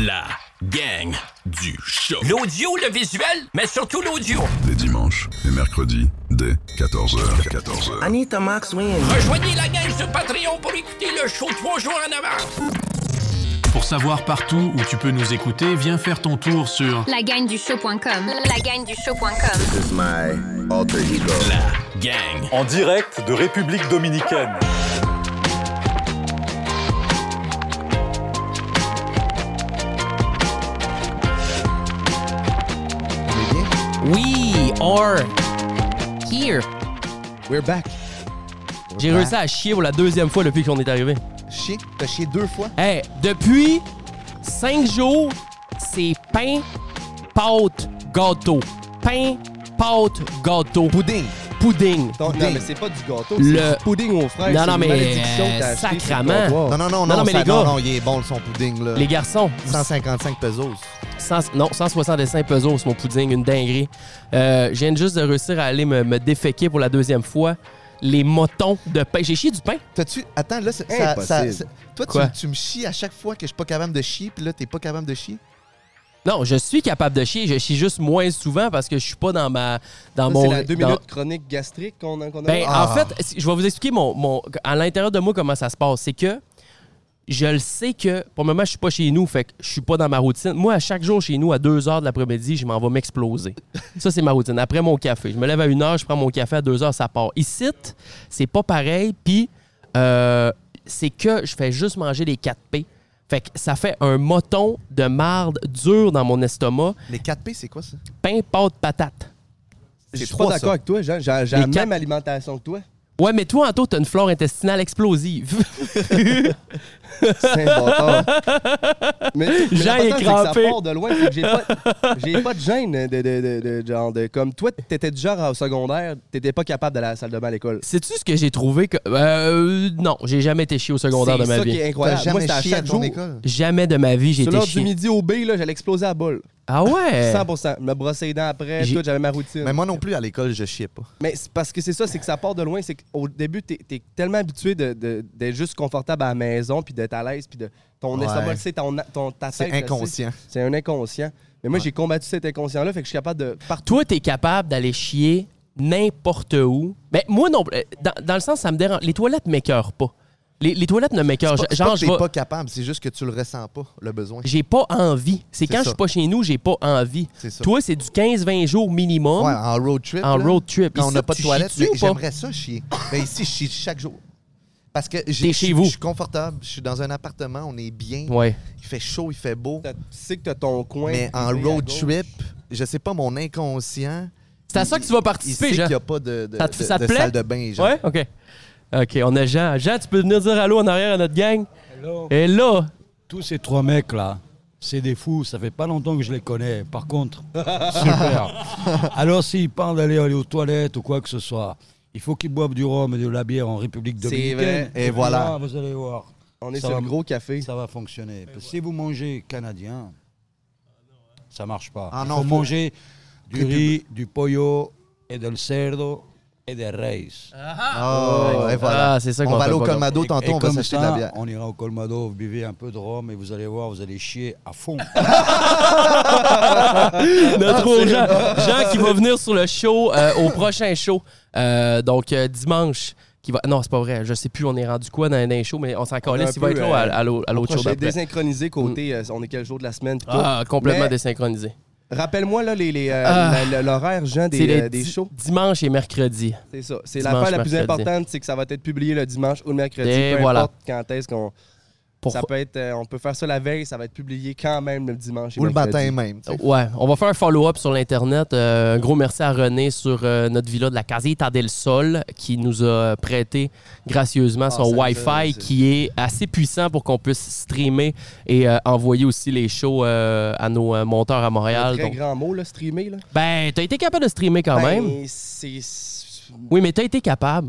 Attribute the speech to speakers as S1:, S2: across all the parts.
S1: La gang du show.
S2: L'audio, le visuel, mais surtout l'audio.
S3: les dimanches et mercredis dès 14h. 14h.
S4: Anita Max Win.
S2: Rejoignez la gang sur Patreon pour écouter le show trois jours en avance.
S5: Pour savoir partout où tu peux nous écouter, viens faire ton tour sur
S6: lagagnedushow.com. Lagagnedushow.com.
S1: La gang.
S7: En direct de République Dominicaine.
S8: We are here.
S9: We're back.
S8: J'ai réussi à chier pour la deuxième fois depuis qu'on est arrivé.
S9: Chier. T'as chié deux fois?
S8: Hey, depuis cinq jours, c'est pain, pâte, gâteau. Pain, pâte, gâteau.
S9: Pudding.
S8: Pudding.
S9: Ton- Non,
S8: Pudding.
S9: mais c'est pas du gâteau,
S8: Le-
S9: c'est du pudding aux fraises.
S8: Non,
S9: c'est
S8: non,
S9: une
S8: mais,
S9: malédiction que t'as
S8: euh,
S9: acheté sur le
S8: sacrament.
S9: comptoir.
S10: Non, non, non,
S8: Non,
S10: non,
S8: non, mais
S10: ça-
S8: les gars-
S10: non, non, Oh, il est bon son pudding, là.
S8: Les garçons, vous-
S10: 155 pesos.
S8: 100 non, 165 pesos, mon pudding, une dinguerie. Euh, je viens juste de réussir à aller me, me déféquer pour la deuxième fois. Les motons de pain. J'ai chié du pain.
S10: T'as-tu. Attends, là, c'est- ça,
S9: Impossible.
S10: ça- ça- Toi,
S8: Quoi?
S10: Ah, tu, tu me chies à chaque fois que je suis pas capable de chier, puis là, t'es pas capable de chier.
S8: Non, je suis capable de chier. Je chie juste moins souvent parce que je suis pas dans ma dans
S9: Ça,
S8: mon
S9: c'est la deux
S8: dans-
S9: minutes chronique gastrique qu'on a. qu'on a-
S8: Ben,
S10: Ah.
S8: en fait, si- je vais vous expliquer mon, mon- à l'intérieur de moi comment ça se passe. C'est que je le sais que, pour le moment, je suis pas chez nous, fait que je suis pas dans ma routine. Moi, à chaque jour chez nous, à 2 h de l'après-midi, je m'en vais m'exploser. Ça, c'est ma routine. Après mon café, je me lève à 1 h, je prends mon café à 2 h, ça part. Ici, c'est pas pareil, puis euh, c'est que je fais juste manger les 4P. Fait que ça fait un moton de marde dur dans mon estomac.
S10: Les 4P, c'est quoi ça?
S8: Pain, pâte, patate.
S9: je suis
S10: c'est
S9: pas
S10: trois,
S9: d'accord
S10: ça.
S9: avec toi, Jean. J'ai j'ai la
S8: Les quatre-
S9: même alimentation que toi.
S8: Ouais, mais toi, Anto, t'as une flore intestinale explosive.
S9: C'est un bâtard. mais, mais l'important,
S8: Jean
S9: c'est
S8: est
S9: que
S8: crampé.
S9: Ça part de loin. c'est que J'ai pas, j'ai pas de gêne de, de, de- de- genre de comme toi, t'étais du genre au secondaire, t'étais pas capable d'aller à la salle de bain à l'école.
S8: Sais-tu ce que j'ai trouvé que. Euh, non, j'ai jamais été chié au secondaire de
S9: C'est
S8: ma
S9: ça
S8: vie.
S9: qui est incroyable.
S10: T'as
S9: Moi,
S10: jamais
S9: c'était à
S10: chié à
S9: chaque
S10: ton
S9: jour.
S10: école?
S8: Jamais de ma vie, j'ai
S9: Sur
S8: été
S9: l'heure du
S8: chié.
S9: midi au B, là, j'allais exploser à la boule.
S8: Ah ouais?
S9: 100%. Me brosser les dents après,
S8: J'ai-
S9: tout, j'avais ma routine.
S10: Mais moi non plus, à l'école, je chiais pas.
S9: Mais c'est parce que c'est ça, c'est que ça part de loin. C'est qu'au début, t'es es tellement habitué de- de- d'être juste confortable à la maison, puis d'être à l'aise, puis de ton
S10: Ouais.
S9: estomac le sait, ton, ton, ta
S10: C'est
S9: tête le
S10: inconscient.
S9: sait. C'est un inconscient. Mais moi, j'ai combattu cet inconscient-là, fait que je suis capable de partout.
S8: Toi, t'es capable d'aller chier n'importe où. Mais moi non plus. Dans, dans le sens, ça me dérange. Les toilettes m'écœurent pas. Les, les toilettes ne m'écœurent.
S10: C'est pas- c'est pas
S8: Ah, Genre,
S10: que
S8: je
S10: t'es
S8: vais-
S10: pas capable, c'est juste que tu le ressens pas, le besoin.
S8: j'ai pas envie. C'est
S10: C'est
S8: quand
S10: ça.
S8: je suis pas chez nous, j'ai pas envie.
S10: C'est ça.
S8: Toi, c'est du 15-20 jours minimum.
S10: Ouais, en road trip.
S8: En
S10: là,
S8: road trip.
S10: Quand on
S8: Ici,
S10: n'a pas de
S8: tu
S10: toilette,
S8: chies-tu
S10: mais
S8: ou pas?
S10: j'aimerais ça chier. Mais ici, je chie chaque jour. Parce que j'ai-
S8: T'es
S10: je
S8: chez
S10: suis-
S8: vous.
S10: je suis confortable, je suis dans un appartement, on est bien,
S8: Ouais.
S10: il fait chaud, il fait beau.
S9: T'as- Tu sais que t'as ton coin.
S10: Mais en
S9: privé à
S10: road
S9: gauche.
S10: trip, je sais pas, mon inconscient,
S8: C'est à ça que tu vas
S10: il
S8: participer,
S10: sait qu'il
S8: Jean.
S10: n'y a pas de, de,
S8: Ça te-
S10: de-
S8: ça te
S10: de
S8: plaît?
S10: salle de bain. Genre.
S8: Ouais? OK. OK, on a Jean. Jean, tu peux venir dire allô en arrière à notre gang? Et là,
S11: Tous ces trois mecs là, c'est des fous, ça fait pas longtemps que je les connais. Par contre, super. Alors s'ils parlent d'aller aller aux toilettes ou quoi que ce soit, il faut qu'ils boivent du rhum et de la bière en République
S9: C'est
S11: dominicaine.
S9: vrai.
S10: Et voilà.
S11: là, vous allez voir.
S9: On est
S11: Ça
S9: sur
S11: va-
S9: le gros café.
S11: Ça va fonctionner. Parce que Si vous mangez canadien, ça marche pas.
S10: Ah
S11: il
S10: non,
S11: faut
S10: faut-
S11: manger du riz, du pollo et del cerdo et des reis.
S10: Oh, et voilà.
S8: Ah, c'est ça qu'on
S10: on va aller au
S8: fait pas,
S10: Colmado
S11: Et-
S10: tantôt,
S11: et
S10: on va
S11: comme
S10: s'acheter de
S11: ça,
S10: la bière.
S11: On ira au Colmado, vous buvez un peu de rhum et vous allez voir, vous allez chier à fond.
S10: Ah,
S8: Notre autre Jean, Jean qui va venir sur le show, euh, au prochain show. Euh, donc, euh, dimanche. Qui va... Non, c'est pas vrai. Je sais plus, on est rendu quoi dans un show, mais on s'en calisse.
S9: un
S8: Il va
S9: peu,
S8: être là à,
S9: euh,
S8: à l'au- à l'autre show
S9: J'ai
S8: d'après.
S9: désynchronisé
S8: Mm.
S9: côté, euh, on est quel jour de la semaine. pis tout.
S8: Ah, complètement
S9: Mais
S8: désynchronisé.
S9: Rappelle-moi là les, les, euh,
S8: Ah.
S9: la- la- l'horaire, Jean,
S8: C'est
S9: des,
S8: les
S9: euh, des
S8: di-
S9: shows.
S8: Dimanche et mercredi.
S9: C'est ça. C'est
S8: Dimanche,
S9: l'affaire la plus
S8: mercredi.
S9: importante, c'est que ça va être publié le dimanche ou le mercredi.
S8: Et
S9: peu
S8: voilà.
S9: importe quand est-ce qu'on.
S8: Pour-
S9: Ça peut être, euh, on peut faire ça la veille, ça va être publié quand même le dimanche. et
S10: Ou le
S9: mercredi.
S10: matin même. tu sais.
S8: Ouais, on va faire un follow-up sur l'Internet. Euh, un gros merci à René sur euh, notre villa de la Casita del Sol qui nous a prêté gracieusement son
S9: Ah, ça,
S8: Wi-Fi
S9: ça,
S8: qui est assez puissant pour qu'on puisse streamer et euh, envoyer aussi les shows euh, à nos euh, monteurs à
S9: Un
S8: Montréal.
S9: très
S8: Donc,
S9: grand mot, là, streamer. Là.
S8: Ben, t'as été capable de streamer
S10: Ah,
S8: quand
S9: Ben,
S8: même.
S9: c'est-
S8: Oui, mais t'as été capable.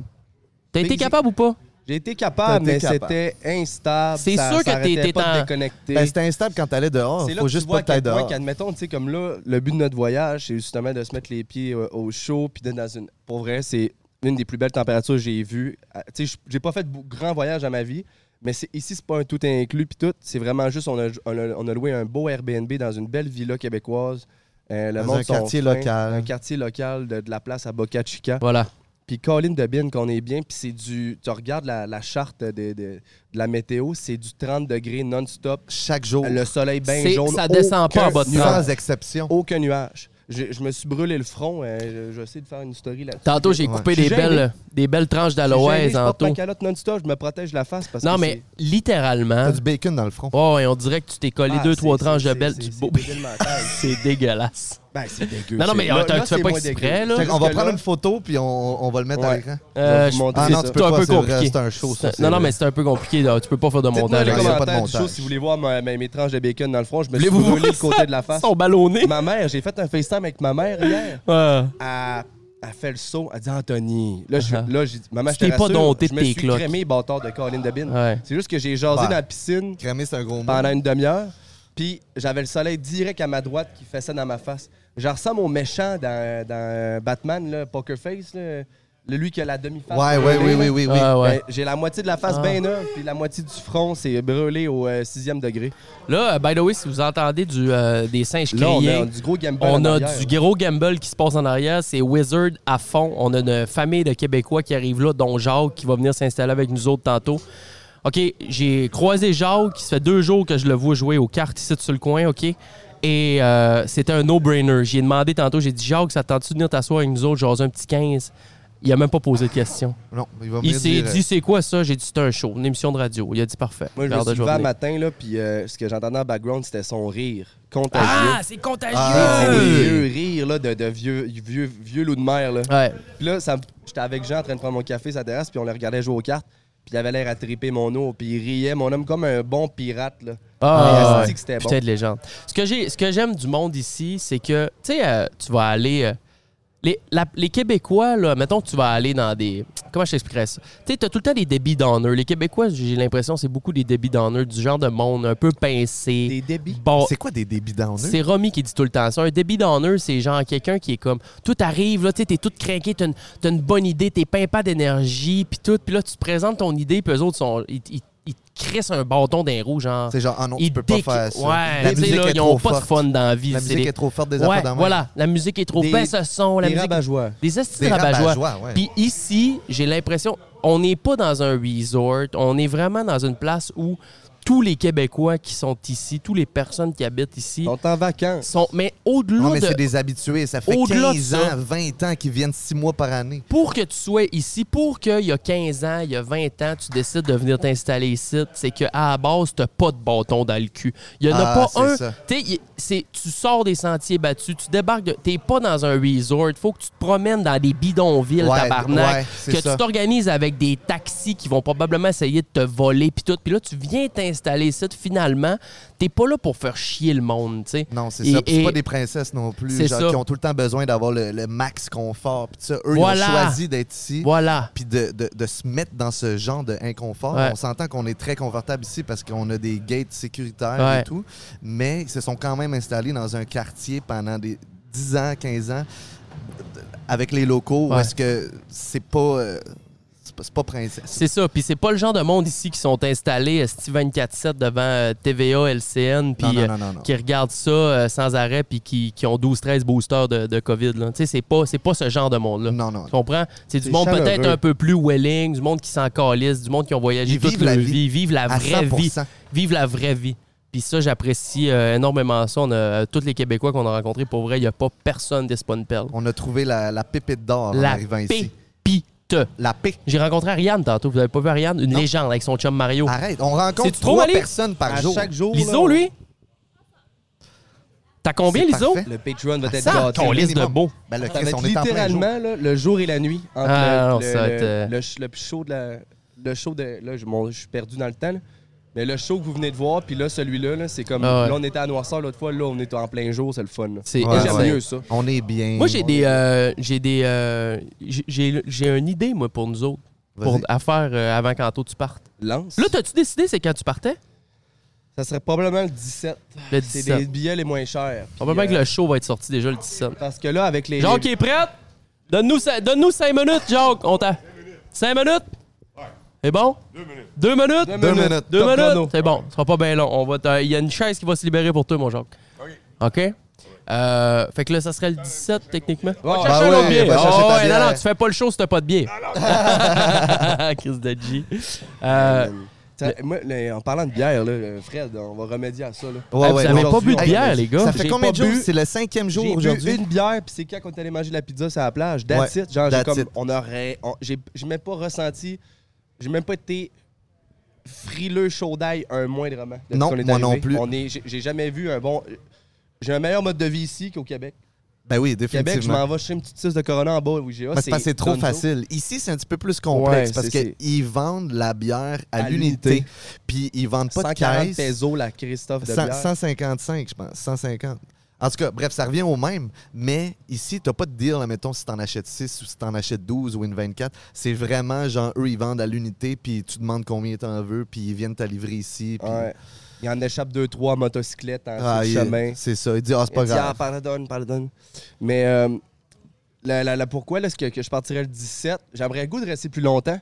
S8: T'as
S9: Mais
S8: été
S9: Ben, j'ai-
S8: capable ou pas?
S9: J'ai été capable,
S10: T'as
S9: mais
S10: été capable.
S9: c'était instable.
S8: C'est
S9: ça-
S8: sûr
S9: ça
S8: que t'es-
S9: arrêtait
S8: t'es
S9: pas de
S8: en-
S9: déconnecter.
S10: Ben, c'est instable quand t'allais dehors.
S9: C'est là
S10: Ah, Faut
S9: que
S10: juste
S9: tu vois
S10: pas que t'ailles
S9: à quel point
S10: dehors.
S9: qu'admettons, tu sais, comme là, le but de notre voyage, c'est justement de se mettre les pieds euh, au chaud, puis d'être dans une... Pour vrai, c'est une des plus belles températures que j'ai vues. Ah, Tu sais, je- j'ai pas fait de bou- grand voyage à ma vie, Mais c'est- ici, c'est pas un tout inclus, puis tout. C'est vraiment juste, on a, on, a, on a loué un beau Airbnb dans une belle villa québécoise. Euh, le
S10: Dans
S9: monde
S10: un
S9: sont
S10: quartier
S9: fins.
S10: local.
S9: Un quartier local de, de la place à Boca Chica.
S8: Voilà.
S9: Puis Colin de Bin, qu'on est bien, puis c'est du. Tu regardes la, la charte de, de- de la météo, c'est du 30 degrés non-stop.
S10: Chaque jour.
S9: Le soleil bien
S8: C'est-
S9: jaune.
S8: ça descend pas en
S9: aucun
S8: bas de
S9: nuage.
S10: Sans exception.
S9: Aucun nuage. Je, je me suis brûlé le front. euh, je, je vais essayer de faire une story là-dessus.
S8: Tantôt, j'ai
S10: Ouais.
S8: coupé
S9: Je suis
S8: des,
S9: gêné.
S8: belles, des belles tranches
S9: Je suis gêné,
S8: d'aloès
S9: je
S8: en
S9: porte ma
S8: taux.
S9: calotte non-stop, je me protège la face parce
S8: Non,
S9: que
S8: mais littéralement.
S10: T'as du bacon dans le front.
S8: Oh, et on dirait que tu t'es collé
S9: c'est-
S8: deux,
S9: Ah,
S8: trois
S9: c'est-
S8: tranches de
S9: c'est-
S8: belle.
S9: c'est-
S8: du
S9: c'est
S8: beau-
S9: débile mental.
S8: C'est dégueulasse.
S9: Ben, c'est dégueu.
S8: Non, non,
S9: c'est-
S8: mais euh,
S9: là-
S8: t'as-
S9: là,
S8: tu fais
S9: c'est
S8: pas
S9: moins
S8: exprès,
S9: dégueu.
S8: là.
S10: Fait qu'on va
S9: Jusque-là-
S10: prendre une photo, puis on, on va le mettre à
S9: Ouais.
S10: l'écran.
S8: Euh,
S9: Je vais
S8: je-
S9: vous montrer
S10: Ah non,
S9: ça.
S10: tu peux
S8: C'est un
S10: pas,
S8: peu
S10: c'est vrai,
S8: compliqué.
S10: c'est un show, ça,
S8: C'est-
S10: c'est
S8: Non, non,
S10: vrai.
S8: mais c'est un peu compliqué. là. Tu peux pas faire de
S9: Dites-moi dans
S8: montage.
S9: les
S10: Ouais, y a pas de
S9: commentaires du show
S10: montage.
S9: si vous voulez voir ma- ma- mes tranches de bacon dans le front. Je me suis
S8: Voulez-vous
S9: brûlé
S8: voir
S9: le côté de la
S8: Ils
S9: face.
S8: sont ballonnés.
S9: Ma mère, j'ai fait un FaceTime avec ma mère hier.
S8: Ouais.
S9: Elle, elle fait le saut, elle dit Anthony. Là, je, là, j'ai dit, maman, je
S8: Tu t'es
S9: te
S8: Uh-huh. pas
S9: rassure,
S8: dompté
S9: je
S8: de
S9: me
S8: tes
S9: suis
S8: cloques.
S9: crémé, bâtard de Colin Debin.
S8: Ouais.
S9: C'est juste que j'ai jasé
S10: Ouais.
S9: dans la piscine
S10: Cramer, c'est un gros mot.
S9: pendant une demi-heure, puis j'avais le soleil direct à ma droite qui fait ça dans ma face. Je ressemble au méchant dans, dans Batman, là, Poker Face, là, le- lui qui a la demi-face.
S10: Ouais, ouais,
S9: brûlée,
S10: oui,
S9: là.
S10: oui, oui, oui.
S8: Ah, ouais.
S9: Ben, j'ai la moitié de la face
S8: Ah.
S9: bien neuve, puis la moitié du front, c'est brûlé au euh, sixième degré.
S8: Là, euh, by the way, si vous entendez du, euh, des singes
S9: Là, on
S8: crier,
S9: a du gros gamble.
S8: on
S9: en
S8: a
S9: arrière,
S8: du
S9: là.
S8: gros gamble qui se passe en arrière. C'est Wizard à fond. On a une famille de Québécois qui arrive là, dont Jacques, qui va venir s'installer avec nous autres tantôt. OK, j'ai croisé Jacques, qui fait deux jours que je le vois jouer aux cartes ici sur le coin, OK? Et euh, c'était un no-brainer. J'ai demandé tantôt, j'ai dit, Jacques, ça te tente-tu de venir t'asseoir avec nous autres, jaser un petit 15? Il a même pas posé de question.
S10: Non, il va
S8: Il
S10: venir
S8: s'est
S10: dire,
S8: dit, c'est quoi ça? J'ai dit, c'est un show, une émission de radio. Il a dit, parfait.
S9: Moi, je me
S8: Regarde,
S9: suis
S8: vais
S9: levé un
S8: venir.
S9: matin, là, puis euh, ce que j'entendais en background, c'était son rire contagieux.
S8: Ah, c'est contagieux!
S9: Ah, C'est des
S10: Hey!
S9: vieux rires là, de, de vieux, vieux, vieux loup de mer. Là.
S8: Ouais.
S9: Puis là, ça me- j'étais avec Jean en train de prendre mon café sur la terrasse, puis on le regardait jouer aux cartes. Puis il avait l'air à triper mon eau, puis il riait, mon homme, comme un bon pirate. Là.
S8: Ah,
S9: Mais
S8: ouais.
S9: asti que c'était
S8: Putain
S9: bon.
S8: de légende. Ce que j'ai, ce que j'aime du monde ici, c'est que tu sais, euh, tu vas aller. euh, les, la- les Québécois, là, mettons que tu vas aller dans des. Comment je t'expliquerais ça? Tu sais, t'as tout le temps des débits d'honneur. Les Québécois, j'ai l'impression, c'est beaucoup des débits d'honneur du genre de monde un peu pincé.
S9: Des débits.
S8: Bon,
S10: C'est quoi des débits dans eux?
S8: c'est Romy qui dit tout le temps ça. Un débit d'honneur, c'est genre quelqu'un qui est comme. Tout arrive, là, tu sais, t'es tout craqué, t'as une, t'as une bonne idée, t'es pimpant d'énergie, puis tout. Puis là, tu te présentes ton idée, puis eux autres, sont, ils, ils, ils te crissent un bâton d'un roux, genre.
S10: C'est genre, ah non,
S8: Ils
S10: tu peux pas
S8: déc-
S10: faire ça.
S8: Ouais,
S10: la
S8: tu sais,
S10: musique
S8: là,
S10: est
S8: ils ont
S10: trop
S8: pas
S10: forte.
S8: de fun dans la vie.
S10: La
S8: c'est
S10: musique
S8: des-
S10: est trop forte des
S8: Ouais,
S10: affaires de même.
S8: voilà. La musique est trop
S9: Des-
S8: ben ce son. La
S9: Des
S8: musique est-
S9: rabat
S8: Des astuces
S10: Des
S8: rabat
S10: rabat-joie, ouais.
S8: Puis ici, j'ai l'impression, on n'est pas dans un resort. On est vraiment dans une place où tous les Québécois qui sont ici, toutes les personnes qui habitent
S9: Ils
S8: ici,
S9: sont en vacances.
S8: sont. Mais au-delà
S10: Non, mais
S8: de.
S10: c'est des habitués. Ça fait
S8: Au-delà de
S10: 15
S8: ça.
S10: ans, 20 ans qu'ils viennent 6 mois par année.
S8: Pour que tu sois ici, pour qu'il y a 15 ans, il y a 20 ans, tu décides de venir t'installer ici, c'est qu'à la base, t'as pas de bâton dans le cul. Il y en a
S10: Ah,
S8: pas
S10: c'est
S8: un.
S10: ça.
S8: T'sais, y- c'est- tu sors des sentiers battus, tu débarques, de- t'es pas dans un resort, faut que tu te promènes dans des bidonvilles,
S10: Ouais,
S8: tabarnak,
S10: ouais, c'est
S8: que
S10: ça.
S8: tu t'organises avec des taxis qui vont probablement essayer de te voler, puis tout. Puis là, tu viens t'installer ici, finalement, t'es pas là pour faire chier le monde, tu sais.
S10: Non, c'est
S8: Et-
S10: ça. Puis c'est pas
S8: et-
S10: des princesses non plus,
S8: C'est
S10: genre,
S8: ça.
S10: qui ont tout le temps besoin d'avoir le, le max confort. Puis ça, eux,
S8: Voilà.
S10: ils ont choisi d'être ici.
S8: Voilà.
S10: Puis de, de- de se mettre dans ce genre d'inconfort.
S8: Ouais.
S10: On s'entend qu'on est très confortable ici parce qu'on a des gates sécuritaires
S8: Ouais.
S10: et tout. Mais ils se sont quand même installés dans un quartier pendant des 10 ans, 15 ans de- avec les locaux
S8: Ouais.
S10: où est-ce que c'est pas, euh, c'est pas, c'est pas princesse.
S8: C'est ça. Puis c'est pas le genre de monde ici qui sont installés euh, sti 24-7 devant euh, TVA, LCN, puis
S10: Non, non,
S8: euh,
S10: non, non, non.
S8: qui regardent ça euh, sans arrêt, puis qui, qui ont 12-13 boosters de, de COVID. là. Tu sais, c'est pas, c'est pas ce genre de monde-là.
S10: Non, non.
S8: Tu comprends? C'est du
S9: C'est
S8: monde peut-être
S9: chaleureux.
S8: un peu plus welling, du monde qui s'en calisse, du monde qui ont voyagé
S10: Ils
S8: toute
S10: vivent
S8: leur
S10: la
S8: vie.
S10: vie.
S8: Ils vivent la
S10: À
S8: vraie vie.
S10: 100%.
S8: Vivent la vraie vie. Puis ça, j'apprécie euh, énormément ça. On a euh, tous les Québécois qu'on a rencontrés, pour vrai, il n'y a pas personne d'Espagne Perle.
S10: On a trouvé la, la pépite d'or en
S8: La
S10: arrivant ici.
S8: pépite.
S10: La paix.
S8: J'ai rencontré Ariane tantôt. Vous avez pas vu Ariane? Une
S10: Non.
S8: légende avec son chum Mario.
S10: Arrête, on
S8: C'est-tu
S10: rencontre
S8: Oh. trop
S10: trois
S8: allé?
S10: personnes par
S9: À
S10: jour.
S9: chaque jour.
S8: Liso,
S9: là,
S8: lui? T'as combien,
S10: C'est
S8: Liso?
S10: parfait.
S9: Le Patreon va être
S8: Ah, Ça,
S9: gâté.
S8: ton liste de
S10: minimum.
S8: beau.
S10: Ben, le
S9: Ça
S10: Chris,
S9: va être
S10: on est en plein jour.
S9: littéralement là, le jour et la nuit entre
S8: Ah,
S9: le-
S8: non,
S9: le,
S8: ça va
S9: le-
S8: être, euh,
S9: le ch- le show de la le show de là je bon, je suis perdu dans le temps là. mais le show que vous venez de voir puis là celui-là là, c'est comme
S8: Ah ouais.
S9: là on était à noirceur l'autre fois là on était en plein jour c'est le fun. là.
S8: C'est
S10: Ouais,
S9: J'aime
S8: insane.
S10: ouais.
S9: mieux ça.
S10: On est bien.
S8: Moi, j'ai
S10: On
S8: des.
S10: est-
S8: euh, j'ai des. euh, j'ai- j'ai j'ai une idée, moi, pour nous autres. Pour,
S10: Vas-y.
S8: à faire euh, avant qu'Anto, tu partes.
S9: Lance.
S8: Là, t'as-tu décidé c'est quand tu partais?
S9: ça serait probablement le 17.
S8: Le
S9: C'est
S8: 17.
S9: des billets les moins chers. Puis,
S8: Probablement que
S9: euh,
S8: le show va être sorti déjà le 17.
S9: parce que là avec les
S8: Jacques est prête? Donne-nous 5 minutes, Jacques. On t'a. 5 minutes? C'est bon? Deux minutes. Deux minutes?
S10: Deux minutes.
S8: Deux
S9: Top
S8: minutes?
S9: chrono.
S8: C'est bon, ce sera pas bien long. On va te- Il y a une chaise qui va se libérer pour toi, mon Jacques. OK? Euh, fait que là, ça serait le 17, techniquement.
S9: Ah,
S8: Cherche
S10: bah
S8: un
S10: oui,
S8: autre biais.
S10: va chercher
S8: Oh,
S10: ta
S8: ouais, non,
S10: bière.
S8: non, tu fais pas le show si t'as pas de biais. Chris de G. Euh,
S9: Tiens, moi, le- en parlant de bière, là, euh, Fred, on va remédier à ça. Là.
S10: Ouais,
S8: Hey, vous
S10: ouais,
S8: avez pas
S10: aujourd'hui,
S8: bu de
S10: on-
S8: bière, les gars?
S10: Ça fait
S8: J'ai
S10: combien
S8: pas
S10: de jours?
S8: bu.
S10: C'est le cinquième jour
S9: J'ai bu
S10: aujourd'hui.
S9: une bière, puis c'est quand on est allé manger la pizza sur la plage. That's
S10: Ouais,
S9: it. Genre, j'ai
S10: that's
S9: comme,
S10: it.
S9: on aurait, on- j'ai j'ai même pas ressenti, j'ai même pas été frileux chaud d'ail un moindrement. depuis
S10: Non,
S9: qu'on est
S10: moi non
S9: arrivé.
S10: plus.
S9: On est, j'ai- j'ai jamais vu un bon. J'ai un meilleur mode de vie ici qu'au Québec.
S10: Ben oui,
S9: Québec, je m'en
S10: définitivement.
S9: vais chercher une petite sauce de Corona en bas ah, au IGA.
S10: Parce que c'est trop
S9: Dunzo.
S10: facile. Ici, c'est un petit peu plus
S9: Ouais,
S10: complexe parce
S9: c'est-
S10: qu'ils vendent la bière à,
S9: À l'unité.
S10: l'unité. Puis ils vendent pas de
S9: 140
S10: caisse.
S9: pesos la Christophe de
S10: Cent-
S9: bière.
S10: 155, je pense. 150. En tout cas, bref, ça revient au même. Mais ici, t'as pas de deal, mettons, si t'en achètes 6 ou si t'en achètes 12 ou une 24. C'est vraiment, genre, eux, ils vendent à l'unité, puis tu demandes combien t'en veux, puis ils viennent te livrer ici. puis-
S9: Ouais. Il en échappe deux, trois motocyclettes en
S10: Ah,
S9: sur
S10: il-
S9: le chemin.
S10: C'est ça. Il dit, ah, c'est pas
S9: Il dit, Ah,
S10: grave.
S9: pardonne, pardonne. Mais euh, la, la- la- pourquoi est-ce que, que je partirais le 17? J'aimerais le goût de rester plus longtemps.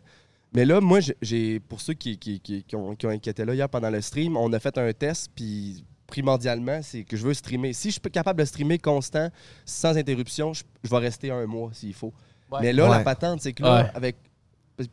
S9: Mais là, moi, j'ai- j'ai pour ceux qui, qui, qui, qui ont, qui ont inquiété là hier pendant le stream, on a fait un test, puis primordialement, c'est que je veux streamer. Si je suis capable de streamer constant, sans interruption, je, je vais rester un mois s'il faut.
S8: Ouais.
S9: Mais là, la
S10: Ouais.
S9: patente, c'est que là,
S8: Ouais.
S9: avec.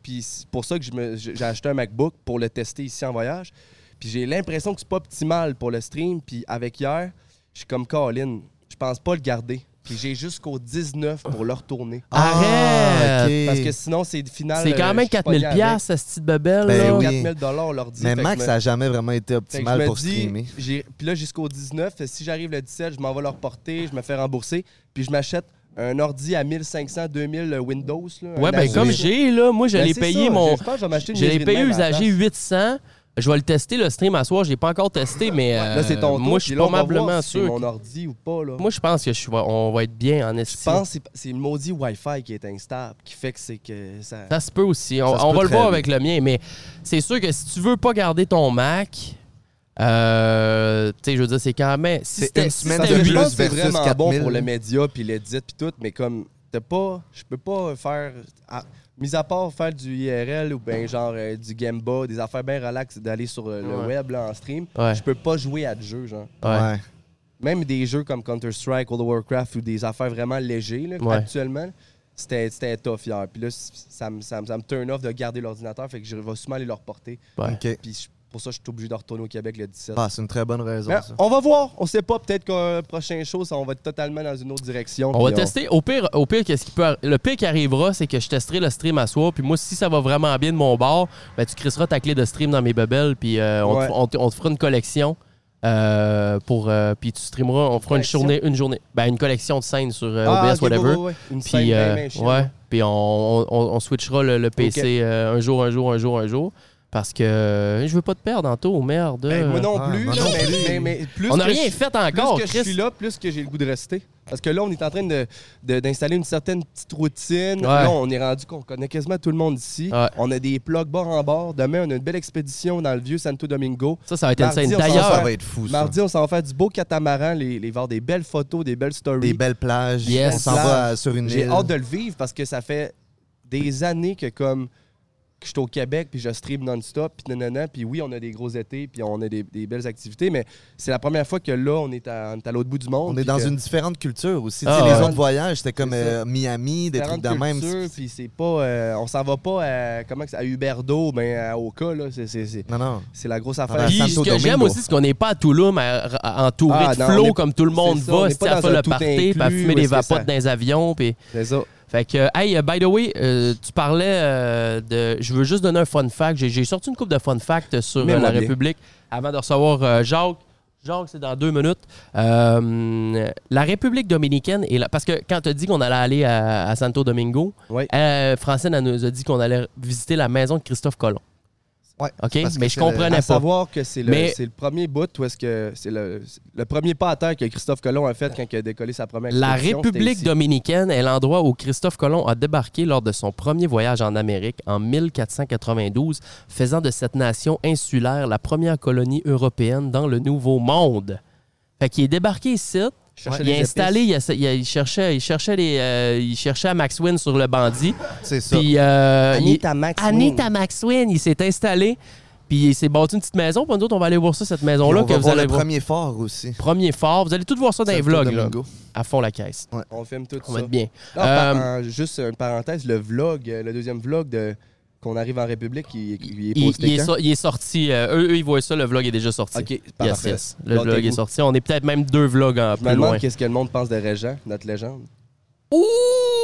S9: Puis c'est pour ça que je me- j'ai j'ai acheté un MacBook pour le tester ici en voyage. Puis j'ai l'impression que c'est pas optimal pour le stream. Puis avec hier, je suis comme Colin, je pense pas le garder. Puis j'ai jusqu'au 19 pour le retourner.
S10: Ah, ok.
S9: Parce que sinon, c'est final.
S8: c'est
S9: euh,
S8: quand
S9: je
S8: même
S9: suis pogné
S8: 4000
S9: avec.
S8: pièces cette petite babelle.
S10: Ben
S8: là.
S10: oui.
S9: 4000 dollars l'ordi.
S10: Mais
S9: Fait que
S10: Max,
S9: je me-
S10: ça a jamais vraiment été
S9: fait que
S10: optimal pour
S9: je me dis,
S10: streamer.
S9: j'ai- Puis là, jusqu'au 19, fait, si j'arrive le 17, je m'en vais le reporter, je me fais rembourser. Puis je m'achète un ordi à 1500, 2000 Windows. là, un
S8: Ouais, ben
S9: Asus.
S8: comme j'ai, là, moi, je
S9: Ben,
S8: l'ai
S9: c'est
S8: payé
S9: ça,
S8: mon.
S9: Je pense que je vais m'acheter une
S8: Je l'ai
S9: niaiserie de
S8: payé
S9: même à la
S8: usagé
S9: place.
S8: 800. Je vais le tester, le stream à soir. Je l'ai pas encore testé, mais euh,
S9: Là, c'est ton tour,
S8: moi, je suis
S9: puis là, on va voir
S8: probablement
S9: si c'est
S8: sûr.
S9: mon ordi ou pas, là.
S8: Moi, je pense que je suis- on va être bien en
S9: je
S8: estime.
S9: pense que c'est- c'est le maudit Wi-Fi qui est instable, qui fait que c'est que ça...
S8: Ça se peut aussi. On,
S10: Ça se
S8: on
S10: peut
S8: va le
S10: très
S8: voir
S10: bien.
S8: avec le mien, mais c'est sûr que si tu veux pas garder ton Mac, euh, tu sais, je veux dire, c'est quand même. Si
S10: C'est
S8: c'était-
S10: une
S8: si
S10: semaine
S9: Ça,
S8: c'était
S10: de
S9: je
S8: huit-
S10: plus ben,
S9: pense que c'est
S10: versus
S9: vraiment bon
S10: 4000.
S9: pour le média puis l'edit puis tout, mais comme t'as pas, je peux pas faire, à- mis à part faire du IRL ou ben genre euh, du Gamba, des affaires bien relax d'aller sur euh, le
S8: Ouais.
S9: web là, en stream,
S8: Ouais.
S9: je peux pas jouer à de jeux genre.
S8: Ouais.
S10: Ouais.
S9: Même des jeux comme Counter Strike, World of Warcraft ou des affaires vraiment légers là,
S8: Ouais.
S9: actuellement. C'était c'était tough hier. Puis là, c- ça me, ça me, ça me turn off de garder l'ordinateur. Fait que je vais sûrement aller le reporter.
S8: Ouais.
S10: Ok.
S9: Puis je- pour ça, je suis obligé de retourner au Québec le 17.
S10: Ah, c'est une très bonne raison,
S9: Mais
S10: ça.
S9: on va voir, on sait pas, peut-être qu'un prochain show, ça, on va être totalement dans une autre direction.
S8: On va
S9: puis
S8: tester. Au pire, au pire qu'est-ce qui peut arri- le pire qui arrivera, c'est que je testerai le stream à soi. Puis moi, si ça va vraiment bien de mon bord, ben, tu crisseras ta clé de stream dans mes bubbles. Puis euh, on, te-
S9: Ouais.
S8: on te, on te fera une collection. euh, pour, euh, puis tu streameras, on fera une
S9: Collection?
S8: journée, une journée, ben, une collection de scènes sur euh,
S9: Ah,
S8: OBS,
S9: ok,
S8: whatever.
S9: ouais, ouais, ouais. Une scène
S8: Puis,
S9: bien,
S8: euh,
S9: bien chill,
S8: ouais.
S9: ouais.
S8: Puis on, on, on- on switchera le, le PC
S9: Ok.
S8: euh, un jour, un jour, un jour, un jour. Parce que euh, je veux pas te perdre en taux, merde.
S9: Ben, moi non
S10: Ah,
S9: plus,
S10: moi
S9: là,
S10: non
S9: mais,
S10: plus.
S9: mais- mais plus
S8: on n'a
S9: que
S8: rien
S9: je-
S8: fait
S9: Plus
S8: encore,
S9: que je
S8: Chris.
S9: suis là, plus que j'ai le goût de rester. Parce que là, on est en train de- de- d'installer une certaine petite routine. Là, on est rendu qu'on connaît quasiment tout le monde ici.
S8: Ouais.
S9: On a des plugs bord en bord. Demain, on a une belle expédition dans le vieux Santo Domingo.
S8: Ça, ça va être
S9: Mardi,
S8: insane.
S9: on s'en
S10: Ça
S8: D'ailleurs,
S9: sort.
S10: va être fou, ça.
S9: Mardi, on s'en va faire du beau catamaran, les, les voir des belles photos, des belles stories.
S10: Des belles plages.
S8: Yes.
S10: On s'en
S9: Plages.
S10: va à- sur une
S9: J'ai
S10: île.
S9: hâte de le vivre parce que ça fait des années que comme que je suis au Québec puis je stream non-stop puis nanana puis oui on a des gros étés puis on a des, des belles activités mais c'est la première fois que là on est à, on est à l'autre bout du monde.
S10: On est
S9: puis
S10: dans
S9: que
S10: une différente culture aussi.
S8: Ah,
S10: tu sais, les
S8: ouais.
S10: autres voyages, c'était comme
S9: C'est ça.
S10: euh, Miami, des trucs
S9: différentes
S10: de même.
S9: cultures, puis c'est pas euh, on s'en va pas à comment que c'est- à Huberdo mais à Oka là c'est c'est c'est-
S10: Non, non.
S9: c'est la grosse
S10: Ah,
S9: affaire.
S10: ben,
S8: puis
S10: Santo
S8: ce que j'aime
S10: Domingo.
S8: aussi, c'est qu'on n'est pas à Toulouse à- à- entouré
S9: Ah,
S8: de
S9: non, on
S8: flots
S9: est-
S8: comme tout le monde
S9: c'est ça, on
S8: va,
S9: est
S8: si
S9: pas
S8: à
S9: dans
S8: faire
S9: un
S8: le
S9: tout
S8: party, puis à
S9: inclus,
S8: fumer
S9: où est-ce
S8: des
S9: que
S8: vapotes
S9: ça-
S8: dans les avions. Puis...
S9: C'est ça.
S8: Fait que, euh, hey, euh, by the way, euh, tu parlais euh, de. Je veux juste donner un fun fact. J'ai- J'ai sorti une coupe de fun fact sur euh,
S9: Mais moi
S8: la
S9: bien.
S8: République avant de recevoir euh, Jacques. Jacques, c'est dans deux minutes. Euh, la République dominicaine est là. Parce que quand tu as dit qu'on allait aller à, à Santo Domingo,
S9: Ouais.
S8: euh, Francine elle nous a dit qu'on allait visiter la maison de Christophe Colomb.
S10: Ouais,
S8: OK?
S10: parce que
S8: Mais je
S10: c'est le-
S8: comprenais
S9: À
S8: pas.
S9: savoir que c'est le,
S8: Mais-
S9: c'est le premier bout où est-ce que c'est le, c'est le premier pas à terre que Christophe Colomb a fait quand il a décollé sa première
S8: La
S9: expédition, c'était
S8: République
S9: ici.
S8: dominicaine est l'endroit où Christophe Colomb a débarqué lors de son premier voyage en Amérique en 1492, faisant de cette nation insulaire la première colonie européenne dans le Nouveau Monde. Fait qu'il est débarqué ici,
S9: Je cherchais
S8: Il
S9: les
S8: a
S9: épices.
S8: installé, il, a- il a- il cherchait, il cherchait les, euh, il cherchait à Max Wynn sur le bandit.
S10: C'est ça.
S8: Puis euh, il-
S9: Anita Max Wynn.
S8: Anita Max Wynn, il s'est installé. Puis il s'est bâti une petite maison. Puis nous autres, on va aller voir ça, cette
S10: Puis
S8: maison-là.
S10: on
S8: que
S10: va
S8: vous
S10: voir
S8: allez
S10: le
S8: voir.
S10: premier fort aussi.
S8: Premier fort. Vous allez tout voir ça dans les
S10: Santo
S8: vlogs, là.
S10: Domingo.
S8: À fond la caisse.
S9: On filme tout
S8: On
S9: ça.
S8: va être bien.
S9: Non, par-
S8: Euh,
S9: un- juste une parenthèse, le vlog, euh, le deuxième vlog de qu'on arrive en République, il, il est
S8: il,
S9: posté
S8: il est
S9: quand?
S8: so- il est sorti. euh, eux, eux, ils voient ça. Le vlog est déjà sorti.
S9: Ok,
S8: Yes,
S9: parfait.
S8: yes. Le
S9: Gâtez-vous.
S8: vlog est sorti. On est peut-être même deux vlogs en
S9: Je me
S8: plus loin.
S9: demande qu'est-ce que le monde pense de Régent, notre légende.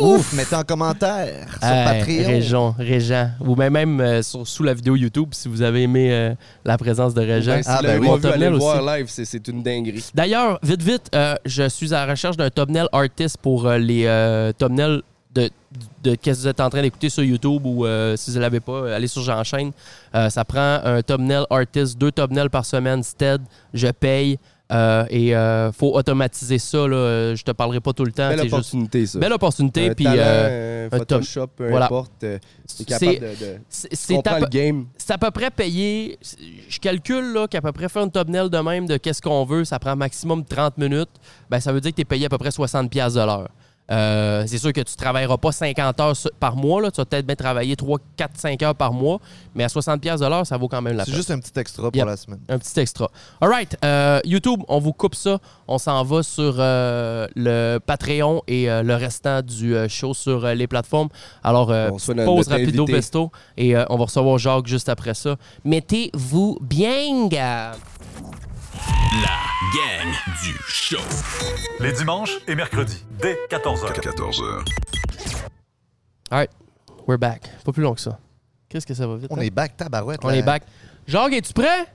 S10: Ouf, mettez en commentaire sur
S8: Hey,
S10: Patreon.
S8: Euh, Régent, Régent. Ou même, même euh, sur, sous la vidéo YouTube si vous avez aimé euh, la présence de Régent.
S9: Ben, si
S10: Ah,
S9: vous
S10: ben
S9: l'avez
S10: oui.
S9: pas
S8: Mon
S9: vu, allez
S8: thumbnail
S9: le voir
S8: aussi.
S9: live, c'est- c'est une dinguerie.
S8: D'ailleurs, vite, vite, euh, je suis à la recherche d'un thumbnail artist pour euh, les euh, thumbnails de, de, qu'est-ce que vous êtes en train d'écouter sur YouTube ou euh, si vous ne l'avez pas, euh, allez sur J'enchaîne. Euh, ça prend un thumbnail artist, deux thumbnails par semaine, stead, je paye. euh, et euh, faut automatiser ça, là, euh, je te parlerai pas tout le temps.
S9: Belle
S8: c'est juste-
S9: opportunité, ça.
S8: belle opportunité.
S9: Un
S8: puis,
S9: talent,
S8: euh,
S9: euh,
S8: un
S9: Photoshop, peu
S8: voilà.
S9: importe. euh, t'es capable
S8: c'est-
S9: de, de
S8: c'est- c'est à
S9: comprendre
S8: peu-
S9: le game.
S8: c'est à peu près payé. Je calcule là, qu'à peu près faire une thumbnail de même de qu'est-ce qu'on veut, ça prend maximum 30 minutes. Ben, ça veut dire que tu es payé à peu près 60$ piastres de l'heure. Euh, c'est sûr que tu travailleras pas 50 heures sur- par mois. Là. Tu vas peut-être bien travailler 3, 4, 5 heures par mois. Mais à 60$ piastres de l'heure, ça vaut quand même la
S10: C'est
S8: peine.
S10: juste un petit extra pour
S8: Yep.
S10: la semaine.
S8: Un petit extra. All right. euh, YouTube, on vous coupe ça. On s'en va sur euh, le Patreon et euh, le restant du euh, show sur euh, les plateformes. Alors, euh,
S9: On
S8: petite
S9: souhaite notre
S8: pause
S9: invité.
S8: rapido pesto et euh, on va recevoir Jacques juste après ça. Mettez-vous bien, gars.
S1: La gang du show.
S7: Les dimanches et mercredis, dès 14h.
S3: 14h.
S8: All right. We're back. Pas plus long que ça. Qu'est-ce que ça va vite?
S10: On
S8: hein?
S10: est back, tabarouette.
S8: on
S10: là.
S8: est back. Jacques, es-tu prêt?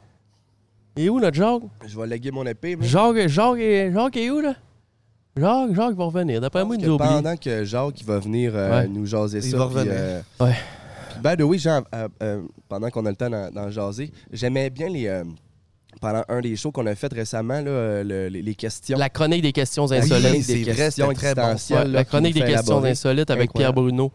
S8: Il est où, notre Jacques?
S9: Je vais léguer mon épée. mais
S8: Jacques, Jacques, est- Jacques est où, là? Jacques, Jacques va revenir. D'après moi, il
S9: que
S8: nous a oubliés.
S9: pendant que Jacques il va venir euh,
S8: Ouais.
S9: nous jaser
S10: Il
S9: ça.
S10: va
S9: puis,
S10: revenir.
S9: euh,
S8: Ouais.
S9: puis by the way, Jean, euh, euh, pendant qu'on a le temps d'en d'en jaser, j'aimais bien les. euh, pendant un des shows qu'on a fait récemment, là, euh, le- les, les questions.
S8: La chronique des questions
S9: La
S8: insolites.
S9: chronique
S10: c'est
S9: des
S10: vrai,
S9: questions
S10: c'était très bon.
S9: existentielles,
S8: Ouais,
S9: là,
S8: la
S9: qui
S8: chronique
S9: nous
S8: des
S9: fait
S8: questions
S9: élaborer.
S8: insolites avec Pierre
S9: Incroyable.
S8: Bruno.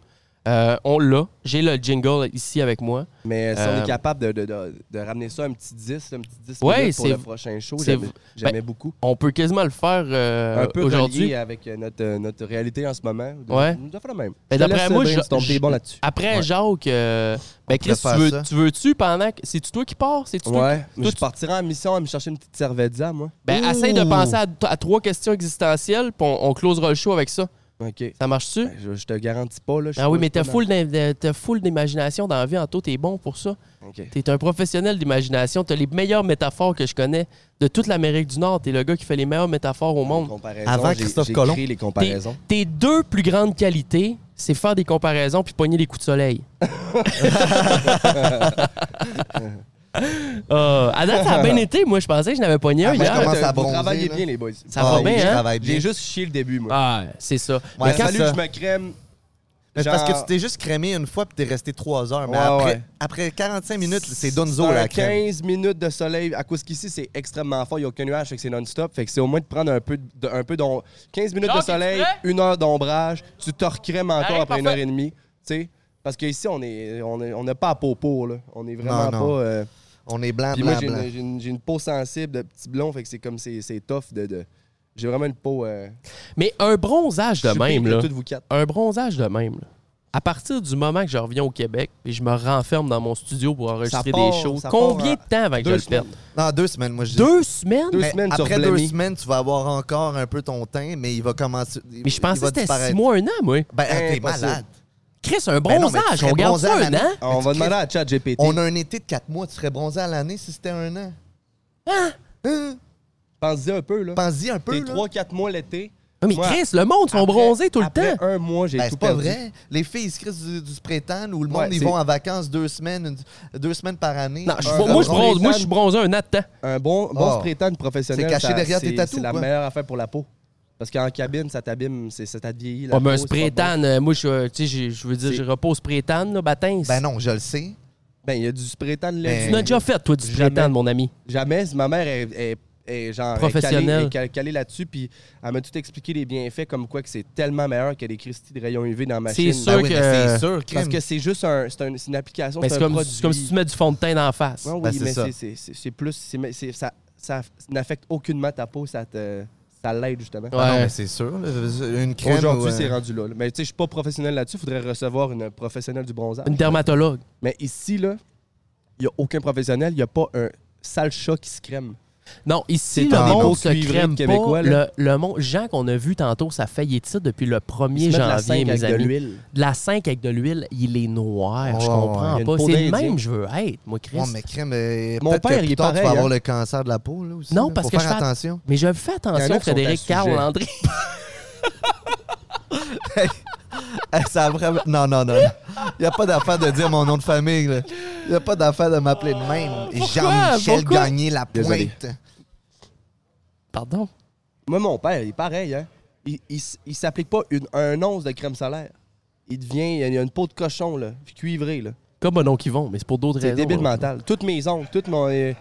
S8: Euh, on l'a. J'ai le jingle ici avec moi.
S9: Mais si on
S8: Euh,
S9: est capable de, de- de- de ramener ça un petit 10, un petit 10
S8: Ouais,
S9: minutes pour
S8: c'est-
S9: le prochain show,
S8: c'est-
S9: j'aimais j'aimais beaucoup.
S8: On peut quasiment le faire euh,
S9: Un peu
S8: aujourd'hui.
S9: relié avec euh, notre, euh, notre réalité en ce moment. De-
S8: Ouais.
S9: On doit faire le même. Je
S8: Ben,
S9: te
S8: d'après
S9: laisse,
S8: moi,
S9: euh, brainstorm,
S8: je- Ah,
S9: t'es
S8: je-
S9: bon là-dessus.
S8: Après, Jacques, euh, ben Chris,
S10: pourrait
S8: tu,
S10: faire
S8: veux,
S10: ça.
S8: tu veux-tu pendant que. C'est-tu toi qui pars? C'est-tu toi
S9: Ouais, mais
S8: toi,
S9: je
S8: tu-
S9: partirai en mission à me chercher une petite cerveza, moi.
S8: qui- Ben, essaye de penser à, à trois questions existentielles, puis on, on closera le show avec ça.
S9: OK.
S8: Ça marche-tu?
S9: Ben, Je, je te garantis pas, là. je suis
S8: ah oui,
S9: pas-
S8: mais
S9: je
S8: t'as
S9: suis pas
S8: full, d'in- de- t'as full d'imagination dans la vie, Anto, t'es bon pour ça.
S9: dans- OK.
S8: T'es un professionnel d'imagination, t'as les meilleures métaphores que je connais de toute l'Amérique du Nord. T'es le gars qui fait les meilleures métaphores au monde.
S10: Avant Christophe
S9: J'ai
S10: Colomb.
S9: créé les
S8: Tes-
S9: comparaisons.
S8: Tes deux plus grandes qualités, c'est faire des comparaisons puis pogner les coups de soleil. Euh, à date, ça a bien été. Moi, je pensais que je n'avais pogné un
S10: Ah, moi, je
S8: hier.
S10: commence à
S9: Vous
S10: bronzer,
S9: travaillez
S10: là.
S9: bien, les boys.
S8: Ça va
S10: Ah,
S8: bien,
S10: oui, je
S8: hein?
S10: travaille bien.
S9: J'ai juste chié le début, moi.
S8: Ah, c'est ça.
S10: Ouais,
S8: Mais
S10: c'est
S8: quand-
S9: Salut,
S10: ça.
S9: je me crème.
S10: Mais c'est parce que
S9: Genre-
S10: tu t'es juste crémé une fois puis t'es resté trois heures. Mais
S9: Ouais,
S10: après,
S9: ouais.
S10: après 45 minutes, c'est
S9: C'est
S10: Donzo
S9: un
S10: la crème.
S9: 15 minutes de soleil. À cause qu'ici, c'est extrêmement fort. Il n'y a aucun nuage, fait que c'est non-stop. Fait que c'est au moins de prendre un peu de, de- un peu d'om- 15 minutes de
S8: Jacques,
S9: soleil,
S8: es-tu prêt?
S9: une heure d'ombrage. Tu te recrèmes encore
S8: Allez,
S9: après une heure
S8: parfait.
S9: et demie. Tu sais, parce qu'ici, on est, on est- on n'a pas à peau pour, là. On est
S10: Non,
S9: vraiment
S10: non.
S9: pas. euh,
S10: On est blanc,
S9: Puis moi,
S10: blanc,
S9: j'ai
S10: blanc.
S9: une, j'ai une- j'ai une peau sensible de petit blond. Fait que c'est comme c'est c'est tough de. de- j'ai vraiment une peau. euh,
S8: Mais un bronzage de
S9: je suis
S8: même,
S9: pire que
S8: là.
S9: toutes vous quatre.
S8: Un bronzage de même, là. À partir du moment que je reviens au Québec et je me renferme dans mon studio pour enregistrer
S9: part-
S8: des shows,
S9: ça part
S8: combien
S9: en
S8: de temps avant que je
S9: deux
S8: le perde?
S9: semaines.
S10: Non, deux semaines, moi, je dis.
S8: Deux semaines?
S9: Deux
S10: Mais
S9: semaines, tu
S10: après
S9: vas
S10: deux
S9: blâmer.
S10: semaines, tu vas avoir encore un peu ton teint, mais il va commencer. il-
S8: Mais je
S10: il
S8: pensais que
S10: va
S8: c'était six
S10: disparaître.
S8: mois, un an, moi.
S10: Ben, hey, t'es
S9: Impossible.
S10: malade.
S8: Chris, un
S10: Ben non, mais tu
S8: bronzage,
S10: serais
S8: on garde
S10: bronzé
S8: ça hein?
S10: à
S8: un
S10: l'année.
S8: an?
S9: On va demander à ChatGPT.
S10: On a un été de quatre mois. Tu serais bronzé à l'année si c'était un an. Hein?
S9: Pense-y un peu, là.
S10: Pense-y un peu.
S9: T'es
S10: là.
S9: 3-4 mois l'été.
S8: Ah, mais
S9: Moi,
S8: Chris, le monde, ils sont
S9: après-
S8: bronzés tout le
S9: après
S8: temps.
S9: un mois, j'ai
S10: Ben,
S9: tout
S10: c'est pas
S9: perdu.
S10: vrai. Les filles, ils se crissent du, du spray-tan où le monde,
S9: Ouais,
S10: ils
S9: c'est-
S10: vont en vacances deux semaines, une- deux semaines par année.
S8: Non, je-
S10: Un
S8: moi, je
S10: bronzé.
S8: bronze, moi, je suis bronzé un an de temps.
S9: Un bon, bon
S10: Ah.
S9: spray-tan professionnel.
S10: C'est caché
S9: ça-
S10: derrière
S9: c'est-
S10: tes tatous,
S9: C'est la
S10: quoi.
S9: meilleure affaire pour la peau. Parce qu'en cabine, ça t'abîme, c'est- ça t'advieillit. la
S8: Ouais, mais un
S9: peau, c'est pas
S8: spray
S9: bon.
S8: tan, euh, moi, je euh, tu sais, j'ai- je veux dire,
S9: C'est-
S8: je repose spray tan, là, bâtin.
S10: Ben non, je le sais.
S9: Ben, il y a du spray-tan là.
S10: Ben,
S8: Tu l'as déjà fait, toi, du spray
S9: Jamais.
S8: tan, mon ami.
S9: Jamais, ma mère est, est- est genre est
S8: Professionnelle.
S9: calée, est cal- calée là-dessus, puis elle m'a tout expliqué les bienfaits, comme quoi que c'est tellement meilleur que des Christie de rayons UV dans la machine.
S8: sûr
S10: Ben oui,
S8: que-
S10: mais c'est sûr,
S9: Parce
S10: crime.
S9: que c'est juste un, c'est un- c'est une application,
S8: Ben,
S9: c'est
S8: c'est
S9: un
S8: comme,
S9: produit.
S8: c'est comme si tu mets du fond de teint en face.
S9: Ouais, oui,
S10: Ben, c'est
S9: mais
S10: ça.
S9: c'est- c'est- c'est c'est plus, c'est- mais c'est- ça, ça n'affecte aucunement ta peau, ça te, ça l'aide justement.
S10: Ah non,
S8: Ouais.
S10: mais c'est sûr. là. Une crème.
S9: Aujourd'hui,
S10: ou, euh,
S9: c'est rendu là. là. Mais tu sais, je suis pas professionnel là-dessus. Il faudrait recevoir une professionnelle du bronzage.
S8: Une dermatologue.
S9: Mais ici, là, il n'y a aucun professionnel. Il n'y a pas un sale chat qui se crème.
S8: Non, ici,
S10: C'est
S8: le
S10: un
S8: monde
S9: beau
S8: se
S9: cuivré
S8: crème
S9: québécois,
S8: pas.
S9: là.
S8: Le, le monde, Jean qu'on a vu tantôt, ça faillite ça depuis le
S9: Ils
S8: 1er
S9: se mettent la
S8: janvier,
S9: cinq
S8: mes
S9: avec de
S8: amis.
S9: l'huile.
S8: De la 5 avec de l'huile, il est noir.
S10: Ouais,
S8: je
S10: ouais.
S8: comprends
S9: Il y a une
S8: pas.
S9: peau
S8: C'est le
S9: d'Indien.
S8: même je veux être, moi, Chris.
S10: Ouais, mais crème. euh,
S9: Mon
S10: peut-être
S9: père,
S10: que
S9: il
S10: plus
S9: est
S10: tard, tu vas
S9: pareil,
S10: avoir
S9: hein.
S10: le cancer de la peau, là aussi.
S8: Non,
S10: là.
S8: parce
S10: Faut
S8: que
S10: faire
S8: je fais-
S10: attention.
S8: Mais je fais
S9: Il y en a
S8: attention,
S9: qui sont à
S8: Frédéric
S9: sujet.
S8: Carl Landry.
S10: Eh, ça a vraiment- Non, non, non. Il n'y a pas d'affaire de dire mon nom de famille. Il n'y a pas d'affaire de m'appeler de même. Jean-Michel
S8: Ah, Pourquoi?
S10: Gagné la
S9: Désolé.
S10: pointe.
S8: Pardon.
S9: Moi, mon père, il est pareil. Hein? Il, il, s- il s'applique pas une, un once de crème solaire. Il devient. Il y a une peau de cochon, là, puis cuivrée. Là.
S8: Comme mon oncle Yvon, mais c'est pour d'autres
S9: C'est
S8: raisons.
S9: débile
S8: là.
S9: mental. Toutes mes ongles, toutes mon. euh, tu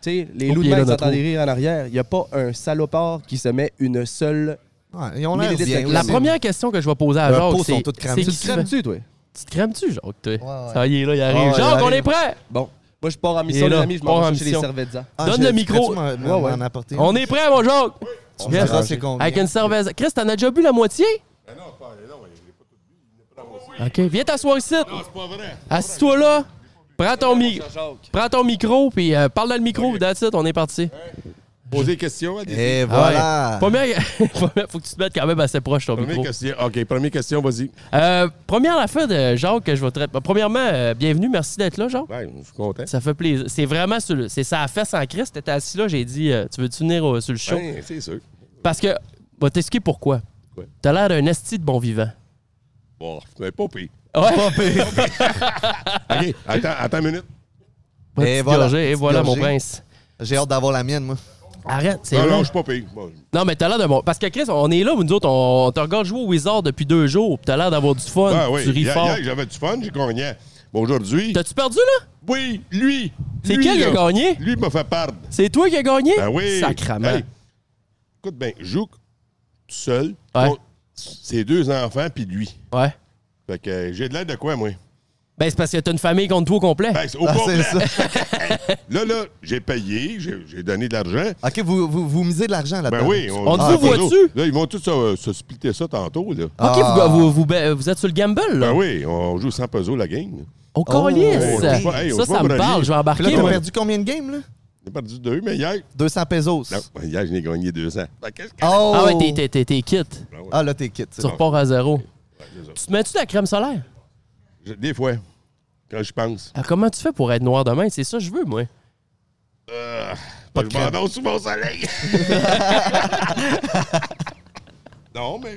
S9: sais, les
S8: Oh,
S9: loups de
S8: puis il est
S9: mer
S8: là,
S9: qui
S8: notre
S9: s'entendent
S8: roux.
S9: rire en arrière. Il n'y a pas un salopard qui se met une seule.
S10: Ouais, ils ont
S9: Mais
S10: l'air
S9: les
S10: bien
S9: détails-
S10: aussi.
S8: La première question que je vais poser à Jacques,
S10: Leurs peaux sont
S8: Ah, c'est
S10: toutes
S8: c'est
S10: cramées.
S9: Tu
S8: qui
S9: te
S8: se fait-
S9: crèmes dessus, toi?
S8: Tu te crèmes-tu, Jacques? toi?
S10: ouais.
S8: Ça y est, là, il arrive.
S9: ouais, il
S8: Jacques, on
S9: arrive.
S8: est prêt!
S9: Bon. Moi, je pars en
S8: Il
S9: mission,
S8: est
S9: les
S8: là.
S9: amis. Je
S8: Pars
S9: m'en
S8: en
S9: vais chercher hein. les
S8: mission.
S9: cervezzas.
S10: Ah,
S8: Donne
S10: je-
S8: le micro.
S10: pourrais-tu m'en-
S9: Ouais, ouais.
S10: m'en apporter?
S8: On est prêt, mon Jacques!
S10: On verra c'est combien.
S8: Avec une cerveza. Chris, t'en as déjà bu la moitié? OK, viens t'asseoir ici. Non, c'est pas vrai. Assis-toi là. Prends ton, mi- prends ton micro, puis euh, parle dans le micro. That's it, on est parti.
S4: Poser des questions à des.
S10: Et
S8: Ah ouais.
S10: Eh, voilà.
S8: Première... première- faut que tu te mettes quand même assez proche ton
S4: Première
S8: micro.
S4: question. OK, première question, vas-y.
S8: Euh, première affaire de Jacques que je vais traiter. Premièrement, euh, bienvenue, merci d'être là, Jacques.
S4: Ben, je suis content.
S8: Ça fait plaisir. C'est vraiment sur le- C'est ça a fait sans Christ. T'étais assis là, j'ai dit, euh, tu veux-tu venir au- sur le show?
S4: Ben, c'est sûr.
S8: Parce que, va t'expliquer pourquoi.
S4: Ouais.
S8: T'as l'air d'un esti de bon vivant.
S4: Bon, ben, pas pire.
S8: Ouais.
S9: Ah.
S4: OK, attends, attends une minute.
S8: Ouais,
S10: Et
S8: petite
S10: voilà,
S8: gorgée, et
S10: petite
S8: voilà, mon
S10: gorgée.
S8: prince.
S10: J'ai hâte d'avoir la mienne, moi.
S8: Arrête, c'est
S4: Non,
S8: vrai.
S4: non,
S8: Non,
S4: je suis pas pire. Bon,
S8: mais t'as l'air de bon. Parce que Chris, on est là, nous autres, on, on te regarde jouer au Wizard depuis deux jours, pis t'as l'air d'avoir du fun,
S4: ben,
S8: tu
S4: oui.
S8: ris
S4: Hier,
S8: fort.
S4: hier, j'avais du fun, j'ai gagné. Bon, aujourd'hui.
S8: T'as-tu perdu, là?
S4: Oui, lui.
S8: C'est
S4: lui,
S8: quel qui a
S4: là.
S8: gagné?
S4: Lui m'a fait perdre.
S8: C'est toi qui as gagné?
S4: Ben oui.
S8: Sacrament.
S4: Hey, écoute bien, joue tout seul.
S8: Ouais.
S4: contre Ses deux enfants, puis lui.
S8: Ouais.
S4: Fait que euh, j'ai de l'aide de quoi, moi?
S8: Ben, c'est parce que t'as une famille contre toi au complet.
S4: Ben, c'est au
S10: Ah,
S4: complet.
S10: c'est ça.
S4: Là, là, j'ai payé, j'ai j'ai donné de l'argent.
S10: OK, vous, vous, vous misez de l'argent là-dedans.
S4: Ben oui.
S8: On
S4: ah,
S8: dit,
S4: pas
S8: vois-tu?
S4: ça. Là, ils vont tous se, se splitter ça tantôt, là.
S8: Ok,
S10: Ah.
S8: vous, vous, vous, ben, vous êtes sur le gamble, là.
S4: Ben oui, on joue sans puzzle la game.
S8: Au
S4: Hey,
S8: calice!
S10: Yes.
S4: on joue pas- hey, on
S8: ça,
S4: joue pas
S8: ça me
S4: briller.
S8: parle, je vais
S10: Puis là,
S8: embarquer.
S10: t'as
S8: moi.
S10: perdu combien de games, là?
S4: J'ai perdu deux, mais hier,
S10: 200 pesos.
S4: non, hier, je n'ai gagné 200. Ben, qu'est-ce que...
S10: Oh!
S8: Ah ouais, t'es- t'es- t'es t'es quitte.
S4: Ben
S10: Ah, là, t'es quitte. c'est
S8: Tu
S10: bon.
S8: repars à zéro.
S4: c'est ça.
S8: Tu te mets-tu de la crème solaire?
S4: Je- Des fois, quand je pense.
S8: Ah, comment tu fais pour être noir demain? C'est ça que je veux, moi.
S4: Pas je m'endors sous mon soleil. non, mais...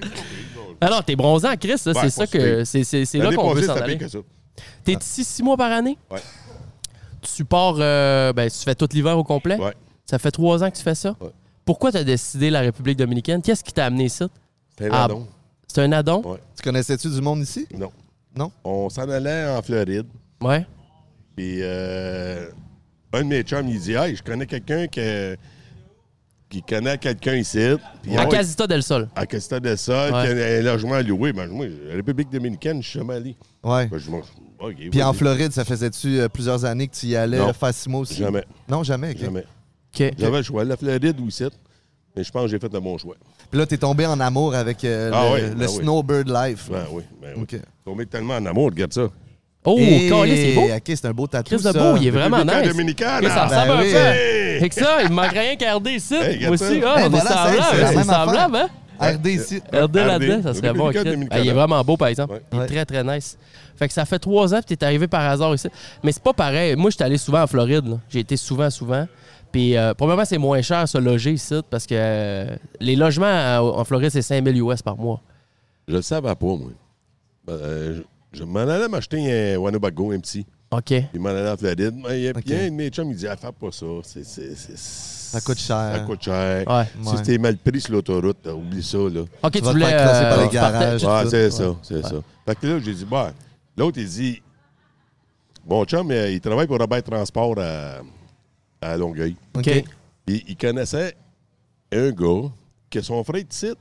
S8: Alors, t'es bronzant, Chris, là,
S4: Ouais,
S8: c'est ça
S4: pas si
S8: que.
S4: pire.
S8: C'est c'est- c'est là
S4: L'année
S8: qu'on veut
S4: passée,
S8: s'en
S4: c'était pire
S8: aller.
S4: que ça.
S8: T'es ici six mois par année?
S4: Ouais.
S8: Tu pars, euh, ben, tu fais tout l'hiver au complet?
S4: Ouais.
S8: Ça fait trois ans que tu fais ça?
S4: Ouais.
S8: Pourquoi t'as décidé la République dominicaine? Qu'est-ce qui t'a amené ici?
S4: C'était
S8: Ah,
S4: là, non.
S8: C'est un addon?
S4: Ouais.
S10: Tu connaissais-tu du monde ici?
S4: Non.
S10: Non?
S4: On s'en allait en Floride.
S8: Ouais.
S4: Puis euh, un de mes chums, il dit Hey, je connais quelqu'un que- qui connaît quelqu'un ici. Puis,
S8: À
S4: ouais,
S8: Casita del Sol.
S4: À Costa del Sol,
S8: Ouais.
S4: qui a un logement à louer. Ben, moi, la République dominicaine, je suis jamais allé.
S10: Ouais.
S4: Ben, je m'en- OK,
S10: Puis en
S4: vas-y.
S10: Floride, ça faisait-tu euh, plusieurs années que tu y allais,
S4: Non.
S10: le faire six mois aussi?
S4: Jamais.
S10: Non, jamais. ok.
S4: Jamais.
S8: OK.
S4: J'avais le choix, la Floride ou ici. Mais je pense que j'ai fait le bon choix.
S10: Puis là, t'es tombé en amour avec euh,
S4: Ah
S10: le,
S4: ouais,
S10: le
S4: ben oui.
S10: snowbird life.
S4: Ben oui, ben oui.
S10: OK.
S4: Tombé tellement en amour, regarde ça.
S8: Oh,
S10: Et-
S8: calice, c'est beau.
S10: OK, c'est un beau tatou,
S8: Chris de
S10: ça.
S8: beau, il est vraiment
S4: République
S8: nice.
S4: dominicaine,
S8: Chris, ça
S4: hein?
S8: ressemble
S10: ah, Ben
S8: un
S10: oui.
S8: peu. Fait que ça, il me manque rien qu'à RD ici.
S4: Hey,
S8: Moi
S4: regarde
S8: aussi,
S4: ça.
S8: ah,
S10: Ben
S8: on est
S10: voilà, c'est- c'est la
S8: semblables.
S10: même
S8: C'est semblable, hein?
S10: RD Ah, ici.
S8: RD là-dedans, ça
S4: RD,
S8: serait bon.
S4: République
S8: Chris.
S4: dominicaine.
S8: Ah, il est vraiment beau, par exemple.
S4: Ouais.
S8: Il est
S10: Ouais.
S8: très, très nice. Fait que ça fait trois ans que t'es arrivé par hasard ici. Mais c'est pas pareil. Moi, j'étais allé souvent en Floride. là. J'ai été souvent, souvent. Puis, euh, probablement, c'est moins cher se loger ici parce que euh, les logements à- en Floride, c'est 5000 US par mois.
S4: Je le savais pas, moi. Ben, euh, je je m'en allais m'acheter un Wanabago, un petit.
S8: OK.
S4: Il m'en allait en Floride. Mais il y a
S10: Ok.
S4: il y a un de mes chums, il dit ah, fais pas ça. C'est- c'est- c'est- Ça
S10: coûte cher.
S4: Ça coûte cher.
S8: Ouais.
S10: Ouais.
S4: Si t'es mal pris sur l'autoroute, là, oublie ça. Là.
S8: OK, tu,
S10: vas te
S8: voulais. euh,
S10: faire classer par les
S8: tu partais-
S10: garages.
S4: Ah,
S10: tout,
S4: c'est
S10: ouais.
S4: ça, c'est ça. Fait que là, j'ai dit, bah, l'autre, il dit, mon chum, euh, il travaille pour Robert Transport à, à Longueuil.
S8: OK.
S10: OK.
S4: Puis il connaissait un gars que son frère de site,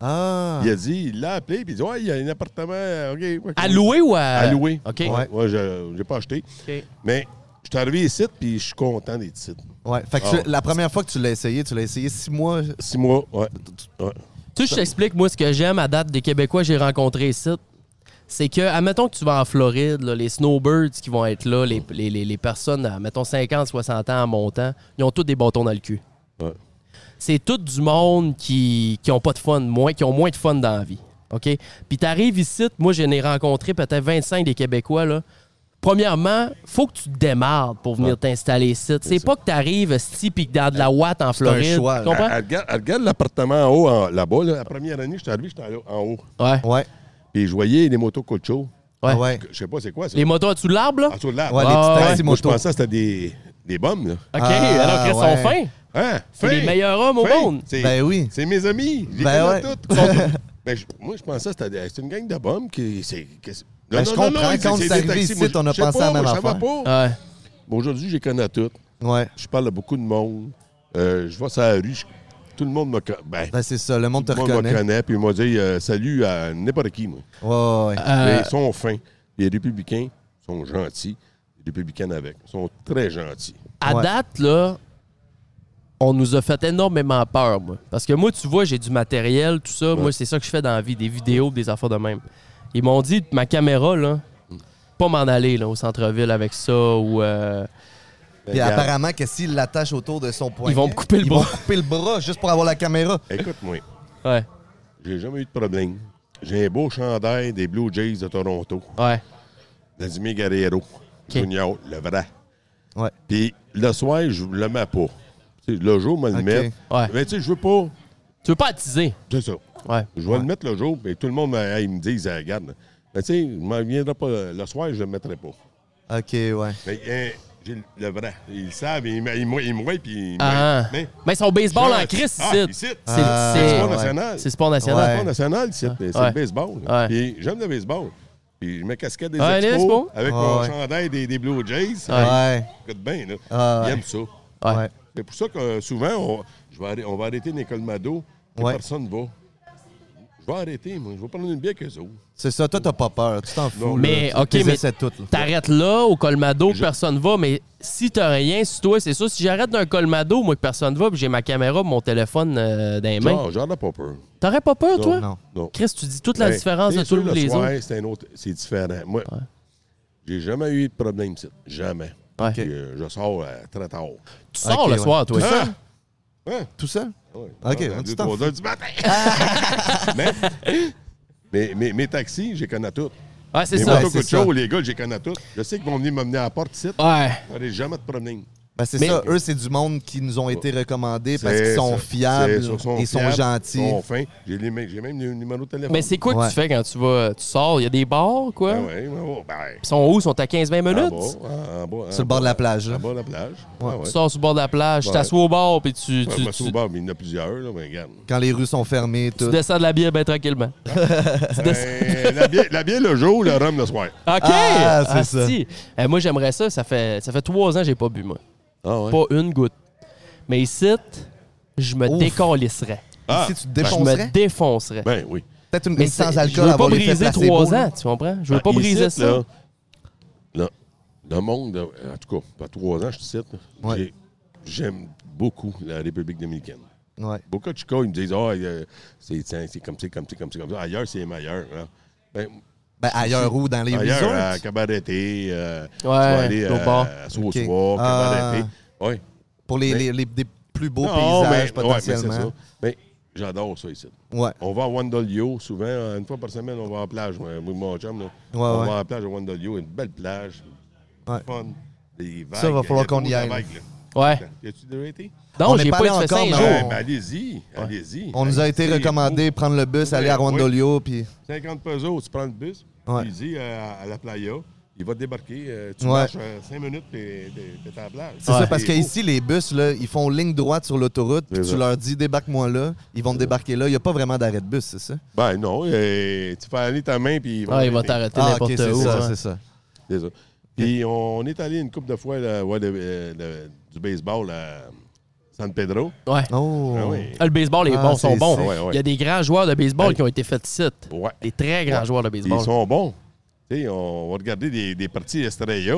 S10: Ah.
S4: il a dit, il l'a appelé, puis il dit, ouais, il y a un appartement, OK. ouais,
S8: À louer ou à.
S4: À louer.
S8: OK.
S4: Ouais, ouais, je n'ai pas acheté.
S8: OK.
S4: Mais Je suis arrivé ici, puis je suis content des titres.
S10: Ouais. Fait que
S4: Ah.
S10: tu- la première fois que tu l'as essayé, tu l'as essayé six mois.
S4: Six mois, ouais. ouais.
S8: Tu sais, je t'explique, moi, ce que j'aime à date des Québécois que j'ai rencontrés ici. C'est que, admettons que tu vas en Floride, là, les snowbirds qui vont être là, les, les- les- les personnes, admettons 50, 60 ans en montant, ils ont tous des bâtons dans le cul.
S4: Ouais.
S8: C'est tout du monde qui qui ont pas de fun, moins, qui ont moins de fun dans la vie. OK? Puis t'arrives ici, moi, j'en ai rencontré peut-être 25 des Québécois, là. Premièrement, faut que tu te démarres pour venir t'installer ici. C'est pas que t'arrives, sti, puis que dans de la watt en Floride.
S10: choix,
S8: tu
S10: là.
S8: comprends?
S4: Elle- elle regarde- elle regarde l'appartement en haut, en- là-bas. là. La première année, je suis arrivé, j'étais allé en haut.
S8: Ouais.
S10: Ouais.
S4: Puis je voyais les motos Cocho.
S8: Ouais.
S10: Ah ouais.
S4: Je sais pas c'est quoi, ça.
S8: Les motos en dessous de l'arbre, là?
S4: En dessous de l'arbre.
S10: Ouais, les
S8: Ah,
S10: petits
S4: Ouais,
S10: taxis
S4: moi, je
S10: moto.
S4: pensais que c'était des, des bombes, là.
S8: OK,
S10: Ah,
S8: alors qu'ils sont
S10: ouais.
S8: fins.
S4: Hein?
S8: C'est les
S4: Fin!
S8: meilleurs hommes au
S4: Fin!
S8: monde.
S4: C'est-
S10: Ben oui.
S4: C'est mes amis. J'ai
S10: Ben
S4: connu
S10: ouais.
S4: toutes. Ils sont tous- Ben, je- moi, je pensais que c'était des- c'est une gang de bombes qui. c'est- que c'est- Non,
S10: Ben, je comprends,
S4: c'est-
S10: quand
S4: c'est
S10: c'est
S4: des
S10: arrivé
S4: taxis.
S10: ici,
S4: Moi, je-
S10: on a
S4: je sais
S10: pensé
S4: pas,
S10: à la
S4: moi,
S10: même
S4: je savais
S10: affaire.
S4: pas.
S8: Ouais.
S4: Mais Aujourd'hui, j'ai connu toutes.
S10: Ouais.
S4: Je parle à beaucoup de monde. Euh, je vais sur la rue. je- Tout le monde me connaît. Ben,
S10: Ben, c'est ça, le monde te
S4: tout le monde me
S10: reconnaît. Ouais,
S4: connaît. Puis il m'a dit euh, salut à n'importe qui, moi.
S10: ouais, ouais.
S4: Mais
S8: Euh,
S4: ils sont fins. Les républicains sont gentils. Les républicains avec. Ils sont très gentils.
S8: à
S10: Ouais.
S8: date, là, on nous a fait énormément peur, moi. Parce que moi, tu vois, j'ai du matériel, tout ça. Moi, c'est ça que je fais dans la vie, des vidéos, des affaires de même. Ils m'ont dit, ma caméra, là, pas m'en aller là, au centre-ville avec ça ou... euh,
S10: Puis apparemment que s'il l'attache autour de son poignet,
S8: Ils vont me couper le
S10: ils
S8: bras.
S10: vont couper le bras juste pour avoir la caméra.
S4: Écoute-moi.
S8: Ouais,
S4: J'ai jamais eu de problème. J'ai un beau chandail des Blue Jays de Toronto.
S8: ouais.
S4: Vladimir Guerrero. Junior, le vrai.
S10: Ouais.
S4: Puis le soir, je le mets pas. Tu sais, le jour, je vais
S10: Ok.
S4: le mettre.
S8: Ouais.
S4: Mais tu sais, je veux pas.
S8: Tu veux pas attiser.
S4: C'est ça.
S8: Ouais.
S4: Je vais le mettre le jour, puis tout le monde me- ils me disent, Ah, regarde. Mais tu sais, je m'en viendrai pas. Le soir, je le mettrai pas.
S10: OK, ouais.
S4: Mais hein, j'ai le- le vrai. Ils le savent, ils, me- ils, me- ils me voient, puis ils me-
S8: Ah, ah.
S4: Mais-
S8: Mais ils sont au baseball en crise,
S4: Ah,
S8: ici.
S4: ici.
S8: C'est-
S10: Ah,
S8: c'est-
S4: C'est le sport
S10: ouais.
S4: national.
S8: C'est sport national.
S10: Ouais.
S4: sport national, c'est c'est
S8: Ah. Ouais.
S4: le baseball.
S8: Ouais. Ah.
S4: Puis j'aime le baseball. Puis je me casquette des
S8: Ouais, les
S4: expos,
S8: expos.
S4: avec
S10: Ouais,
S4: mon
S10: ouais.
S4: chandail des, des Blue Jays.
S8: Ouais.
S10: Ouais.
S4: Écoute bien, là.
S10: Ah, ouais.
S4: Ils aiment ça.
S8: Ouais.
S10: Ouais.
S4: C'est pour ça que euh, souvent, on, je vais arrê- on va arrêter Nicole Mado, puis
S10: Ouais.
S4: personne ne va. Je vais arrêter, moi. Je vais prendre une bière qu'eux autres.
S10: C'est ça, toi, t'as pas peur. Tu t'en fous.
S8: Mais,
S10: là.
S8: OK,
S10: T'es
S8: mais
S10: essais toutes, là.
S8: T'arrêtes là, au colmado, que personne va, mais si t'as rien, si toi, c'est ça. Si j'arrête d'un colmado, moi, que personne va, puis j'ai ma caméra, mon téléphone euh, dans les mains,
S4: Genre, j'en ai pas peur.
S8: t'aurais pas peur, toi?
S10: Non.
S4: Non.
S8: Chris, tu dis toute la
S4: Ben,
S8: différence
S4: c'est
S8: de tous
S4: sûr, le
S8: les
S4: soir,
S8: autres.
S4: C'est un autre, c'est différent. Moi, j'ai jamais eu de problème ici. Jamais.
S8: Ouais.
S4: Puis, euh, je sors euh, très tard.
S8: Tu sors
S10: Ok,
S8: le
S10: ouais.
S8: soir, toi.
S10: Tout seul?
S4: Hein? Hein?
S10: Tout seul?
S4: Ouais,
S10: Ok,
S4: à
S10: un
S4: deux,
S10: petit temps.
S4: trois heures du matin. Mais, mais- mais- mes taxis, j'ai connais toutes.
S8: Ouais, c'est
S4: Les
S8: ça.
S10: ouais,
S4: motos
S10: c'est
S4: Cucho,
S10: ça.
S4: les gars, j'ai connais toutes. Je sais qu'ils vont venir m'amener à la porte ici.
S8: Ouais.
S4: J'aurai jamais de problème.
S10: Ben, c'est
S8: Mais-
S10: ça. Eux, c'est du monde qui nous ont été recommandés parce
S4: C'est
S10: qu'ils sont
S4: ça.
S10: fiables.
S4: C'est ça,
S10: Ils sont
S4: fiables,
S10: gentils.
S4: Ils sont fins. J'ai les mêmes- j'ai même le numéro de téléphone.
S8: Mais c'est quoi que
S10: Ouais.
S8: tu fais quand tu vas. Tu sors, il y a des bars, quoi?
S4: Ben ouais, ben ouais, ben, Ah,
S8: Ils sont où? Ils sont à 15-20
S4: en
S8: minutes?
S4: bas, en- en bas,
S10: Sur
S4: en
S10: le bord de
S4: bas,
S10: la plage, là.
S4: En bas de la plage. Ah ouais.
S8: Tu sors sur le bord de la plage, tu t'assois au bar, puis tu,
S4: Ouais,
S8: tu-
S4: ben, c'est au
S8: tu-
S4: bord, mais il y en a plusieurs, là, ben, regarde.
S10: Quand les rues sont fermées,
S8: tu
S10: tout.
S8: descends de la bière bien tranquillement. tu descends.
S4: Ben, la, bière, la bière le jour, le rhum le soir.
S8: OK!
S10: Ah, c'est ça.
S8: Asti. Eh, moi, j'aimerais ça. Ça fait, ça fait trois ans que j'ai pas bu, moi.
S4: Ah ouais.
S8: Pas une goutte. Mais ici, je me
S10: Ouf.
S8: décalisserais.
S4: Ah,
S10: Si tu te
S8: Je me
S10: défoncerais,
S8: défoncerais.
S4: ben oui.
S10: peut-être une,
S8: Mais
S10: une
S8: c'est-
S10: sans
S8: je
S10: alcool
S8: veux pas
S10: avoir l'effet
S8: briser
S10: placebo,
S8: trois
S10: là.
S8: ans, tu comprends? Je veux pas
S4: Ici,
S8: briser ça.
S4: là, là, le monde, euh, en tout cas, pas trois ans, je te cite,
S10: Ouais.
S4: j'ai- j'aime beaucoup la République dominicaine.
S10: Ouais.
S4: Beaucoup de Chico, ils me disent, ah, euh, c'est c'est- c'est comme ça, comme ça, comme ça, comme ça. Ailleurs, c'est meilleur. hein. Ben,
S10: Ben, ailleurs ou dans les
S4: ailleurs,
S10: resorts.
S4: à Cabareté, euh, tu
S8: Ouais,
S4: vas aller
S8: l'autre bord.
S4: à Sausoir,
S10: Ok. Ah.
S4: Cabareté. Oui.
S10: pour les,
S4: Mais-
S10: les, les- des plus beaux
S4: Non,
S10: paysages
S4: mais- ouais, mais c'est
S10: potentiellement.
S4: ça. Mais j'adore ça ici.
S10: Ouais,
S4: On va à Wandolio souvent, euh, une fois par semaine, on va à la plage, moi, moi et mon chum. là. on
S10: ouais.
S4: va à la plage à Wandolio, une belle plage.
S10: Ouais.
S4: Fun. Des vagues.
S10: Ça, va
S4: il y a
S10: falloir
S4: trop
S10: qu'on y
S4: de
S10: aille.
S4: vagues, là.
S8: Ouais.
S4: Y a-tu déjà été?
S8: Non,
S10: On est
S8: Oh, j'ai
S10: pas
S8: pas
S10: allé
S8: été fait
S10: encore,
S8: cinq
S10: mais
S8: jours.
S4: Eh, ben, allez-y, allez-y.
S10: On nous a été
S4: C'est
S10: recommandé prendre le bus,
S4: Ouais,
S10: aller à Rondolio, puis.
S4: beau. 50 pesos, tu prends le bus,
S10: Ouais.
S4: tu dis euh, à la playa, il va te débarquer. euh, tu
S10: Ouais.
S4: marches 5 minutes, t'es t'es- t'es à la plage.
S10: C'est ça, parce
S4: C'est beau.
S10: qu'ici, les bus, là, ils font ligne droite sur l'autoroute, puis
S4: C'est
S10: tu
S4: ça.
S10: leur dis débarque-moi là, ils vont te débarquer là. Il n'y a pas vraiment d'arrêt de bus, c'est ça?
S4: Ben non, euh, tu fais aller ta main, puis...
S8: Ah, il va t'arrêter
S10: Ah, ok,
S8: n'importe
S10: c'est
S8: où. hein.
S10: ça,
S8: ouais.
S10: c'est ça.
S4: C'est ça. Puis on est allé une couple de fois là, ouais, de- euh, de- du baseball à San Pedro.
S8: Ouais.
S10: Oh!
S4: Ah oui.
S8: Ah, le baseball, les
S10: Ah,
S8: bons
S10: c'est-
S8: sont bons.
S10: c'est-
S4: Ouais, ouais.
S8: Il y a des grands joueurs de baseball
S4: Ouais.
S8: qui ont été faits ici.
S4: Ouais.
S8: Des très grands joueurs de
S4: Ils
S8: baseball.
S4: sont bons. Tu sais, on va regarder des, des parties Estrella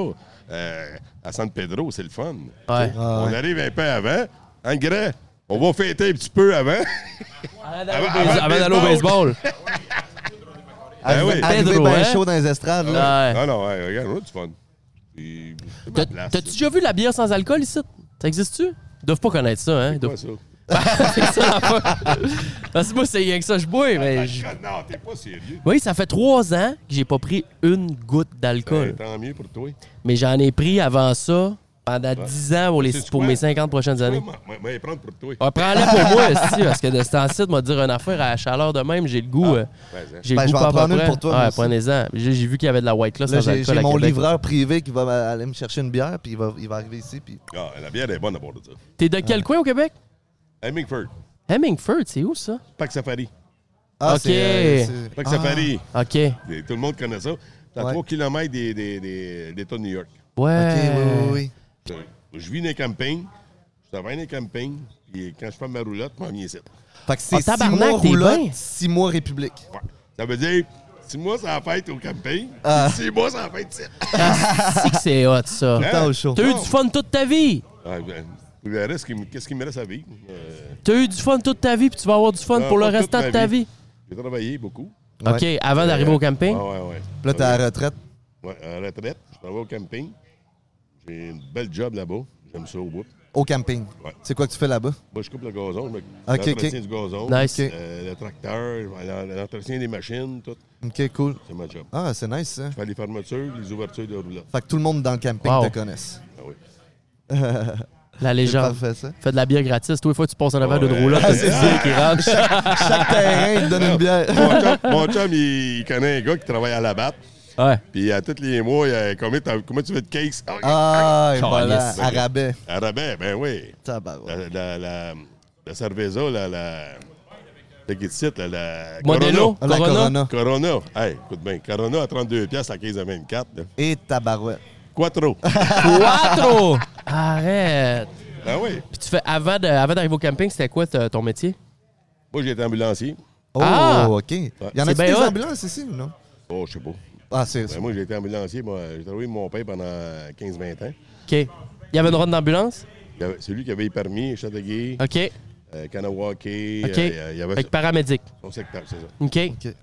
S4: euh, à San Pedro, c'est le fun.
S8: Ouais.
S10: Ah,
S4: On
S10: ouais.
S4: arrive un peu avant. En grand, on va fêter un petit peu avant. avant- Ah
S8: Avant d'aller au baseball.
S10: Arrivé,
S4: oui.
S10: arrivé
S8: Pedro,
S10: ben
S8: hein?
S10: chaud dans les estrades. là.
S8: Ouais.
S4: Ah Non, non, ouais, regarde, ouais, du fun. Puis, c'est ma
S8: T'as-
S4: place,
S8: T'as-tu
S4: là.
S8: déjà vu la bière sans alcool ici? Ça existe-tu? Ils doivent pas connaître ça, hein? Ils
S4: Quoi,
S8: doivent-
S4: ça?
S8: C'est ça, la fin. Parce que moi, c'est rien que ça, je bois, mais... je-
S4: Ah, Non, t'es pas sérieux.
S8: Oui, ça fait trois ans que j'ai pas pris une goutte
S4: Ben,
S8: d'alcool.
S4: tant mieux pour toi.
S8: Mais j'en ai pris avant ça pendant dix ans pour, les-
S4: Sais-tu
S8: pour
S4: quoi?
S8: mes 50 prochaines années.
S4: Moi, moi, moi, prendre pour toi.
S8: Ouais, Prends-la pour moi aussi, parce que de ce temps-ci, de me dire une affaire à la chaleur de même, j'ai le goût.
S4: Vas-y,
S8: euh,
S4: hein.
S8: j'ai
S10: Ben,
S8: le
S10: je
S8: goût
S10: vais en
S8: pas
S10: prendre une
S8: propre.
S10: pour toi, moi
S8: Ouais,
S10: aussi.
S8: prenez-en. J'ai j'ai vu qu'il y avait de la white class
S10: Là,
S8: sans
S10: j'ai
S8: alcool.
S10: j'ai
S8: à
S10: mon
S8: Québec.
S10: livreur privé qui va aller me chercher une bière, puis il va, il va arriver ici. Puis...
S4: Ah, la bière est bonne à bord de ça.
S8: T'es de quel coin au Québec?
S4: Hemingford,
S8: Hemingford, c'est où ça?
S4: Pack Safari.
S10: Ah,
S8: Ok.
S10: c'est, euh, c'est-
S4: Pack
S10: Ah.
S4: Safari.
S8: OK. Ouais.
S4: Et Tout le monde connaît ça. C'est à
S10: Ouais.
S4: 3 km des, des, des, l'État de New York.
S10: Ok, oui, oui, oui.
S4: Euh, Je vis dans les campings. Je travaille dans les campings. Puis quand je fais ma roulotte, je m'en viens ici.
S10: Fait que c'est
S8: Ah,
S10: six
S8: tabarnak,
S10: mois
S8: t'es
S10: roulotte,
S8: bien.
S10: six mois république.
S4: Ouais. Ça veut dire, si moi, ça la fête au camping,
S10: Ah.
S4: si moi, ça la fête ici.
S8: C'est que c'est hot, ça.
S10: Tout le temps au chaud.
S8: T'as eu du fun toute ta vie.
S4: Ah, ben, le reste, qui me- qu'est-ce qui me reste à vivre? Euh,
S8: T'as eu du fun toute ta vie, puis tu vas avoir du fun
S4: Ah,
S8: pour le
S4: pas toute
S8: restant
S4: ma
S8: de ta vie.
S4: vie. j'ai travaillé beaucoup.
S10: Ouais.
S8: OK, avant d'arriver au camping.
S4: Ah, ouais, ouais.
S10: Puis là, t'es à la retraite.
S4: Ouais, à la retraite, je travaille au camping. J'ai une belle job là-bas. J'aime ça au bout.
S10: Au camping.
S4: Ouais.
S10: C'est quoi que tu fais là-bas?
S4: Moi, je coupe le gazon. Je
S10: ok.
S4: okay, l'entretien du gazon.
S8: Nice.
S10: Ok.
S4: euh, le tracteur, l'en- l'entretien des machines, tout.
S10: Ok, cool.
S4: C'est ma job.
S10: Ah, c'est nice, ça.
S4: Je fais les fermetures, les ouvertures de roulotte.
S10: Fait que tout le monde dans le camping
S8: Wow.
S10: te connaisse.
S4: Ah oui.
S8: La
S10: C'est
S8: légende.
S10: parfait, ça.
S8: Fais de la bière gratis. Tous les fois que tu passes en avant d'une
S4: Ouais.
S8: roulotte, c'est ça qui rentre.
S10: Chaque terrain, il te donne une bière.
S4: Mon chum, mon chum, il, il connaît un gars qui travaille à la batte.
S8: Ouais.
S4: Puis à tous les mois, il a, combien, t'as- comment tu veux de cakes? Ah,
S10: Ah, et voilà.
S8: Calisse.
S10: Arabais.
S4: À rabais, ben oui.
S10: Tabarouette.
S4: La, la, la, la cerveza, la... la la qui est ici, la, la
S8: Modelo.
S10: Ah, La
S8: Corona.
S10: Corona.
S4: Corona. Hey, écoute bien. Corona à 32 piastres, à 15 à 24. là.
S10: Et tabarouette.
S4: Quattro.
S8: Quattro! Arrête.
S4: ah oui.
S8: Puis tu fais avant de- avant d'arriver au camping, c'était quoi t- ton métier?
S4: Moi, j'ai été ambulancier.
S10: Oh,
S8: Ah!
S10: OK. Il y en
S8: C'est
S10: a-tu
S8: bien
S10: des
S8: hot.
S10: ambulances ici ou non?
S4: Oh, je sais pas.
S10: Ah, c'est
S4: Ben, moi, j'ai été ambulancier. Moi, j'ai travaillé avec mon père pendant 15-20 ans.
S8: OK. Il y avait une ronde d'ambulance?
S4: Il y avait- C'est lui qui avait les permis, Châteauguay,
S8: OK.
S4: euh, Kanawake. euh,
S8: OK.
S4: il y avait
S8: Fait que paramédic.
S4: son secteur, c'est ça.
S8: OK.
S10: OK.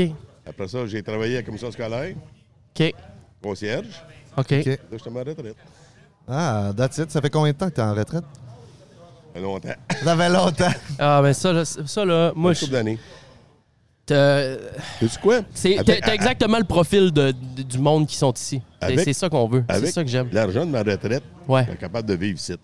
S8: OK.
S4: Après ça, j'ai travaillé à la commission scolaire,
S8: OK.
S4: concierge.
S8: OK.
S10: OK.
S4: Là, j'étais à ma retraite.
S10: Ah, that's it. Ça fait combien de temps que t'es en retraite?
S4: Ça fait longtemps.
S10: Ça fait longtemps.
S8: Ah, ben ça, là, ça, là moi,
S4: Une
S8: je.
S4: couple d'années.
S8: t'as-
S4: Sais-tu quoi?
S8: C'est, t'as,
S4: Avec-
S8: t'as exactement le profil de- de- du monde qui sont ici. C'est-
S4: Avec-
S8: c'est ça qu'on veut.
S4: avec
S8: c'est ça que j'aime.
S4: L'argent de ma retraite,
S8: Ouais.
S4: j'étais capable de vivre ici.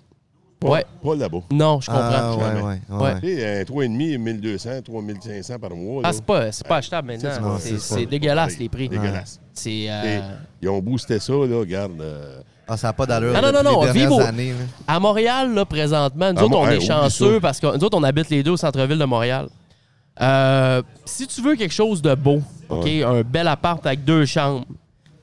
S4: Pas,
S8: Ouais.
S4: pas là-bas.
S8: Non, je comprends.
S10: Ah, ouais, ouais,
S8: Ouais.
S10: ouais.
S4: Tu sais, un 3,5, 1200, 3500 par mois.
S8: Ah,
S4: là.
S8: c'est pas, c'est pas achetable maintenant.
S10: non,
S8: C'est,
S10: c'est
S8: c'est
S10: pas-
S8: dégueulasse,
S4: c'est
S8: les prix.
S4: dégueulasse.
S8: C'est,
S4: Tu sais,
S8: euh,
S4: Ils ont boosté ça, là, regarde. euh,
S10: Ah, ça n'a pas d'allure.
S8: Ah, non,
S10: depuis
S8: non, non,
S10: les dernières
S8: vive au-
S10: années, là.
S8: À Montréal, là, présentement, nous
S4: Ah,
S8: autres,
S4: bon,
S8: on
S4: hey,
S8: est
S4: oublie
S8: chanceux
S4: ça.
S8: parce que nous autres, on habite les deux au centre-ville de Montréal. Euh, si tu veux quelque chose de beau,
S4: Ah
S8: OK, un bel appart avec deux chambres,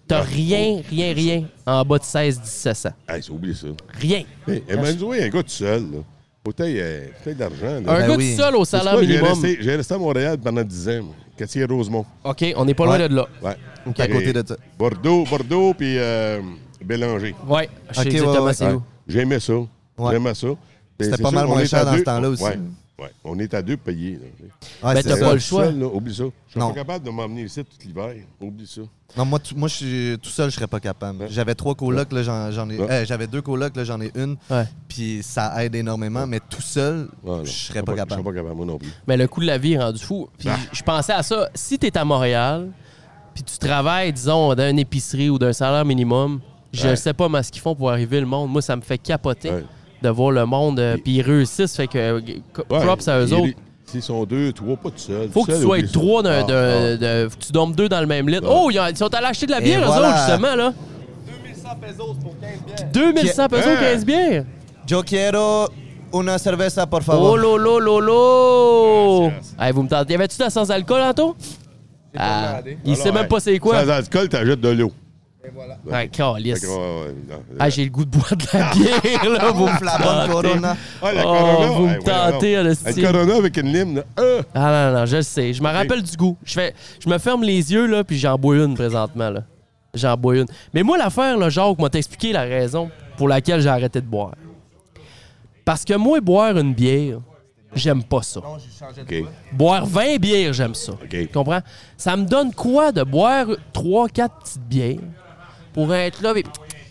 S8: t'as rien, rien, rien en bas de 16-17 ans.
S4: Hey, c'est oublié ça.
S8: Rien.
S4: Hey, Emmanuel, un gars tout seul, là. Faut que t'aies, euh, faut que t'aies de l'argent, là.
S8: Un
S10: Ben
S8: gars
S10: oui.
S8: tout seul au
S4: Sais-tu
S8: salaire
S4: quoi, j'ai
S8: minimum.
S4: resté- J'ai resté à Montréal pendant 10 ans, moi. quartier Rosemont.
S8: OK, on n'est pas loin
S10: Ouais.
S8: de là.
S4: Ouais.
S10: À côté de ça.
S4: Bordeaux, Bordeaux, puis euh, Bélanger.
S8: Ouais, je sais
S10: Ok, ouais,
S8: exactement
S10: ouais.
S8: c'est
S4: Ouais.
S8: où.
S4: J'aimais ça.
S10: Ouais.
S4: J'aimais ça. Mais
S10: C'était
S4: c'est
S10: pas
S4: sûr
S10: mal
S4: qu'on
S10: moins
S4: est
S10: cher
S4: à
S10: dans ce
S4: deux-
S10: temps-là aussi.
S4: Ouais. ouais. On est à deux payés. là.
S10: Ouais,
S8: Ben,
S10: c'est
S8: t'as
S10: ça.
S8: pas le choix.
S4: Seul, là, oublie ça. Je suis
S10: Non.
S4: pas capable de m'emmener ici tout l'hiver. Oublie ça.
S10: Non, moi, tout, moi je suis, tout seul, je serais pas capable. J'avais trois colocs, là, j'en, j'en ai.
S4: Ouais.
S10: euh, j'avais deux colocs, là, j'en ai une.
S8: Ouais.
S10: Puis ça aide énormément, mais tout seul,
S4: Ouais, non.
S10: je serais pas
S4: Je
S10: capable.
S4: serais pas capable, moi non plus.
S8: Mais le coût de la vie est rendu fou. Puis
S4: Bah.
S8: je pensais à ça. Si tu es à Montréal, puis tu travailles, disons, dans une épicerie ou d'un salaire minimum, je
S4: Ouais.
S8: sais pas moi, ce qu'ils font pour arriver le monde. Moi, ça me fait capoter
S4: Ouais.
S8: de voir le monde. euh, Puis ils réussissent. Fait que euh, co-
S4: Ouais,
S8: props à eux
S4: ils-
S8: autres.
S4: S'ils sont deux, trois, pas tout seul.
S8: Faut que
S4: Seul,
S8: tu sois
S4: oublie ça.
S8: trois d'un-
S4: Ah,
S8: d'un- de- faut que tu dormes deux dans le même lit. Oh, ils, ont- ils sont allés acheter de la
S10: Et
S8: bière, eux
S10: voilà.
S8: autres, justement, là.
S4: Hein?
S8: 2100 pesos pour 15 bières. 2100 pesos, 15 bières.
S10: Yo quiero una cerveza, por
S8: Oh
S10: favor.
S8: lo lo lo lo! Hey, vous me tentez. Y avait-tu de la sans alcool, Anto? Ah, il
S4: ah.
S8: sait même pas c'est quoi.
S4: Sans alcool, t'ajoutes de l'eau.
S8: Ouais, calisse.
S4: Fait qu'on va- ouais, non. euh,
S8: Ah, j'ai le goût de boire de la bière, là. Vous me
S10: Ouf, la bonne
S8: tentez.
S10: Corona.
S4: Ah, la
S8: Oh,
S4: Corona!
S8: vous me
S4: eh, voyons
S8: tentez,
S4: donc.
S8: Alestie.
S4: Une Corona avec une lime, là. Ah!
S8: Ah non, non, je le sais. Je me rappelle du goût. Je, fais, je me ferme les yeux, là, puis j'en bois une présentement, là. J'en bois une. Mais moi, l'affaire, là, Jacques m'a expliqué la raison pour laquelle j'ai arrêté de boire. Parce que moi, boire une bière, j'aime pas ça.
S4: OK.
S8: Boire 20 bières, j'aime ça. Tu comprends? Ça me donne quoi de boire 3-4 petites bières pour être là, puis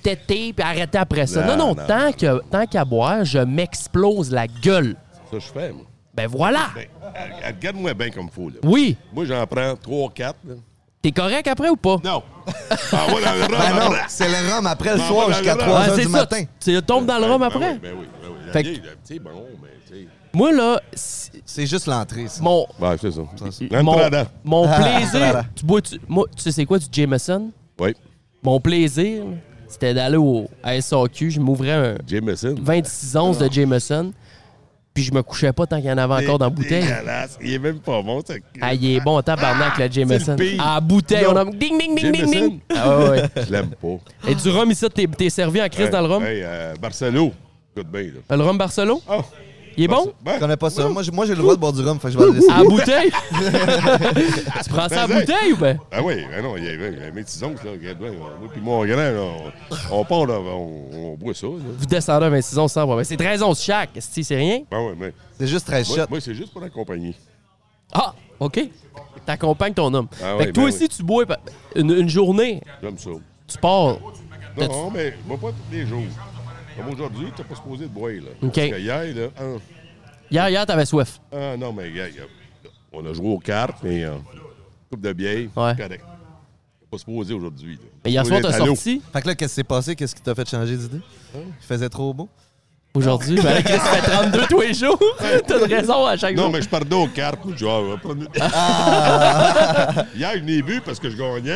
S8: têter, puis arrêter après ça? Non,
S4: Non,
S8: non,
S4: non.
S8: tant que- tant qu'à boire, je m'explose la gueule.
S4: Ça, je fais, moi.
S8: Ben voilà!
S4: Ben, euh, regarde-moi bien comme fou, là.
S8: Oui!
S4: Moi, j'en prends 3-4. là.
S8: T'es correct après ou pas?
S4: Non! Ah, ouais, dans le rhum,
S10: Ben non,
S4: après.
S10: c'est le rhum après le
S4: Ben,
S10: soir
S4: ben,
S10: jusqu'à
S4: ben,
S10: 3
S8: Ah,
S10: h
S8: c'est
S10: du
S8: ça.
S10: matin.
S8: Tu tu tombes dans le rhum
S4: Ben
S8: après?
S4: oui, ben oui, ben oui. La
S8: Fait
S4: vieille, là, tu sais, bon, mais tu sais.
S8: Moi, là, c'est-
S10: C'est juste l'entrée, ça.
S8: mon,
S4: Ouais, c'est ça.
S8: mon,
S4: Rentre-dedans.
S8: mon plaisir.
S10: voilà.
S8: tu bois, tu, moi, tu sais, c'est quoi du Jameson?
S4: Oui.
S8: Mon plaisir, c'était d'aller au à SAQ. Je m'ouvrais un
S4: Jameson. Ah.
S8: 26 onces de Jameson, puis je me couchais pas tant qu'il y en avait encore dans la bouteille.
S4: Dégueulasse. Il est même pas bon, ça.
S8: Ah, il est bon, tabarnak, le Jameson.
S4: c'est le pire.
S8: À la bouteille,
S4: Non.
S8: on a. Ding, ding, ding, ding, ding.
S4: Jameson?
S8: Ah, ouais, ouais.
S4: Je l'aime pas.
S8: Et du rhum ici, t'es t'es servi en crise dans le rhum.
S4: Hey, euh, Barcelo. Écoute bien, là.
S8: Le rhum Barcelo?
S4: Oh,
S8: Il est bon?
S10: Je connais pas ça. Moi, j'ai- moi, j'ai le droit de boire du rhum, fait que je vais le laisser.
S8: À la bouteille? tu prends ça à la
S4: Ben,
S8: bouteille ou ben?
S4: Ah oui, ah non, il y a, il y a mes petits oncles, là, regarde bien. Moi puis mon grand, là, on, on part, là, on, on boit ça, là.
S8: Vous descendez à 26 ans sans problème. Ben, C'est 13 onces chaque, si c'est rien.
S4: Ah ouais, mais
S10: C'est juste 13
S4: moi,
S10: shots.
S4: moi, c'est juste pour accompagner.
S8: Ah, OK. T'accompagnes ton homme.
S4: Ah
S8: fait
S4: ouais,
S8: que toi
S4: ben
S8: aussi,
S4: oui.
S8: tu bois pa- une, une journée,
S4: J'aime ça. Non,
S8: tu pars. T'as-tu-
S4: non, mais moi, pas tous les jours. Comme aujourd'hui, t'es pas supposé de boire, là.
S8: OK.
S4: Parce que hier, là, ah,
S8: Hier, hier, t'avais soif.
S4: ah, non, mais gars, gars, on a joué aux cartes, mais euh, coupe de bière,
S8: Ouais.
S4: correct. Pas supposé aujourd'hui, là.
S8: Mais hier
S4: Supposé
S8: soir,
S4: être
S8: t'as
S4: à l'eau.
S8: sorti.
S10: Fait que là, qu'est-ce qui s'est passé? Qu'est-ce qui t'a fait changer d'idée? Il faisait trop beau?
S8: Aujourd'hui, ben là, Chris fait 32 tous les jours. T'as une raison à chaque
S4: Non,
S8: jour.
S4: mais je perdais aux cartes. Moi, je dis, ah, on va prendre une- Hier, je n'ai bu parce que je gagnais.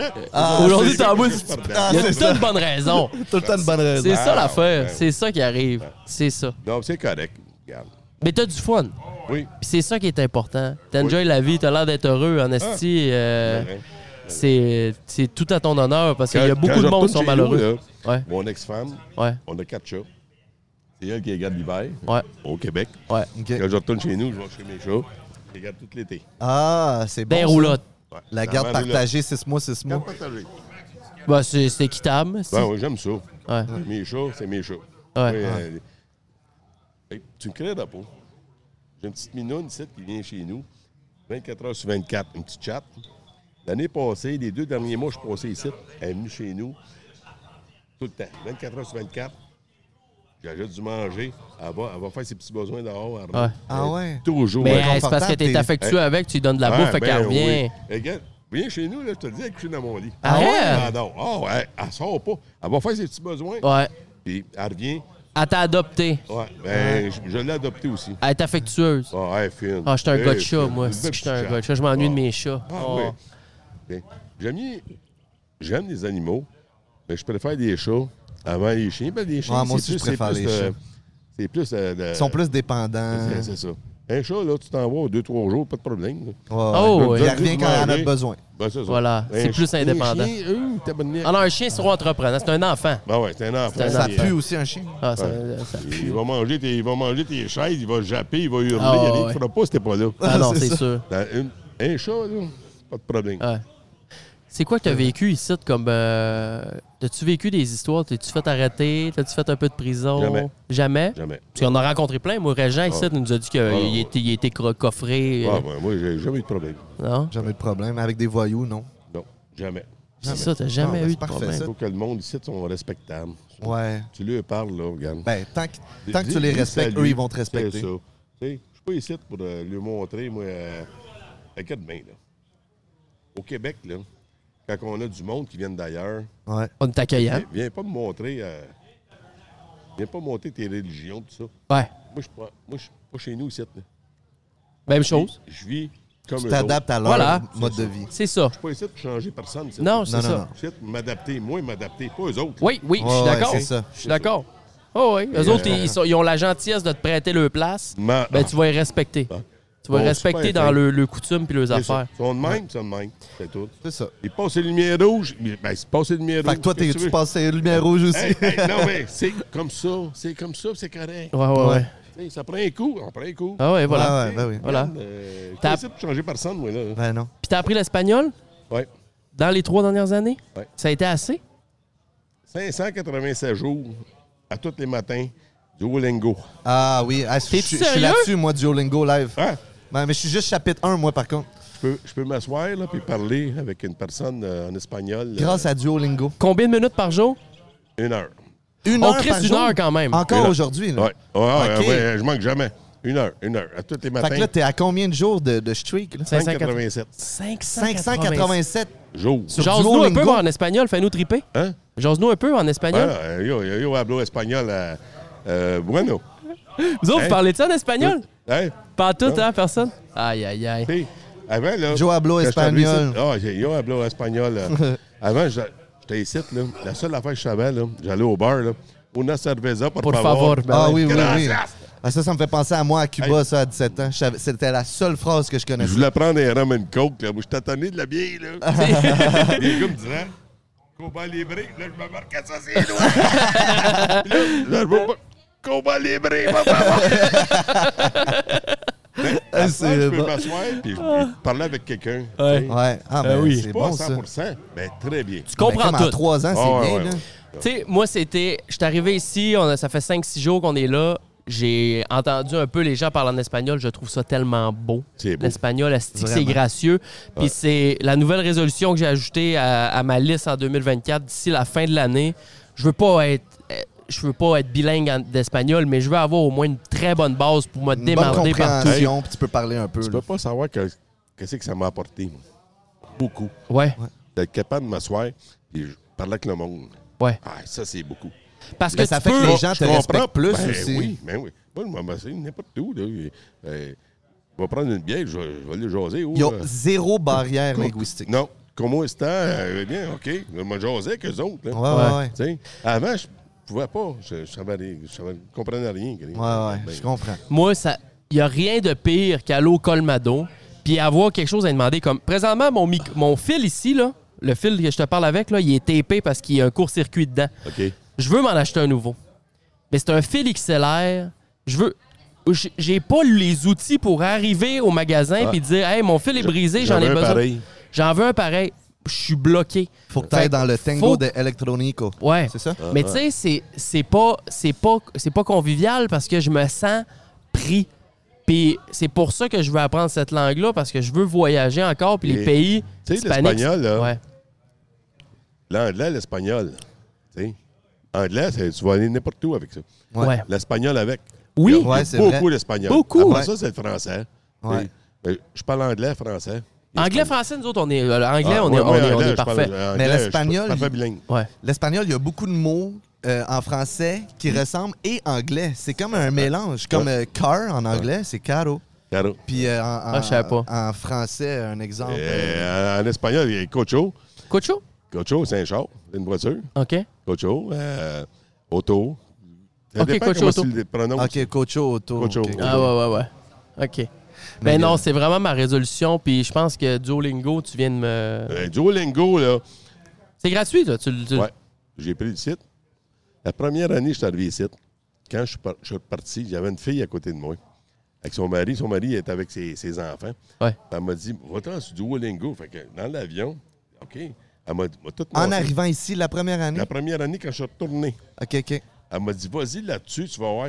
S8: Aujourd'hui,
S10: Ah,
S4: c'est-
S8: t'en bois.
S4: je
S8: tu-
S4: perdais.
S8: Il y a toute une bonne raison.
S10: Tout le temps de bonne raison.
S8: C'est ça
S4: Ah,
S8: l'affaire.
S4: ouais.
S8: C'est ça qui arrive. C'est ça.
S4: Non, c'est correct. Regarde.
S8: Mais t'as du fun.
S4: Oui.
S8: Puis c'est ça qui est important. T'enjoy la vie, t'as l'air d'être heureux, en esti. euh,
S4: Ah. Ben,
S8: c'est c'est tout à ton honneur parce qu'il
S4: Quand-
S8: y a
S4: quand
S8: beaucoup
S4: je
S8: de monde
S4: retourne
S8: qui sont
S4: chez
S8: malheureux.
S4: nous, là,
S8: Ouais.
S4: Mon ex-femme,
S8: Ouais,
S4: on a quatre chats. C'est elle qui les garde l'hiver
S8: ouais,
S4: au Québec.
S8: ouais.
S10: OK.
S4: Quand je retourne chez nous, je vais chez mes chats. Je les garde tout l'été.
S10: Ah, c'est bon.
S8: Des
S10: ça.
S8: roulottes.
S4: Ouais.
S10: La garde partagée, 6 mois, 6 mois.
S4: Garde partagée.
S8: Bah, c'est c'est équitable. si.
S4: Ben, ouais, j'aime ça.
S8: Ouais.
S4: Mes chats, c'est mes chats.
S8: Ouais.
S4: Oui, euh, hey, tu me crées pas. J'ai une petite minoune ici qui vient chez nous, 24 heures sur 24, une petite chatte. L'année passée, les deux derniers mois, je suis passé ici, elle est venue chez nous, tout le temps, 24 heures sur 24. J'ajoute du manger, elle va, elle va faire ses petits besoins dehors. elle
S8: Ouais.
S4: rentre.
S10: Ah ouais?
S4: Toujours.
S8: Mais
S10: Ouais,
S8: euh, c'est parce que
S10: confortable,
S8: t'es
S10: t'es-
S8: affectueux avec, tu lui donnes de la bouffe, fait qu'elle revient.
S4: ben Eh, Regarde, viens chez nous, là, je te le dis, elle couche dans mon lit. Ah
S8: Arrête!
S4: non, ah ouais, elle sort pas. Elle va faire ses petits besoins,
S8: Ouais.
S4: puis elle revient.
S8: Elle t'a adopté.
S4: Ouais, ben, je, je l'ai adopté aussi.
S8: Elle est affectueuse.
S4: Ah, ouais, fine.
S8: Ah, j'étais un
S4: Hey,
S8: gars de chat,
S4: fine.
S8: moi.
S4: Une
S8: Si
S4: belle
S8: j'étais un
S4: petite
S8: gars de chat, je m'ennuie de mes chats.
S4: Eh, Ah,
S8: Oh.
S4: oui. Bien, J'aime mieux- J'aime les animaux, mais je préfère les chats avant les chiens. Ben, les chiens,
S10: Ouais, Ah, moi
S4: c'est
S10: aussi, je
S4: plus- c'est
S10: préfère
S4: plus,
S10: les
S4: euh,
S10: chats.
S4: C'est plus. euh, de-
S10: Ils sont plus dépendants.
S4: C'est c'est ça. Un chat, là, tu t'en vas aux deux, trois jours, pas de problème. là.
S10: Oh,
S8: ouais.
S10: Il revient quand on a besoin.
S4: Ben, c'est ça.
S8: Voilà, c'est
S4: Un
S8: plus
S4: chien-
S8: indépendant.
S4: Un chien, eux, t'as bonne merde.
S8: Alors, un chien, c'est
S4: Ah.
S8: trop entreprenant. C'est un enfant.
S4: Ben ouais, c'est un enfant.
S8: C'est un
S10: Ça
S4: il-
S10: pue aussi un chien.
S8: Ah, ça, ça-
S4: Il va, manger tes, il va manger tes chaises, il va japper, il va hurler.
S8: Ah,
S4: il y a rien
S8: ouais.
S4: qu'il fera pas si t'es pas là.
S8: Ah non,
S10: c'est
S8: c'est
S10: ça.
S8: sûr.
S4: Dans Ben, une- un chat, là, pas de problème.
S8: Ouais. C'est quoi que t'as vécu ici comme euh, T'as-tu vécu des histoires? T'es-tu fait arrêter? T'as-tu fait un peu de prison?
S4: Jamais.
S8: Jamais?
S4: Jamais.
S8: Parce qu'on a rencontré plein. Moi, Régent, ici, il nous a dit qu'il
S4: Ah,
S8: il
S4: ouais.
S8: était, il était cro- coffré.
S4: Ah,
S8: euh,
S4: ben, moi, j'ai jamais eu de problème.
S8: Non?
S10: Jamais de problème. Avec des voyous, non?
S4: Non, jamais.
S8: C'est ça, t'as jamais
S10: Ah, ben,
S8: eu
S10: c'est
S8: de
S10: parfait,
S8: problème.
S4: Il faut que le monde ici soit respectable.
S10: Ouais.
S4: Tu lui parles, là, regarde.
S10: Ben, tant que, tant que tu les
S4: Dis- dis
S10: respectes,
S4: salut,
S10: eux, ils vont te
S4: c'est
S10: respecter.
S4: ça. Tu sais, je suis pas ici pour euh, lui montrer, moi, euh, avec quatre mains, là. Au Québec, là, quand on a du monde qui vient d'ailleurs,
S10: Ouais.
S8: On est accueillant.
S4: viens, viens pas me montrer... euh, viens pas montrer tes religions, tout ça. Moi,
S8: Ouais.
S4: je suis pas, moi, je suis pas chez nous ici, là.
S8: Même chose.
S4: Je vis comme
S10: Tu
S4: eux
S10: t'adaptes à leur
S8: Voilà.
S10: mode de vie.
S8: C'est ça.
S4: autres. Je suis pas ici pour changer personne, ici.
S8: Non, c'est
S10: non,
S8: ça.
S10: non.
S4: Je suis ici pour m'adapter, moi, m'adapter, pas eux autres.
S8: Oui, oui, je suis
S10: Ouais, ouais,
S8: d'accord.
S10: c'est ça. Euh,
S8: Je suis d'accord. Oh, oui. Eux autres, ils, sont- ils ont la gentillesse de te prêter leur place.
S4: Ma- Ah.
S8: Ben, tu vas les respecter. Tu vas
S4: Bon,
S8: respecter
S4: super
S8: dans
S4: fin.
S8: le, le coutume puis leurs
S4: C'est
S8: affaires.
S4: ça. Ils sont de même, ils sont de même. C'est tout.
S10: C'est ça.
S4: Ils passent les lumières rouges. mais- Ben, ils passent les lumières
S10: Fait
S4: rouges.
S10: que toi, t'es-
S4: qu'est-ce
S10: tu
S4: veux?
S10: passes les lumières rouges aussi.
S4: Hey, hey, non, mais c'est comme ça. C'est comme ça, puis c'est correct.
S8: Ah, Ouais, ouais, ouais.
S4: Tu sais, Ça prend un coup, on prend un coup.
S8: Ah ouais, voilà.
S10: Ouais, ouais, ben oui.
S8: Voilà.
S4: Euh, je
S8: T'as-
S4: suis pas changer personne, moi, là.
S10: Ben non.
S8: Puis t'as appris l'espagnol
S4: Ouais.
S8: dans les trois dernières années?
S4: Ouais.
S8: Ça a été assez?
S4: 596 jours, à tous les matins, Duolingo.
S10: Ah oui, ah, je
S8: T'es
S10: je- je suis
S8: sérieux?
S10: là-dessus, moi, Duolingo live.
S4: Hein?
S10: Ben, mais je suis juste chapitre 1, moi, par contre.
S4: Je peux, je peux m'asseoir, là, puis parler avec une personne euh, en espagnol. euh,
S10: Grâce à Duolingo.
S8: Combien de minutes par jour?
S4: Une heure.
S10: Une
S8: On
S10: heure
S8: crée
S10: par
S8: une
S10: jour?
S8: heure quand même.
S4: Une
S10: Encore
S4: heure.
S10: aujourd'hui, là.
S4: Ouais. Ouais, ouais,
S10: OK.
S4: ouais, je manque jamais. Une heure, une heure, à tous les
S10: Fait que là,
S4: matins.
S10: t'es à combien de jours de, de streak, là?
S4: 587
S8: 580.
S10: 587.
S4: jours.
S10: Sur
S8: Jase-nous un peu
S10: Duolingo.
S8: moi, en espagnol, fais-nous triper.
S4: Hein?
S8: Jase-nous un peu en espagnol.
S4: Ah, euh, yo, yo, yo, hablo espagnol. euh, euh, bueno.
S8: Vous autres, vous
S4: Hein?
S8: parlez de ça en espagnol?
S4: Hein?
S8: Pas tout, hein, personne? Aïe, aïe, aïe.
S4: Tu sais, avant, là.
S10: Yo hablo
S4: quand je suis arrivé
S10: espagnol.
S4: ici- Ah, j'ai- yo hablo espagnol. euh, avant, j'a- j'étais ici, là. La seule affaire que je savais, là, j'allais au bar, là. Una cerveza, por,
S8: Por favor. ben
S10: Ah
S8: ouais.
S10: oui, oui, oui.
S4: Gracias.
S10: Ah, ça, ça me fait penser à moi à Cuba,
S4: Hey.
S10: ça, à 17 ans. Je savais- C'était la seule phrase que je
S4: Je
S10: connaissais.
S4: voulais prendre un rum and coke, là. Moi, je t'attendais de la bière, là. Les gars me disaient, combat libre, là, je me marque à ça, c'est loin. là, je veux pas. Combat libre, va pas. Ben, après,
S10: Ah, c'est
S4: je peux
S10: bon.
S4: m'asseoir puis je- parler avec quelqu'un.
S8: Ah. Ouais.
S4: tu sais.
S10: Ouais. Ah, ben,
S8: oui.
S10: c'est
S4: Pas
S10: bon,
S4: à
S10: ça. Ben,
S4: 100 mais très bien.
S8: Tu comprends
S10: Comme à
S8: tout.
S10: 3 ans, c'est
S4: Ah,
S10: bien,
S4: ouais,
S10: là.
S4: ouais.
S8: Tu sais, moi, c'était. Je suis arrivé ici, on a- ça fait 5-6 jours qu'on est là. J'ai entendu un peu les gens parler en espagnol. Je trouve ça tellement beau.
S4: C'est beau.
S8: L'espagnol, asti que c'est
S10: Vraiment.
S8: gracieux. Puis c'est la nouvelle résolution que j'ai ajoutée à, à ma liste en 2024 d'ici la fin de l'année. Je veux pas être. euh, Je veux pas être bilingue en- d'espagnol, mais je veux avoir au moins une très bonne base pour me
S10: Une bonne
S8: démarrer partout.
S10: compréhension, puis tu peux parler un peu.
S4: Tu
S10: là.
S4: peux pas savoir que- qu'est-ce que ça m'a apporté. moi. Beaucoup.
S8: Ouais,
S4: D'être capable de m'asseoir et parler avec le monde.
S8: ouais.
S4: Ah, ça, c'est beaucoup.
S8: Parce
S10: Mais
S8: Ben, que
S10: ça
S8: tu
S10: fait que
S8: peux-
S10: les gens
S4: Je
S10: te
S4: comprends.
S10: respectent plus
S4: Ben
S10: aussi.
S4: Oui, mais oui. Moi, je m'ambassais n'importe où. Là. Euh, je vais prendre une bière, je, vais- je vais le jaser. ou,
S10: Il y a
S4: euh,
S10: zéro barrière linguistique.
S4: Non, comme moi, c'était euh, bien, OK. Je me jasais qu'eux autres. Là.
S10: Ouais, ouais, ouais.
S4: Tu sais, Avant, je pouvais pas. Je ne comprenais rien.
S10: Ouais, ouais,
S4: Ben
S10: je comprends.
S8: moi, ça, il n'y a rien de pire qu'aller au Colmado puis avoir quelque chose à demander. Comme présentement, mon, mic- mon fil ici, là, le fil que je te parle avec, là, il est tapé parce qu'il y a un court-circuit dedans.
S4: OK.
S8: Je veux m'en acheter un nouveau. Mais c'est un fil XLR. Je veux. j- J'ai pas les outils pour arriver au magasin puis dire Hey, mon fil est brisé, j'en
S4: J'avais
S8: ai
S4: Ah. un
S8: besoin.
S4: pareil.
S8: J'en veux un pareil. Je suis bloqué.
S10: Faut que tu ailles
S8: Fait-
S10: dans le tango
S8: faut-
S10: de Electronico.
S8: Ouais.
S10: C'est
S4: Ah,
S10: ça?
S8: Mais tu sais, c'est- c'est pas, c'est pas, c'est pas convivial parce que je me sens pris. Puis c'est pour ça que je veux apprendre cette langue-là parce que je veux voyager encore. Puis les
S4: Et-
S8: pays.
S4: Tu sais,
S8: hispaniques-
S4: l'espagnol, là.
S8: Ouais.
S4: L'anglais, l'espagnol. Tu sais, Anglais, c'est- tu vas aller n'importe où avec ça.
S8: Ouais.
S4: L'espagnol avec.
S8: Oui.
S4: Il y a
S10: Ouais, c'est
S4: beaucoup
S10: vrai.
S4: l'espagnol.
S8: Beaucoup.
S4: Après
S10: Ouais.
S4: ça, c'est le français.
S10: Ouais.
S4: Euh, Je parle anglais, français.
S8: Anglais, français, nous autres, on est. euh, Anglais,
S4: Ah,
S8: on,
S4: ouais,
S8: est, on,
S4: ouais,
S8: est, on
S4: anglais,
S8: est
S4: je parle euh,
S8: parfait.
S4: anglais,
S10: Mais
S4: je suis
S10: l'espagnol,
S4: parfait
S10: il-
S4: bilingue.
S8: Ouais.
S10: L'espagnol, il y a beaucoup de mots euh, en français qui
S4: Mm.
S10: ressemblent et anglais. C'est comme un mélange. Comme euh, car en anglais, c'est caro.
S4: Caro.
S10: Puis euh, en, en-
S8: Ah, je savais pas.
S10: en français, un exemple.
S4: Euh, en espagnol, il y a cocho.
S8: Cocho?
S4: Cocho, c'est un char, c'est une voiture.
S8: OK.
S4: Cocho, euh, auto. Ça
S8: Ok,
S4: dépend
S8: cocho,
S4: comment
S8: auto.
S4: tu le prononces.
S10: OK, cocho auto.
S4: Cocho.
S10: OK.
S8: Ah ouais, ouais, ouais. OK. Ben non, c'est vraiment ma résolution. Puis je pense que Duolingo, tu viens de me.
S4: Euh, Duolingo, là,
S8: C'est gratuit, toi. Tu, le- tu le-
S4: ouais, j'ai pris le site. La première année, je suis arrivé ici. Quand je suis, par- je suis parti, j'avais une fille à côté de moi. Avec son mari. Son mari est avec ses, ses enfants.
S8: Ouais.
S4: Elle m'a dit, va-t'en sur Duolingo. Fait que dans l'avion, OK. Elle m'a dit, m'a tout
S10: En
S4: montré.
S10: arrivant ici la première année.
S4: La première année, quand je suis retourné,
S10: OK, OK.
S4: elle m'a dit, vas-y là-dessus, tu vas voir.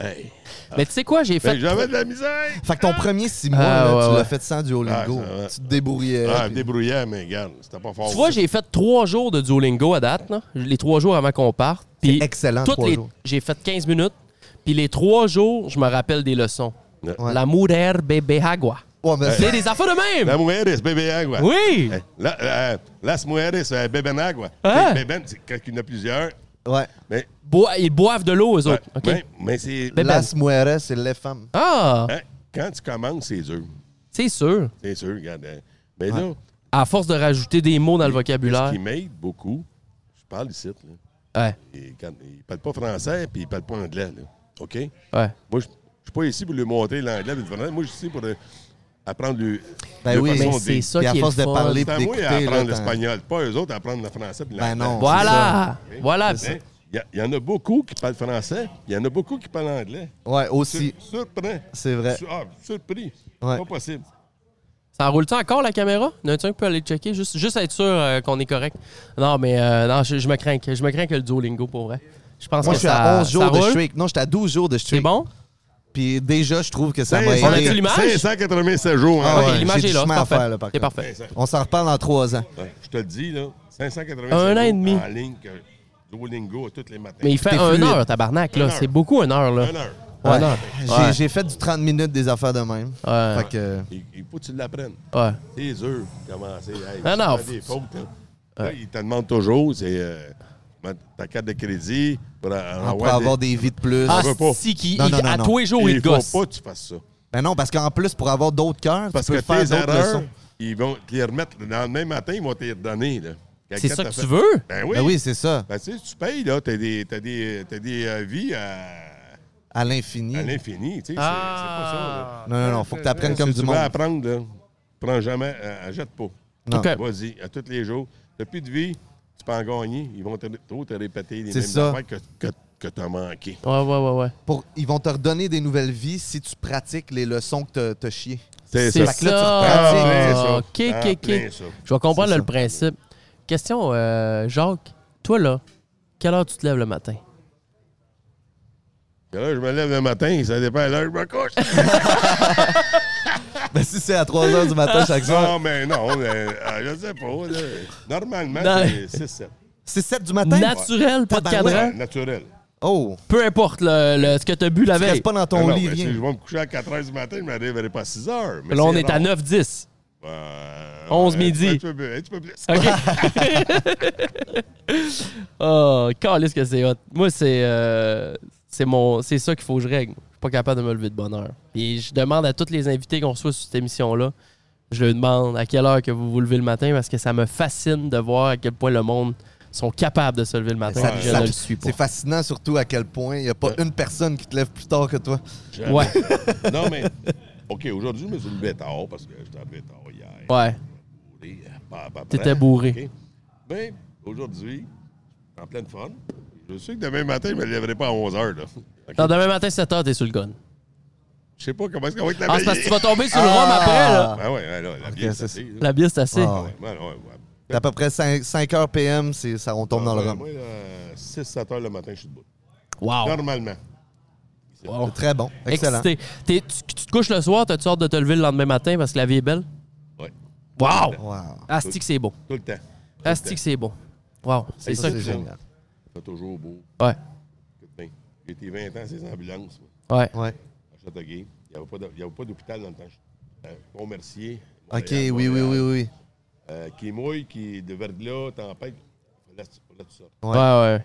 S4: Hey.
S8: Mais tu sais quoi, j'ai
S4: Fait
S8: fait.
S4: que j'avais de la misère.
S10: Fait que ton premier six mois,
S8: Ah,
S10: là,
S8: ouais,
S10: tu
S8: ouais.
S10: l'as fait sans Duolingo.
S4: Ah, ça va.
S10: tu te débrouillais.
S4: Ah,
S10: puis-
S4: débrouillard, mais regarde, c'était pas fort.
S8: Tu vois, j'ai fait trois jours de Duolingo à date, là. les trois jours avant qu'on parte. Puis
S10: excellent,
S8: toutes
S10: trois
S8: les-
S10: jours.
S8: J'ai fait 15 minutes. Puis les trois jours, je me rappelle des leçons.
S4: Ouais.
S8: La murer bebe agua.
S10: Ouais,
S4: Eh,
S10: mais
S8: C'est des affaires de
S4: La
S8: même.
S4: mujeres bébé agua.
S8: Oui.
S4: Eh, La, la- las mujeres eh, beben agua.
S8: Ah.
S4: Beben, c'est quand il y en a plusieurs.
S10: ouais.
S4: Mais,
S8: Boi- ils boivent de l'eau, eux autres.
S4: mais-
S8: OK.
S4: mais, mais c'est.
S8: Beben.
S10: Las mujeres, c'est les femmes.
S8: Ah,
S4: hein, quand tu commences, c'est dur.
S8: c'est sûr.
S4: C'est sûr, regarde. hein. Mais là,
S8: À force de rajouter des mots dans le
S4: ce
S8: vocabulaire.
S4: qui m'aide beaucoup, je parle ici. Là.
S8: Ouais,
S4: Et quand, ils parlent pas français puis ils parlent pas anglais. Là. OK?
S8: ouais.
S4: Moi, je, Je suis pas ici pour lui montrer l'anglais. puis le français. Moi, je suis ici pour euh, apprendre le.
S10: Ben
S4: le
S10: oui,
S4: façon
S10: mais
S4: de-
S10: c'est ça Puis à qui est force le de fun. parler puis
S4: C'est à moi à
S10: d'écouter, là,
S4: apprendre
S10: t'en-
S4: l'espagnol, pas eux autres à apprendre le français. Puis
S10: Ben
S4: l'anglais.
S10: non,
S8: Voilà! Voilà!
S4: Hein? Il y a- il y, en a beaucoup qui parlent français, il y en a beaucoup qui parlent anglais.
S10: Ouais, aussi.
S4: Sur- surprenant.
S10: C'est vrai.
S4: Sur- ah, surpris.
S10: Ouais.
S4: Pas possible.
S8: Ça enroule-tu encore la caméra? Y en a-tu un qui peut aller checker? Juste, juste être sûr euh, qu'on est correct. Non, mais euh, non, je, je me crains. que- Je me crains que le Duolingo, pour vrai. Je pense
S10: Moi,
S8: que
S10: je suis
S8: ça,
S10: à 11
S8: ça
S10: jours de
S8: roule.
S10: streak. Non, j'étais à 12 jours de streak.
S8: C'est bon?
S10: Puis déjà, je trouve que ça
S4: Cinq-
S10: m'a
S4: on
S8: a-tu
S10: aidé.
S8: l'image?
S4: 587 jours. hein?
S10: Ah
S8: Ok,
S10: ouais,
S8: l'image
S10: j'ai
S8: est
S10: du
S8: là.
S10: chemin à
S8: C'est parfait.
S10: faire, là, par
S8: C'est
S10: contre.
S8: parfait.
S10: On s'en reparle dans 3 ans.
S4: Ouais, Je te le dis, là, 587
S8: Un an et
S4: jours
S8: demi.
S4: en ligne que Duolingo tous les matins.
S8: Mais il fait
S10: T'es
S8: un
S10: fluide.
S8: heure, tabarnak, là.
S4: Un heure.
S8: C'est beaucoup un heure, là.
S4: Un heure.
S8: Ouais, Ah non.
S10: J'ai
S8: Ouais.
S10: j'ai fait du 30 minutes des affaires de même.
S8: Ouais.
S10: Fait que,
S4: Il, il faut que tu l'apprennes.
S8: Ouais.
S4: C'est dur de commencer. Hey,
S8: Ah
S4: tu
S8: non,
S4: fais des
S8: faut-
S4: fautes. hein. Là, il te demande toujours, c'est euh, ma- ta carte de crédit pour, a- en
S10: on pourrait
S4: avoir
S10: avoir des vies de plus.
S8: Ah,
S4: veut pas.
S8: si, qui,
S10: Non, non,
S8: il-
S10: non,
S8: à
S10: non.
S8: tous les jours, il
S4: Il
S8: te
S4: faut
S8: gosse.
S4: pas que tu fasses ça.
S10: Ben non, parce qu'en plus, pour avoir d'autres cœurs, tu
S4: Parce
S10: peux
S4: que
S10: faire
S4: tes
S10: d'autres
S4: erreurs,
S10: leçons.
S4: ils vont te les remettre le lendemain matin, ils vont te ben, les redonner. là. Quand
S8: C'est
S4: quelqu'un
S8: ça
S4: t'a
S8: que
S4: fait-
S8: tu veux?
S4: Ben oui.
S10: Ben oui, c'est ça.
S4: Ben, tu sais, tu payes, là. T'as des, t'as des, t'as des euh, vies à,
S10: À l'infini.
S4: à l'infini. Tu sais, c'est-
S8: Ah.
S4: c'est pas ça. là.
S10: Non, non, non, faut que tu apprennes comme
S4: Si
S10: du
S4: tu veux
S10: monde.
S4: apprendre, là, prends jamais, euh, jette pas.
S10: Non.
S8: Ok.
S4: Vas-y, à tous les jours. T'as plus de vie, tu peux en gagner. Ils vont te, trop te répéter les
S10: C'est
S4: mêmes
S10: ça.
S4: affaires que, que, que t'as manqué.
S8: Ouais, ouais, ouais, ouais.
S10: Pour, ils vont te redonner des nouvelles vies si tu pratiques les leçons que t'as as chiées.
S4: C'est
S8: C'est
S4: ça.
S10: Fait que là, tu
S8: ça.
S10: repratiques.
S4: Ah,
S8: Ah,
S4: c'est ça.
S8: ok, ok,
S4: Ah,
S8: ok.
S4: plein ça.
S8: Je vais comprendre
S10: C'est
S8: là,
S10: ça.
S8: le principe. Question, euh, Jacques. Toi, là, quelle heure tu te lèves le matin?
S4: Et Là, je me lève le matin, ça dépend à l'heure, je me couche.
S10: Ben, si c'est à 3 h du
S8: Ah.
S10: matin chaque jour.
S4: Non, mais non, mais, ah, je sais pas. là. Normalement,
S8: Non.
S4: c'est 6-7.
S10: C'est 7 du matin?
S8: Naturel, pas de
S10: Tabarouette.
S8: cadran.
S4: Naturel.
S10: Oh!
S8: Peu importe le- le- ce que tu as bu la
S10: Tu
S8: veille.
S10: restes pas dans ton
S4: Ah, Non, non,
S10: lit,
S4: mais si
S10: rien.
S4: je vais me coucher à 4 h du matin, je ne me réveillerai pas à 6 h.
S8: Là, on est à 9-10. 11 midi.
S4: Un petit peu plus, un petit peu plus.
S8: OK. oh, calisse que c'est hot. Moi, c'est euh, c'est mon c'est ça qu'il faut que je règle. Je suis pas capable de me lever de bonne heure. Et je demande à tous les invités qu'on reçoit sur cette émission-là, je leur demande à quelle heure que vous vous levez le matin parce que ça me fascine de voir à quel point le monde sont capables de se lever le matin.
S10: Ça-
S8: Puis je
S10: ça-
S8: ne le suis pas.
S10: C'est fascinant surtout à quel point il n'y a pas une personne qui te lève plus tard que toi.
S8: Ouais,
S4: Non, mais. OK, aujourd'hui, je me suis levé tard parce que j'étais levé tard hier.
S8: ouais.
S4: bourré, pas- pas
S8: T'étais
S4: prêt.
S8: bourré.
S4: OK. Ben, aujourd'hui, en pleine forme, je sais que demain matin, je ne me lèverai pas à 11 h. Là. OK. Ah,
S8: Non, demain matin, 7 h, t'es sur le gun.
S4: Je sais pas comment est-ce qu'on va être la
S8: Ah, c'est parce que tu vas tomber sur le
S10: Ah.
S8: rhum après, Eh, là.
S4: Ah, ouais, ouais, là, la bière, ça,
S10: c'est
S4: c'est-
S8: La bière, c'est assez.
S10: Ah,
S4: Ouais, ouais, ben, ouais.
S10: C'est à peu près 5, heures PM, c'est- ça, on tombe dans le
S4: Ouais,
S10: rhum.
S4: Ah, ben, Moi, 6-7 heures le matin, je suis debout.
S8: Wow.
S4: Normalement.
S8: Wow.
S10: Très bon, excellent.
S8: Excité. T'es- tu, tu te couches le soir, t'as-tu hâte de te lever le lendemain matin parce que la vie est belle?
S4: Ouais.
S8: Wow!
S10: Wow.
S8: Asti que c'est beau.
S4: Tout le temps.
S8: Asti que c'est beau. Wow, c'est
S4: Hey,
S8: ça
S10: Ça,
S8: que
S10: c'est
S4: tu-
S10: génial.
S4: C'est toujours beau.
S8: Ouais,
S4: Écoute bien, J'ai été 20 ans, ces ambulances, moi,
S8: ouais.
S10: Ouais.
S4: à Châteauguay. Il n'y avait pas de- il y avait pas d'hôpital dans le temps. Euh, Commercier.
S10: OK, oui,
S4: Montréal,
S10: oui, oui,
S4: Montréal.
S10: oui. oui.
S4: Euh, qui mouille, qui de verglas, tempête. Là, tu, là, tu sors.
S8: Ouais, ouais.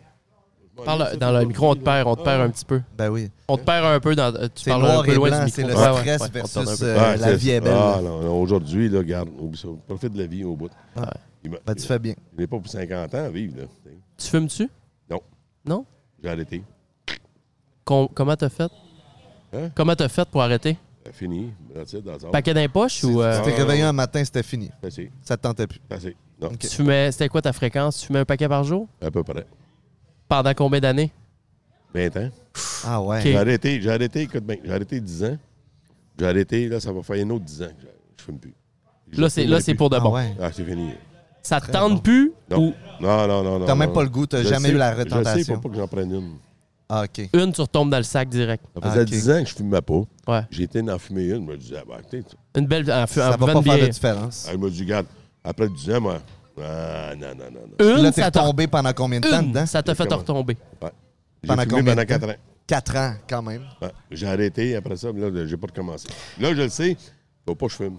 S4: Je
S8: Parle
S4: m'ennuie, ça,
S8: dans le
S4: c'est
S8: micro, on te
S4: pas
S8: perd, on te
S4: Ah,
S8: perd
S4: ouais.
S8: un petit peu.
S10: Ben oui.
S8: On te perd un peu dans. euh, Tu
S10: C'est
S8: parles un
S10: noir
S8: peu
S10: et
S8: loin
S10: blanc,
S8: du
S10: c'est
S8: micro.
S10: le
S8: Ouais, ouais,
S10: stress
S8: ouais, on te perd un
S10: versus
S8: peu.
S10: euh,
S4: Ouais,
S10: la
S4: c'est-
S10: vie est belle.
S4: Ah, non, non, aujourd'hui, là, regarde, oublie ça. Profite de la vie au bout. Il m'a-
S10: Ben, tu fais bien.
S4: Je n'ai pas pour 50 ans à vivre, là.
S8: Tu fumes-tu?
S4: Non,
S8: Non?
S4: j'ai arrêté.
S8: Com- comment t'as fait?
S4: Hein? Euh,
S8: Comment t'as fait pour arrêter?
S4: Fini. That's it, that's all.
S8: Paquet dans les poches
S10: Si
S8: ou. euh,
S10: tu t'es
S4: Ah.
S10: réveillé un matin, c'était fini.
S4: C'est assez,
S10: Ça te tentait plus.
S4: c'est assez. Non,
S8: tu fumais. C'était quoi ta fréquence? Tu fumais un paquet par jour?
S4: à peu près.
S8: Pendant combien d'années?
S4: 20 ans.
S10: Ah ouais.
S8: Ok.
S4: J'ai arrêté, j'ai arrêté, écoute bien, j'ai arrêté 10 ans. J'ai arrêté, là, ça va faire un autre 10 ans que je- je fume plus. Je
S8: Là, c'est, là,
S4: fumerai
S8: c'est
S4: plus.
S8: pour de
S10: Ah
S8: bon.
S10: ouais.
S4: Ah, c'est fini.
S8: Ça te tente plus?
S4: Non.
S8: Ou
S4: non, non, non, non.
S10: T'as même
S4: non.
S10: pas le goût, t'as
S4: euh, Je
S10: jamais
S4: sais-
S10: eu la
S4: Je sais
S10: tentation.
S4: pas, pas que j'en prenne une.
S10: Ah, OK.
S8: une, tu retombes dans le sac direct?
S4: Ça faisait
S10: Ah, ok.
S4: 10 ans que je fumais pas.
S8: Ouais.
S4: J'ai été en fumer une, je me disais, ah, ben, tu sais,
S8: Une belle. En, en,
S10: Ça va pas
S8: bonne
S10: faire de
S8: bière.
S10: différence.
S4: ah, je me dis, regarde, après 10 ans, moi, ah, non, non, non, non.
S10: Puis
S8: Une,
S10: Là, t'es
S8: ça t'a
S10: tombé pendant combien de temps
S8: Une,
S10: dedans?
S8: ça t'a fait
S4: Comment?
S8: retomber.
S4: Ouais. J'ai
S10: Pendant
S4: fumé
S10: combien
S4: pendant
S10: de temps?
S4: 4 ans.
S10: 4 ans, quand même.
S4: Ouais. J'ai arrêté après ça, mais là, j'ai pas recommencé. Là, je le sais, faut pas que je fume.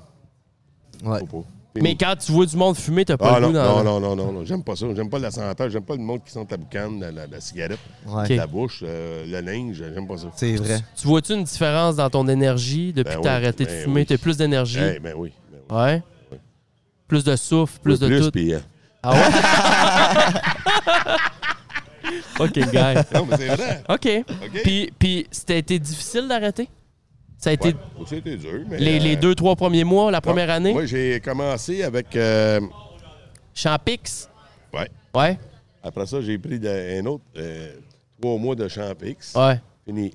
S10: Ouais.
S4: Faut pas.
S8: Mais quand tu vois du monde fumer, t'as
S4: Ah
S8: pas le
S4: non,
S8: goût dans.
S4: non, non, non, non, non. j'aime pas ça. J'aime pas la senteur, j'aime pas le monde qui sent la boucane, la, la- la cigarette,
S10: Ouais.
S8: Ok.
S4: la bouche, euh, le linge, j'aime pas ça.
S10: C'est vrai.
S8: Tu vois-tu une différence dans ton énergie depuis
S4: Ben
S8: que t'as
S4: oui,
S8: arrêté de
S4: ben
S8: fumer?
S4: oui.
S8: T'as plus d'énergie.
S4: Eh ben oui. ben oui.
S8: Ouais. Plus de souffle, plus de
S4: plus,
S8: tout.
S4: puis, euh,
S8: Ah ouais? OK, guy.
S4: Non, mais c'est vrai.
S8: OK.
S4: OK.
S8: Puis, puis c'était été difficile d'arrêter? Ça a été
S4: Ouais, C'était dur, mais.
S8: les, les
S4: euh,
S8: deux, trois premiers mois, la
S4: non.
S8: première année?
S4: Moi, j'ai commencé avec. euh,
S8: Champix?
S4: ouais.
S8: Ouais.
S4: Après ça, j'ai pris de- un autre euh, trois mois de Champix.
S8: Ouais.
S4: Fini.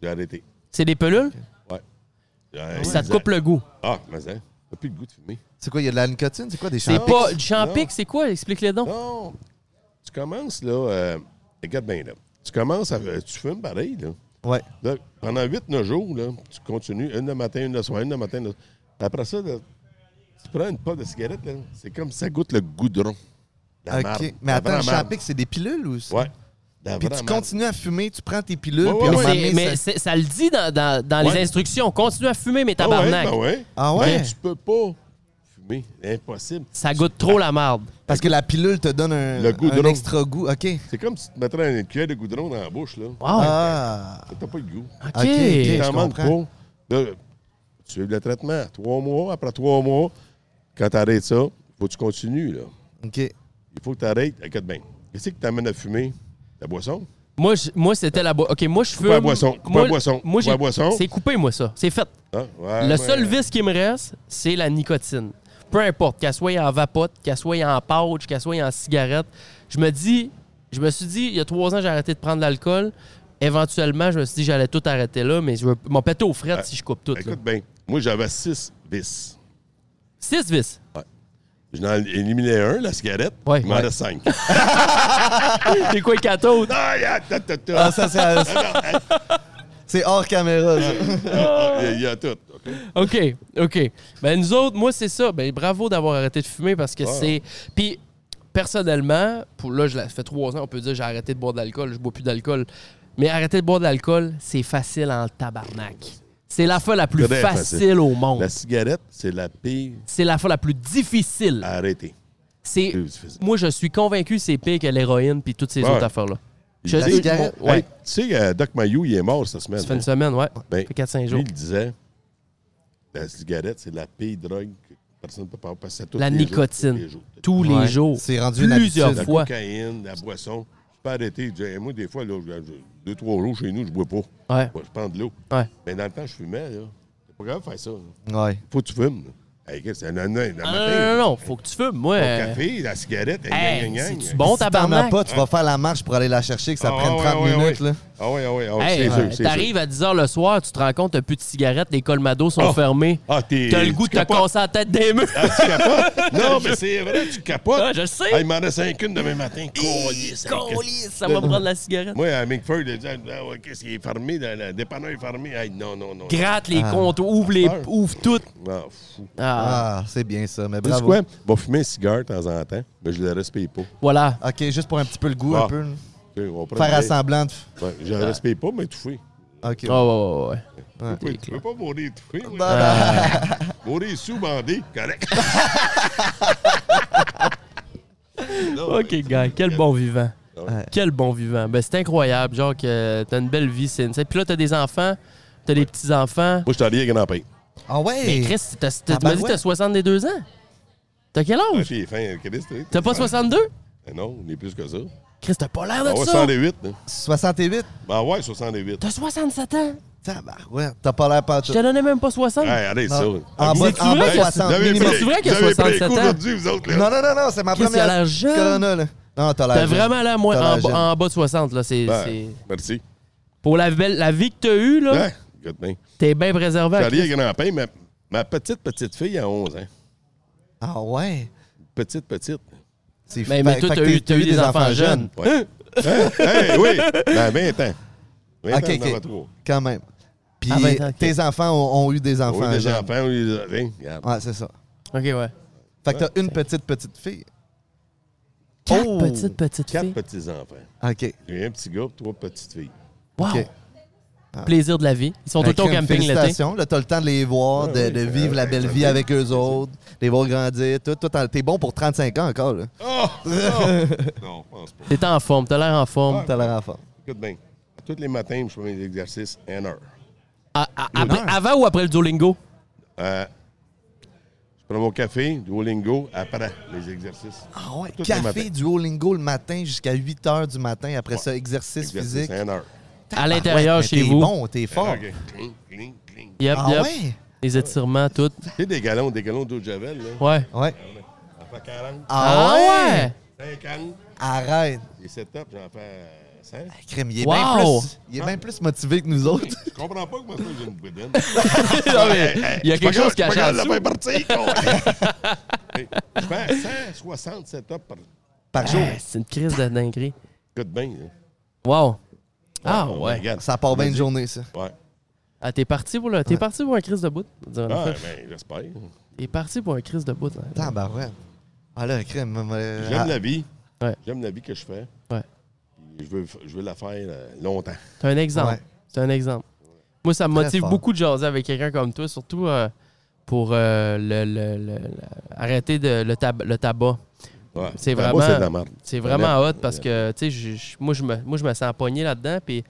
S4: J'ai arrêté.
S8: C'est des pelules?
S4: Ouais.
S8: Puis Ça te coupe le goût.
S4: Ah, mais ça. T'as plus le goût de fumer.
S10: C'est quoi, il y a de la nicotine? C'est quoi, des
S8: C'est
S10: champignons?
S8: pas. Du Champix, c'est quoi? Explique-le donc.
S4: Non. Tu commences, là. euh, regarde bien, là. Tu commences à. euh, Tu fumes pareil, là.
S10: Ouais.
S4: Là, pendant 8-9 jours, là, tu continues, une le matin, une le soir, une le matin. une le- Après ça, là, tu prends une pote de cigarette, là, c'est comme ça goûte le goudron. La marde.
S10: OK. Mais
S4: La
S10: attends,
S4: vraie
S10: le
S4: marde.
S10: champic, c'est des pilules ou ça?
S4: Ouais. La
S10: Puis
S4: vraie
S10: tu
S4: marde.
S10: continues à fumer, tu prends tes pilules,
S4: Ouais, ouais,
S10: puis à un
S4: ouais.
S10: moment
S8: C'est-
S10: donné,
S8: mais
S10: ça-
S8: c'est- ça le dit dans, dans- dans les
S4: Ouais.
S8: instructions. Continue à fumer, mais
S4: Ah ouais,
S8: tabarnak.
S4: ben ouais.
S10: Ah ouais?
S4: Mais tu peux pas fumer. Impossible.
S8: Ça goûte trop la marde.
S10: Parce que la pilule te donne un,
S4: Le goût
S10: un
S4: drôle.
S10: extra goût. OK.
S4: C'est comme si tu te mettrais une cuillère de goudron dans la bouche, là.
S8: Ah,
S10: Ah,
S4: T'as pas le goût.
S8: OK.
S10: OK, OK.
S4: Tu
S10: je
S4: en manques
S10: comprends.
S4: pas. Là, tu suives le traitement. Trois mois, après trois mois, quand t'arrêtes ça, faut que tu continues, là.
S10: OK.
S4: Il faut que t'arrêtes. Écoute bien. Qu'est-ce qui t'amène à fumer? La boisson?
S8: Moi, je- moi c'était la boisson. OK, moi, je fume.
S4: la boisson, coupe
S8: Moi-
S4: la boisson,
S8: moi,
S4: coupe la
S8: j'ai-
S4: boisson.
S8: C'est coupé, moi, ça. C'est fait.
S4: Hein? Ouais,
S8: Le
S4: ouais.
S8: seul vice qui me reste, c'est la nicotine. Peu importe, qu'elle soit en vapote, qu'elle soit en pouch, qu'elle soit en cigarette. Je me dis, je me suis dit, il y a trois ans, j'ai arrêté de prendre l'alcool. Éventuellement, je me suis dit, j'allais tout arrêter là, mais je veux m'en péter aux frettes
S4: Ah,
S8: si je coupe tout. là.
S4: Écoute bien, moi j'avais six vis.
S8: Six vis.
S4: J'en ai éliminé un, la cigarette.
S8: Ouais.
S4: il m'en
S8: Ouais.
S4: reste cinq.
S8: C'est quoi, quatre autres?
S4: Aïe, aïe, ta, ta, ta.
S10: Ah, ça, c'est- c'est hors caméra, ça.
S4: Ah, Il y a tout. OK?
S8: OK, OK. Ben, nous autres, moi, c'est ça. Ben, bravo d'avoir arrêté de fumer parce que
S4: Ouais.
S8: c'est. Puis, personnellement, pour là, je la- ça fait trois ans, on peut dire j'ai arrêté de boire de l'alcool, je bois plus d'alcool. Mais arrêter de boire de l'alcool, c'est facile en tabarnak. C'est la fois la plus
S4: Très
S8: facile,
S4: facile.
S8: au monde.
S4: La cigarette, c'est la pire
S8: C'est la fois la plus difficile.
S4: à arrêter.
S8: C'est.
S4: plus difficile.
S8: Moi, je suis convaincu que c'est pire que l'héroïne puis toutes ces
S4: Ouais.
S8: autres affaires-là. Je-
S10: La
S8: je-
S10: cigarette?
S8: bon, ouais.
S4: Hey, tu sais, euh, Doc Mayou, il est mort cette semaine.
S8: Ça fait une
S4: hein?
S8: semaine, ouais.
S4: Ben,
S8: Ça fait 4-5
S4: Lui,
S8: jours.
S4: il disait la cigarette, c'est la pire drogue que personne ne peut pas passer tous
S8: La
S4: les jours,
S8: nicotine.
S4: tous les jours.
S8: Tous
S10: Ouais.
S8: les jours.
S10: C'est rendu une
S8: Plusieurs
S10: habitude.
S4: La
S8: fois.
S4: cocaïne, la boisson. Je peux arrêter. Je disais, moi, des fois, là, je- je- deux, trois jours chez nous, je bois pas.
S8: Ouais.
S4: Je prends de l'eau.
S8: Ouais.
S4: Mais dans le temps, je fumais. là. C'est pas grave de faire ça. là.
S10: Ouais.
S4: Faut que tu fumes. là. Hey, qu'est-ce que c'est un nain, le
S8: Ah,
S4: matin.
S8: non, non, non, non, faut que tu fumes. Moi.
S4: Ton
S8: euh,
S4: café, la cigarette, hey,
S8: Hey,
S4: gang, gang,
S8: c'est-tu
S4: gang.
S8: bon,
S10: Si t'en as
S8: tabarnak?
S10: pas, tu vas faire la marche pour aller la chercher, que ça
S4: Ah,
S10: prenne
S4: ouais,
S10: 30
S4: ouais,
S10: minutes,
S4: ouais.
S10: là.
S4: Ah oui, ah oui, ah oui,
S8: Hey,
S4: c'est sûr,
S8: euh,
S4: c'est sûr.
S8: t'arrives à 10h le soir, tu te rends compte, t'as plus de cigarettes, les colmados sont
S4: Oh.
S8: fermés.
S4: Ah, t'es-
S8: T'as le goût de
S4: tu
S8: te
S4: capotes.
S8: casser la tête des murs.
S4: Ah, tu capotes? Non, mais c'est vrai, tu capotes.
S8: Ah, je le sais.
S4: Ah, il m'en reste cinq une demain matin. Colisse, hein,
S8: Colisse, ça va prendre la cigarette.
S4: Moi, à Mickford, il dit ah, ouais, Qu'est-ce qui est fermé Le le dépanneur est fermé. Hey, non, non, non.
S8: Gratte les comptes, ouvre les,
S4: peur.
S8: ouvre tout.
S4: Ah, fou.
S8: Ah,
S10: Ah, c'est bien ça, mais
S4: Tu sais
S10: bravo.
S4: quoi Va fumer un cigare de temps en temps, mais je le respecte pas.
S8: voilà.
S10: OK, juste pour un petit peu le goût,
S4: Ah.
S10: un peu.
S4: Tu sais, on prend
S10: Faire
S4: une-
S10: à semblant de...
S4: Ouais, je le respecte pas, mais étouffé.
S10: OK.
S8: Oh, ouais, ouais, ouais.
S4: Oui, tu peux pas mourir étouffé. oui.
S10: Ah,
S4: Mourir sous-bandé, correct. Non,
S8: OK,
S4: mais-
S8: gars, quel bon vivant.
S4: Ah Ouais.
S8: Quel bon vivant. Ben, c'est incroyable, genre que t'as une belle vie. c'est une- Puis là, t'as des enfants, t'as des petits-enfants.
S4: Moi, Ah, ben je t'en dis grand pain.
S10: Ah ouais?
S8: Mais Chris, t'as- t'as- tu m'as dit
S10: Tabarouette.
S8: que t'as 62 ans. T'as quel
S4: Ah,
S8: âge?
S4: puis, fin, Chris, t'es-
S8: T'as pas 62?
S4: Eh Non, on est plus que ça.
S8: Chris, t'as pas l'air
S4: Ah
S8: de
S4: ouais,
S8: ça.
S4: 68. hein.
S10: 68?
S4: Ben ouais, 68.
S8: T'as 67 ans.
S10: Tabarouette. T'as pas l'air pas...
S8: Je te donnais même pas 60.
S4: Hey, arrête ça.
S10: Non. En bas,
S8: C'est-tu
S10: Ah, en bas
S8: vrai
S10: de
S8: que-
S10: 60
S8: avez
S10: minimum.
S8: fait- C'est vrai qu'il y a 67 ans.
S4: aujourd'hui, vous autres, là.
S10: Non, non, non, non, c'est ma
S8: Chris,
S10: première...
S8: il a l'air jeune.
S10: Corona, là. Non, t'as l'air
S8: T'as
S10: jeune.
S8: vraiment là, moi,
S10: T'as l'air
S8: en,
S10: jeune.
S8: bas- hein? en bas de 60. Là, c'est,
S4: Ben,
S8: c'est-
S4: merci.
S8: Pour la, belle, la vie que t'as eue, là,
S4: Ben, écoute bien.
S8: t'es bien préservé.
S4: Je
S8: à Chris.
S4: suis grand pain, ma, ma petite, petite fille a 11 ans.
S10: Ah ouais?
S4: Petite, petite.
S10: C'est
S8: Mais,
S10: fait-
S8: mais toi,
S10: fait
S8: t'as
S10: que
S8: eu, t'as eu des enfants jeunes.
S4: Ouais. hein? Hey, oui. Ben, 20 ans. 20
S10: OK,
S4: ans, on en a
S10: OK.
S4: trois.
S10: Quand même. Puis
S8: Ah, ben, OK.
S10: tes enfants ont, ont eu des
S4: On
S10: enfants
S4: a des
S10: jeunes.
S4: enfants, on les a- hein, regarde.
S10: Ouais, c'est ça.
S8: OK, ouais.
S4: Oh!
S10: Fait que t'as une petite, petite fille.
S8: Quatre
S10: Oh!
S8: petites, petites
S4: Quatre
S8: filles.
S4: petits-enfants.
S10: OK.
S4: J'ai un petit gars, trois petites filles.
S8: Wow.
S10: OK.
S8: Plaisir de la vie. Ils sont
S10: Ben,
S8: tout le temps au
S10: crème,
S8: camping l'été.
S10: Félicitations. Là, t'as le temps de les voir, de, de vivre la belle vie avec eux autres, de les voir grandir. Tout, tout, t'en- t'es bon pour 35 ans encore. Là.
S4: Oh! Non, non, je pense pas.
S8: T'es en forme, t'as l'air en forme.
S10: T'as l'air en forme.
S4: Écoute bien. Tous les matins, je fais mes exercices une heure.
S8: Ah, ah, après- avant ou après le Duolingo?
S4: Euh, je prends mon café, Duolingo, après les exercices.
S10: Ah ouais,
S4: Tous les matins.
S10: café, duolingo le matin jusqu'à 8 h du matin. Après ça, exercice,
S4: Exercice
S10: physique.
S4: une heure.
S8: À l'intérieur,
S10: Ouais, mais
S8: chez
S10: t'es
S8: vous.
S10: bon, t'es fort.
S4: Ok. Cling, cling, cling.
S8: Yep,
S10: Ah
S8: yep.
S10: ouais?
S8: Les étirements, tout.
S4: Tu sais, des galons, des galons d'eau de Javel, là.
S8: Ouais.
S10: Ouais.
S4: J'en fais 40,
S10: Ah, ouais?
S4: 50.
S10: Arrête. Ah,
S4: Les setups, j'en fais 5.
S10: Crème, il est,
S8: Wow!
S10: bien plus, il est bien plus motivé que nous autres.
S4: Je comprends pas comment ça, j'ai une bedaine.
S8: Non, mais il y a quelque chose qui a
S4: Regarde,
S8: changé.
S4: la Eh, pas partie, con. Hey, Je fais 160 setups par...
S10: Par jour.
S8: C'est une crise de dinguerie.
S4: Écoute bien, là.
S8: Wow. Ah ouais.
S4: Regarde.
S10: Ça part bien une journée, ça.
S4: Ouais.
S8: Ah, t'es parti pour le... T'es parti pour un crise de bout. dire une
S4: Ah,
S8: affaire.
S4: ben, j'espère.
S8: T'es parti pour un crise de bout. hein.
S10: Attends, bah ouais. Ah là, crème. euh,
S4: J'aime
S10: ah,
S4: la vie.
S8: Ouais.
S4: J'aime la vie que je fais.
S8: Ouais.
S4: Puis Je veux, je veux la faire euh, longtemps.
S8: C'est un exemple.
S10: Ouais.
S8: C'est un exemple. Moi, ça me
S10: Très
S8: motive
S10: fort.
S8: beaucoup de jaser avec quelqu'un comme toi, surtout euh, pour euh, le, le- le- le- arrêter de, le, tab- le tabac.
S4: Ouais.
S8: C'est
S4: Là-bas,
S8: vraiment-
S4: Ah, c'est de la merde.
S8: C'est vraiment hot parce que, tu sais, je- je- moi, je me, moi, je me sens pogné là-dedans. Puis,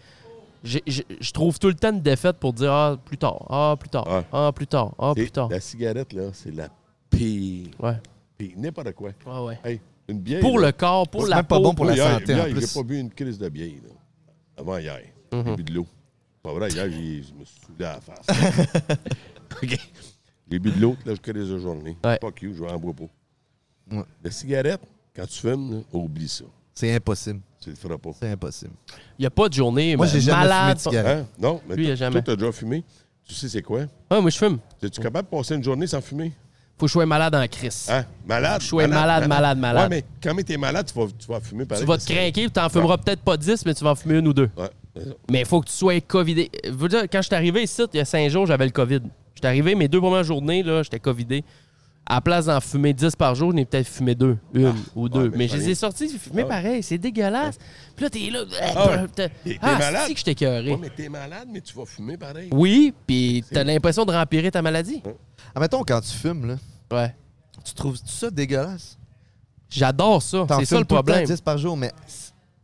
S8: j'ai- j'ai- je trouve tout le temps une défaite pour dire Ah, plus tard, ah, plus tard,
S4: Ouais.
S8: ah, plus tard, ah,
S4: C'est-
S8: plus tard.
S4: La cigarette, là, c'est la pire.
S8: Ouais.
S4: Pire. N'importe quoi.
S8: Ouais, Ah, ouais.
S4: Hey, une bière.
S8: Pour
S4: là,
S8: le corps, pour
S10: C'est
S8: la
S10: même pas
S8: peau.
S10: bon pour la
S4: hier,
S10: santé, en
S4: hier,
S10: plus.
S4: j'ai pas bu une crise de bière, là. Avant hier.
S8: Mhm.
S4: J'ai bu de l'eau. Pas vrai, hier, j'ai- je me suis saoulé à la face. OK. J'ai bu de l'eau, là, je crise de journée.
S8: Ouais.
S4: Pas que je vais en bois pas.
S10: Ouais.
S4: La cigarette, quand tu fumes, là, oublie ça.
S10: C'est impossible.
S4: Tu le feras pas.
S10: C'est impossible.
S8: Il n'y a pas de journée
S10: Moi,
S8: ma-
S10: j'ai jamais fumé
S8: malade.
S10: de cigarette.
S4: Hein? Non, mais
S8: Lui, il a jamais.
S4: toi, t'as déjà fumé. Tu sais c'est quoi?
S8: Ouais, moi, je fume.
S4: Es-tu capable de passer une journée sans fumer?
S8: Faut que je sois malade en crise.
S4: Hein? Malade?
S8: Je suis malade, malade,
S4: Ouais,
S8: malade.
S4: mais quand même t'es malade, tu vas, tu vas fumer pareil.
S8: Tu vas te craquer, tu en fumeras peut-être pas 10, mais tu vas en fumer une ou deux.
S4: Ouais, c'est ça.
S8: Mais il faut que tu sois covidé. Je veux dire, quand je suis arrivé ici, il y a cinq jours, j'avais le COVID. Je suis arrivé, mes deux premières journées, là, j'étais covidé. À la place d'en fumer 10 par jour, j'en ai peut-être fumé deux, une ou deux.
S4: Ah, mais
S8: mais
S4: c'est
S8: je
S4: pas
S8: les ai
S4: bien.
S8: sortis, j'ai fumé pareil, c'est dégueulasse. Puis là, t'es là.
S4: Ah ouais.
S8: t'es-
S4: T'es- t'es
S8: Ah,
S4: malade.
S8: c'est que je t'ai écœuré.
S4: Ouais, mais t'es malade, mais tu vas fumer pareil.
S8: Oui, puis t'as l'impression de rempirer ta maladie.
S10: Ah, mettons, quand tu fumes, là,
S8: Ouais.
S10: tu trouves ça dégueulasse?
S8: J'adore ça.
S10: T'en
S8: C'est ça
S10: fumes
S8: le
S10: tout temps,
S8: problème.
S10: 10 par jour, mais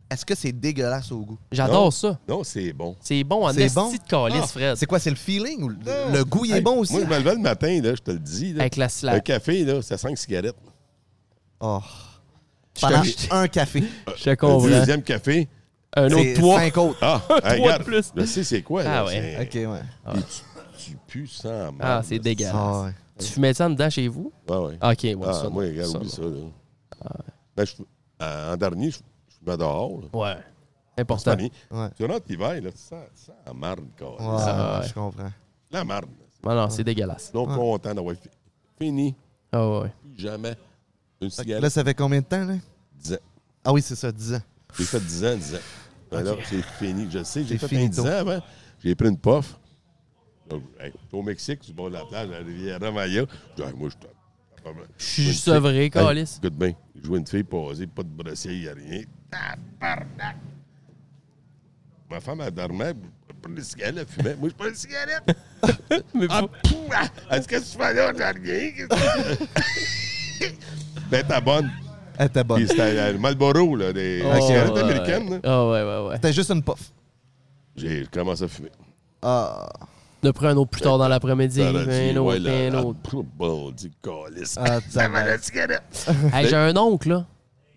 S10: est-ce que c'est dégueulasse au goût?
S8: J'adore
S4: Non.
S8: ça.
S4: Non, c'est bon.
S8: C'est bon en
S10: C'est
S8: esti
S10: bon?
S8: de calice,
S10: Ah,
S8: Fred.
S10: C'est quoi? C'est le feeling? ou le, le goût, il est
S4: Hey,
S10: bon aussi?
S4: Moi, je
S8: hein.
S4: me levais le matin, là, je te le dis. Là,
S8: Avec la slap.
S4: Un café, là, ça sent que cigarette.
S10: Oh.
S8: Je
S10: Pendant
S8: te-
S10: un café.
S8: Je te
S4: Le
S8: comprends.
S4: deuxième café.
S8: Un
S10: C'est
S8: autre toit.
S10: Cinq autres.
S4: Ah, hey,
S8: de
S4: regarde.
S8: plus.
S4: Je sais c'est quoi. là,
S8: Ah ouais.
S4: c'est-
S10: OK, ouais.
S4: Puis tu, tu pues sans mal.
S8: Ah, c'est dégueulasse.
S10: Ah, ouais.
S8: Tu fumais ça en dedans chez vous?
S4: Ouais, ouais.
S8: Ah, OK, ouais,
S4: Ah,
S8: ça,
S4: moi,
S8: non.
S4: regarde,
S8: Ça,
S4: oublie
S8: non.
S4: ça. Là. Ben, je- euh, en dernier, je je me dehors. là.
S8: Ouais.
S4: C'est
S8: Important.
S4: fini.
S10: Ouais.
S4: Tu rentres l'hiver, là, tu sens, tu sens la marde, quoi.
S10: Ouais,
S8: Ah, ouais.
S10: Je comprends.
S4: La marde. là.
S8: Non, non, c'est dégueulasse.
S4: Donc, content d'avoir fi- fini.
S8: Ah ouais.
S4: Plus jamais une
S10: Là,
S4: cigarette.
S10: ça fait combien de temps, là?
S4: 10 ans.
S10: Ah oui, c'est ça, 10 ans.
S4: J'ai fait 10 ans, 10 ans. Ben là, c'est fini. Je le sais, j'ai
S10: C'est
S4: fait
S10: fini
S4: un 10
S10: tôt.
S4: ans avant. J'ai pris une puff. Donc, hey, au Mexique, du bord de la plage, à la Riviera Maya. Je dis, hey, moi, je suis top.
S8: Je suis sevré, Calis.
S4: Écoute bien, je vois une fille passer, pas de brassier, il n'y a rien. Tabarnak! Ma femme, elle dormait, elle prenait une cigarette, elle fumait. Moi, je prends une cigarette.
S8: Mais
S4: Ah, pou, ah, ah, Est-ce que tu fais là? J'ai rien. qu'est-ce que tu fais? ben, t'as bonne.
S10: Elle était Ah, bonne.
S4: Puis c'était euh, le Marlboro, là, des des cigarettes américaines. là.
S8: Ah ouais, ouais, ouais.
S10: C'était juste une puff.
S4: J'ai commencé à fumer.
S10: Ah,
S8: On a pris un autre plus tard dans l'après-midi.
S4: Ça, là,
S8: Un
S4: dit, ouais,
S8: autre,
S4: là,
S8: un
S4: là,
S8: autre.
S4: pou, Bon, dit calice.
S10: ah,
S4: Ça
S10: ça
S4: va
S10: va.
S4: la cigarette.
S8: Hey, J'ai un oncle, là.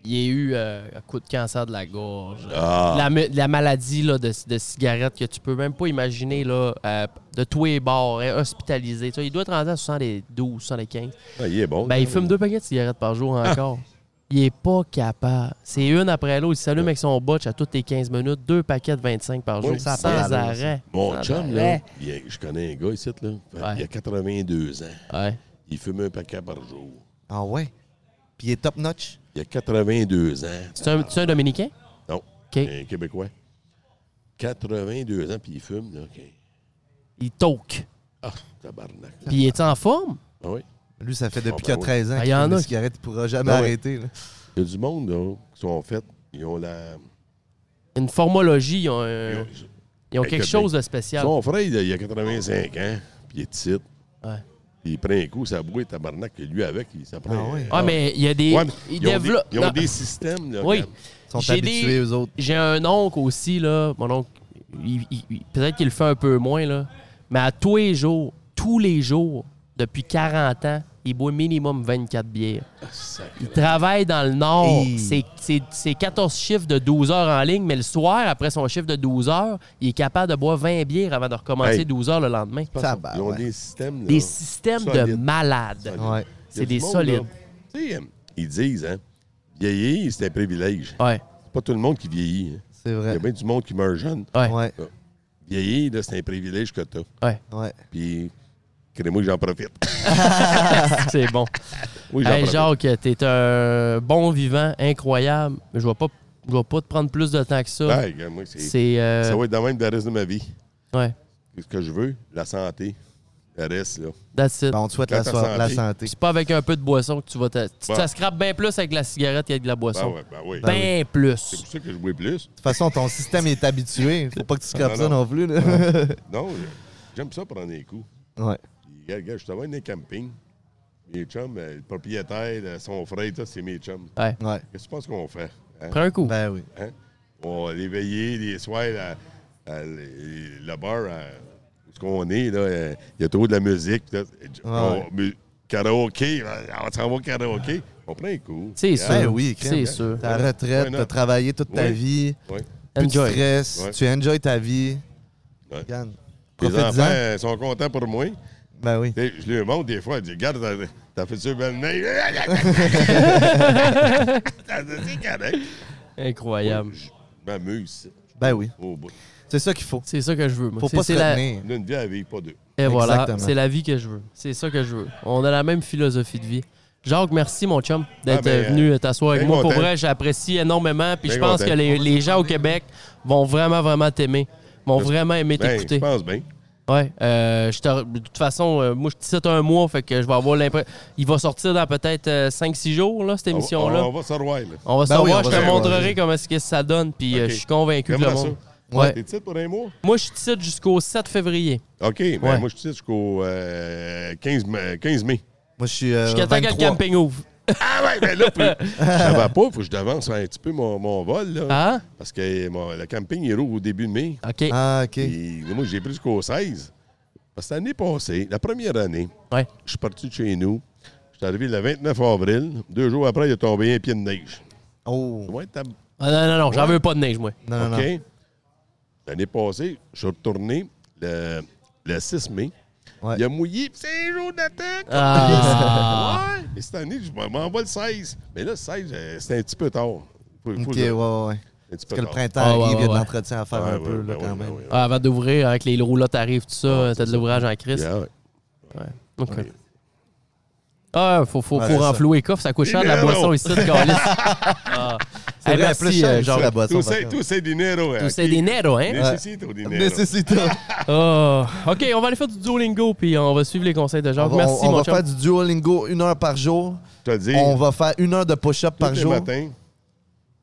S8: Il a eu euh, un coup de cancer de la gorge.
S4: Ah.
S8: La, ma- la maladie là, de, de cigarette que tu peux même pas imaginer là, euh, de tous les bords, hein, hospitalisé. Tu vois, il doit être rendu à 72, 75.
S4: Ah, il est bon.
S8: Ben,
S4: là.
S8: il fume deux paquets de cigarettes par jour
S4: Ah.
S8: encore. Il est pas capable. C'est une après l'autre. Il s'allume avec son botch à toutes les 15 minutes. Deux paquets de 25 par jour.
S10: Oui, ça a
S8: sans
S10: pas d'allure, ça.
S8: arrêt.
S4: Mon
S8: Sans
S4: chum, là,
S8: arrêt.
S4: il y a- je connais un gars ici, là. Il
S8: Ouais.
S4: a 82 ans.
S8: Ouais.
S4: Il fume un paquet par jour.
S10: Ah ouais? Puis il est top notch.
S4: Il a 82 ans.
S8: Tu es un, tu es un Dominicain?
S4: Non, un Québécois. 82 ans, puis il fume, là, OK.
S8: Il toque.
S4: Ah, tabarnak.
S8: Puis il est en forme?
S4: Ah oui.
S10: Lui, ça fait depuis
S4: Oh,
S10: qu'il a
S4: ben oui.
S10: 13 ans
S8: Ah,
S10: qu'il
S8: y en
S10: fume
S8: a
S10: des
S8: qui-
S10: cigarettes. Il pourra jamais
S4: Ben oui.
S10: arrêter. là.
S4: Il y a du monde, là, qui sont faits. Ils ont la.
S8: Une formologie, ils ont, un-
S4: ils ont-
S8: ils ont
S4: Hey,
S8: quelque
S4: Codney.
S8: chose de spécial.
S4: Son frère, il a- il a 85 ans, puis il est petite.
S8: Ouais.
S4: Il prend un coup, ça brouille, tabarnak, que lui avec, il s'apprend.
S10: Ah ouais.
S8: Ah, mais il y a des.
S4: Ouais, mais
S8: ils
S4: ils, ont des,
S8: développent-
S4: ils ont
S8: Non.
S4: des systèmes, là.
S8: Oui.
S4: quand-
S10: Ils sont
S8: J'ai
S10: habitués,
S8: des-
S10: eux autres.
S8: J'ai un oncle aussi, là. Mon oncle, il- il- il- peut-être qu'il le fait un peu moins, là. Mais à tous les jours, tous les jours, depuis 40 ans, il boit minimum 24 bières.
S4: Ah,
S8: Il travaille dans le Nord.
S10: Hey.
S8: C'est- c'est- C'est 14 chiffres de 12 heures en ligne, mais le soir, après son chiffre de 12 heures, il est capable de boire 20 bières avant de recommencer
S4: Hey.
S8: 12 heures le lendemain.
S4: Ils ont des systèmes. là,
S8: Des systèmes de
S4: solides.
S8: malades.
S4: Solides. Il y
S8: C'est
S4: a du
S8: des
S4: monde,
S8: solides.
S4: là. Tu sais, euh, ils disent, hein, vieillir, c'est un privilège.
S8: Ouais.
S4: C'est pas tout le monde qui vieillit. hein.
S10: C'est
S4: Il y
S10: vrai.
S4: a bien du monde qui meurt jeune.
S8: Ouais.
S10: Ouais.
S4: Euh, Vieillir, là, c'est un privilège que t'as.
S8: Ouais.
S10: Ouais.
S4: Puis, crée-moi que j'en profite.
S8: C'est bon.
S4: Oui, j'en
S8: Hey,
S4: profite.
S8: Jacques, t'es un bon vivant, incroyable. Mais Je vais pas, je vais pas te prendre plus de temps que ça.
S4: Ben, regarde, moi, c'est-
S8: C'est. euh,
S4: Ça va être de même le reste de ma vie.
S8: ouais.
S4: Ce que je veux, la santé. Le reste, là.
S8: That's it.
S10: Ben, on te souhaite
S4: Quand
S10: la,
S4: ta
S10: so- la
S4: santé-
S10: santé.
S8: C'est pas avec un peu de boisson que tu vas te. Tu
S4: Ouais.
S8: te scrapes bien plus avec la cigarette qu'avec de la
S4: Ben,
S8: boisson.
S4: ouais, ben oui.
S8: Bien
S4: C'est
S8: plus.
S4: pour ça que je bois plus.
S10: De toute façon, ton système est habitué. Faut pas que tu scrapes
S4: Non,
S10: ça
S4: non.
S10: non plus. là.
S4: Non, j'aime ça prendre des coups.
S10: ouais.
S4: Puis, Regarde, regarde, je travaille dans les campings. Mes chums, euh, le propriétaire, euh, son frère, ça, c'est mes chums.
S8: Ouais.
S10: Ouais.
S4: Qu'est-ce que tu penses qu'on fait? hein?
S8: Prends un coup.
S10: Ben oui.
S4: Hein? On va les veiller, les soirs, à- à- les- le bar, à- où ce qu'on est, là, euh, il y a trop de la musique. puis là, on-
S10: ouais.
S4: mu- karaoké, là, on s'en va au karaoké. On prend un coup.
S8: C'est
S4: sûr.
S10: Ben oui, crème.
S8: C'est sûr.
S10: Ta retraite,
S4: Ouais, non.
S10: t'as travaillé toute ta
S4: Ouais.
S10: vie.
S4: Ouais.
S10: Plus de
S8: Enjoy.
S10: stress.
S4: Ouais.
S10: Tu enjoy ta vie.
S4: Ouais.
S10: Regarde.
S4: Les
S10: Profite-en.
S4: enfants euh, sont contents pour moi.
S10: Ben oui.
S4: Tu sais, Je lui montre des fois, je dis, regarde, t'as- t'as fait ça belle nez. T'as- C'est correct.
S8: Incroyable.
S4: Je m'amuse
S10: Ben oui.
S4: au bout.
S10: C'est ça qu'il faut.
S8: C'est ça que je veux. moi.
S10: Faut
S8: C'est-
S10: pas se
S8: c'est la-
S10: retenir.
S4: On a Oh, une vie à vivre, pas deux.
S8: Et voilà,
S10: Exactement.
S8: c'est la vie que je veux. C'est ça que je veux. On a la même philosophie de vie. Jacques, merci mon chum d'être
S4: Ah, ben,
S8: euh, venu t'asseoir avec
S4: ben
S8: moi. Pour
S4: content.
S8: vrai, j'apprécie énormément. Puis
S4: Ben
S8: je pense
S4: content.
S8: que les, les gens au Québec vont vraiment, vraiment t'aimer. Vont vraiment aimer
S4: Ben, je
S8: t'écouter.
S4: pense bien.
S8: Ouais, euh, je te- de toute façon, euh, moi je te cite un mois, fait que je vais avoir l'impression. Il va sortir dans peut-être 5-6 jours, là, cette
S4: On-
S8: émission-là.
S4: Ah, On, on va se revoir. là.
S8: On va se
S10: Ben oui,
S8: revoir,
S10: on
S8: je
S10: va
S8: te
S10: se
S8: montrerai
S10: revoir.
S8: comment est-ce que ça donne, puis euh,
S4: Ok.
S8: je suis convaincu que le
S4: Comment
S8: monde.
S10: ça?
S8: Ouais.
S4: T'es titre pour un mois?
S8: Moi je te cite jusqu'au 7 février.
S4: OK, ben
S8: Ouais.
S4: moi, je suis jusqu'au euh, 15, mai- 15 mai.
S10: Moi, je suis. euh,
S8: Jusqu'à temps que le
S10: 23.
S8: camping ouvre.
S4: Ah ouais, ben là, puis, je savais pas, faut que je devance un petit peu mon, mon vol, là.
S8: Hein?
S4: Parce que mon- le camping, il rouvre au début de mai.
S8: OK.
S10: Ah, OK.
S4: Et moi, j'ai pris jusqu'au 16. Parce que l'année passée, la première année,
S8: Ouais.
S4: je suis parti de chez nous. Je suis arrivé le 29 avril. Deux jours après, il a tombé un pied de neige.
S10: Oh.
S4: Ouais, t'as- OK?
S8: Ah, non, non, non, j'en veux pas de neige, moi.
S10: Non, non,
S4: L'année passée, je suis retourné le, le 6 mai.
S10: Ouais.
S4: Il a mouillé, pis c'est un jour d'attente.
S8: Ah.
S4: Ouais. Et cette année, je m'en vais le 16. Mais là, le 16, euh, c'est un petit peu tard. Faut- faut
S10: non. OK,
S4: que je-
S10: ouais, ouais, ouais.
S4: un petit peu
S10: Parce que le
S4: tard.
S10: printemps
S8: Ah, ouais,
S10: arrive, il y a de
S8: ouais,
S10: l'entretien à faire
S4: Ouais,
S10: un
S4: ouais,
S10: peu, là,
S4: ben
S10: quand
S4: oui, ben
S10: même.
S4: oui,
S8: Ah, avant d'ouvrir, avec les roulottes arrivent, tout ça, euh, t'as de l'ouvrage en
S4: oui.
S8: crise.
S4: Yeah, ouais.
S8: OK. Ah, faut, faut, faut
S10: Ouais, c'est ça.
S8: renflouer les coffres, ça coûte cher de la
S4: Dinero.
S8: boisson ici, de calice. Ah.
S10: C'est
S8: Hey,
S10: vrai,
S8: merci,
S10: plus cher,
S8: euh,
S10: ici,
S8: Jacques.
S10: la boisson.
S4: Tout
S10: par
S4: c'est-
S10: contre.
S4: tout c'est dinero.
S8: Tout c'est des nero, hein?
S4: Nécessite au dinero.
S10: Nécessite.
S8: Ah, OK, on va aller faire du Duolingo, puis on va suivre les conseils de
S10: On
S8: Jacques.
S10: va,
S8: Ah, Merci,
S10: on- on
S8: mon
S10: va
S8: chum.
S10: faire du Duolingo une heure par jour.
S4: Je te dis,
S10: On va faire une heure de push-up par
S4: tous les
S10: jour.
S4: matins,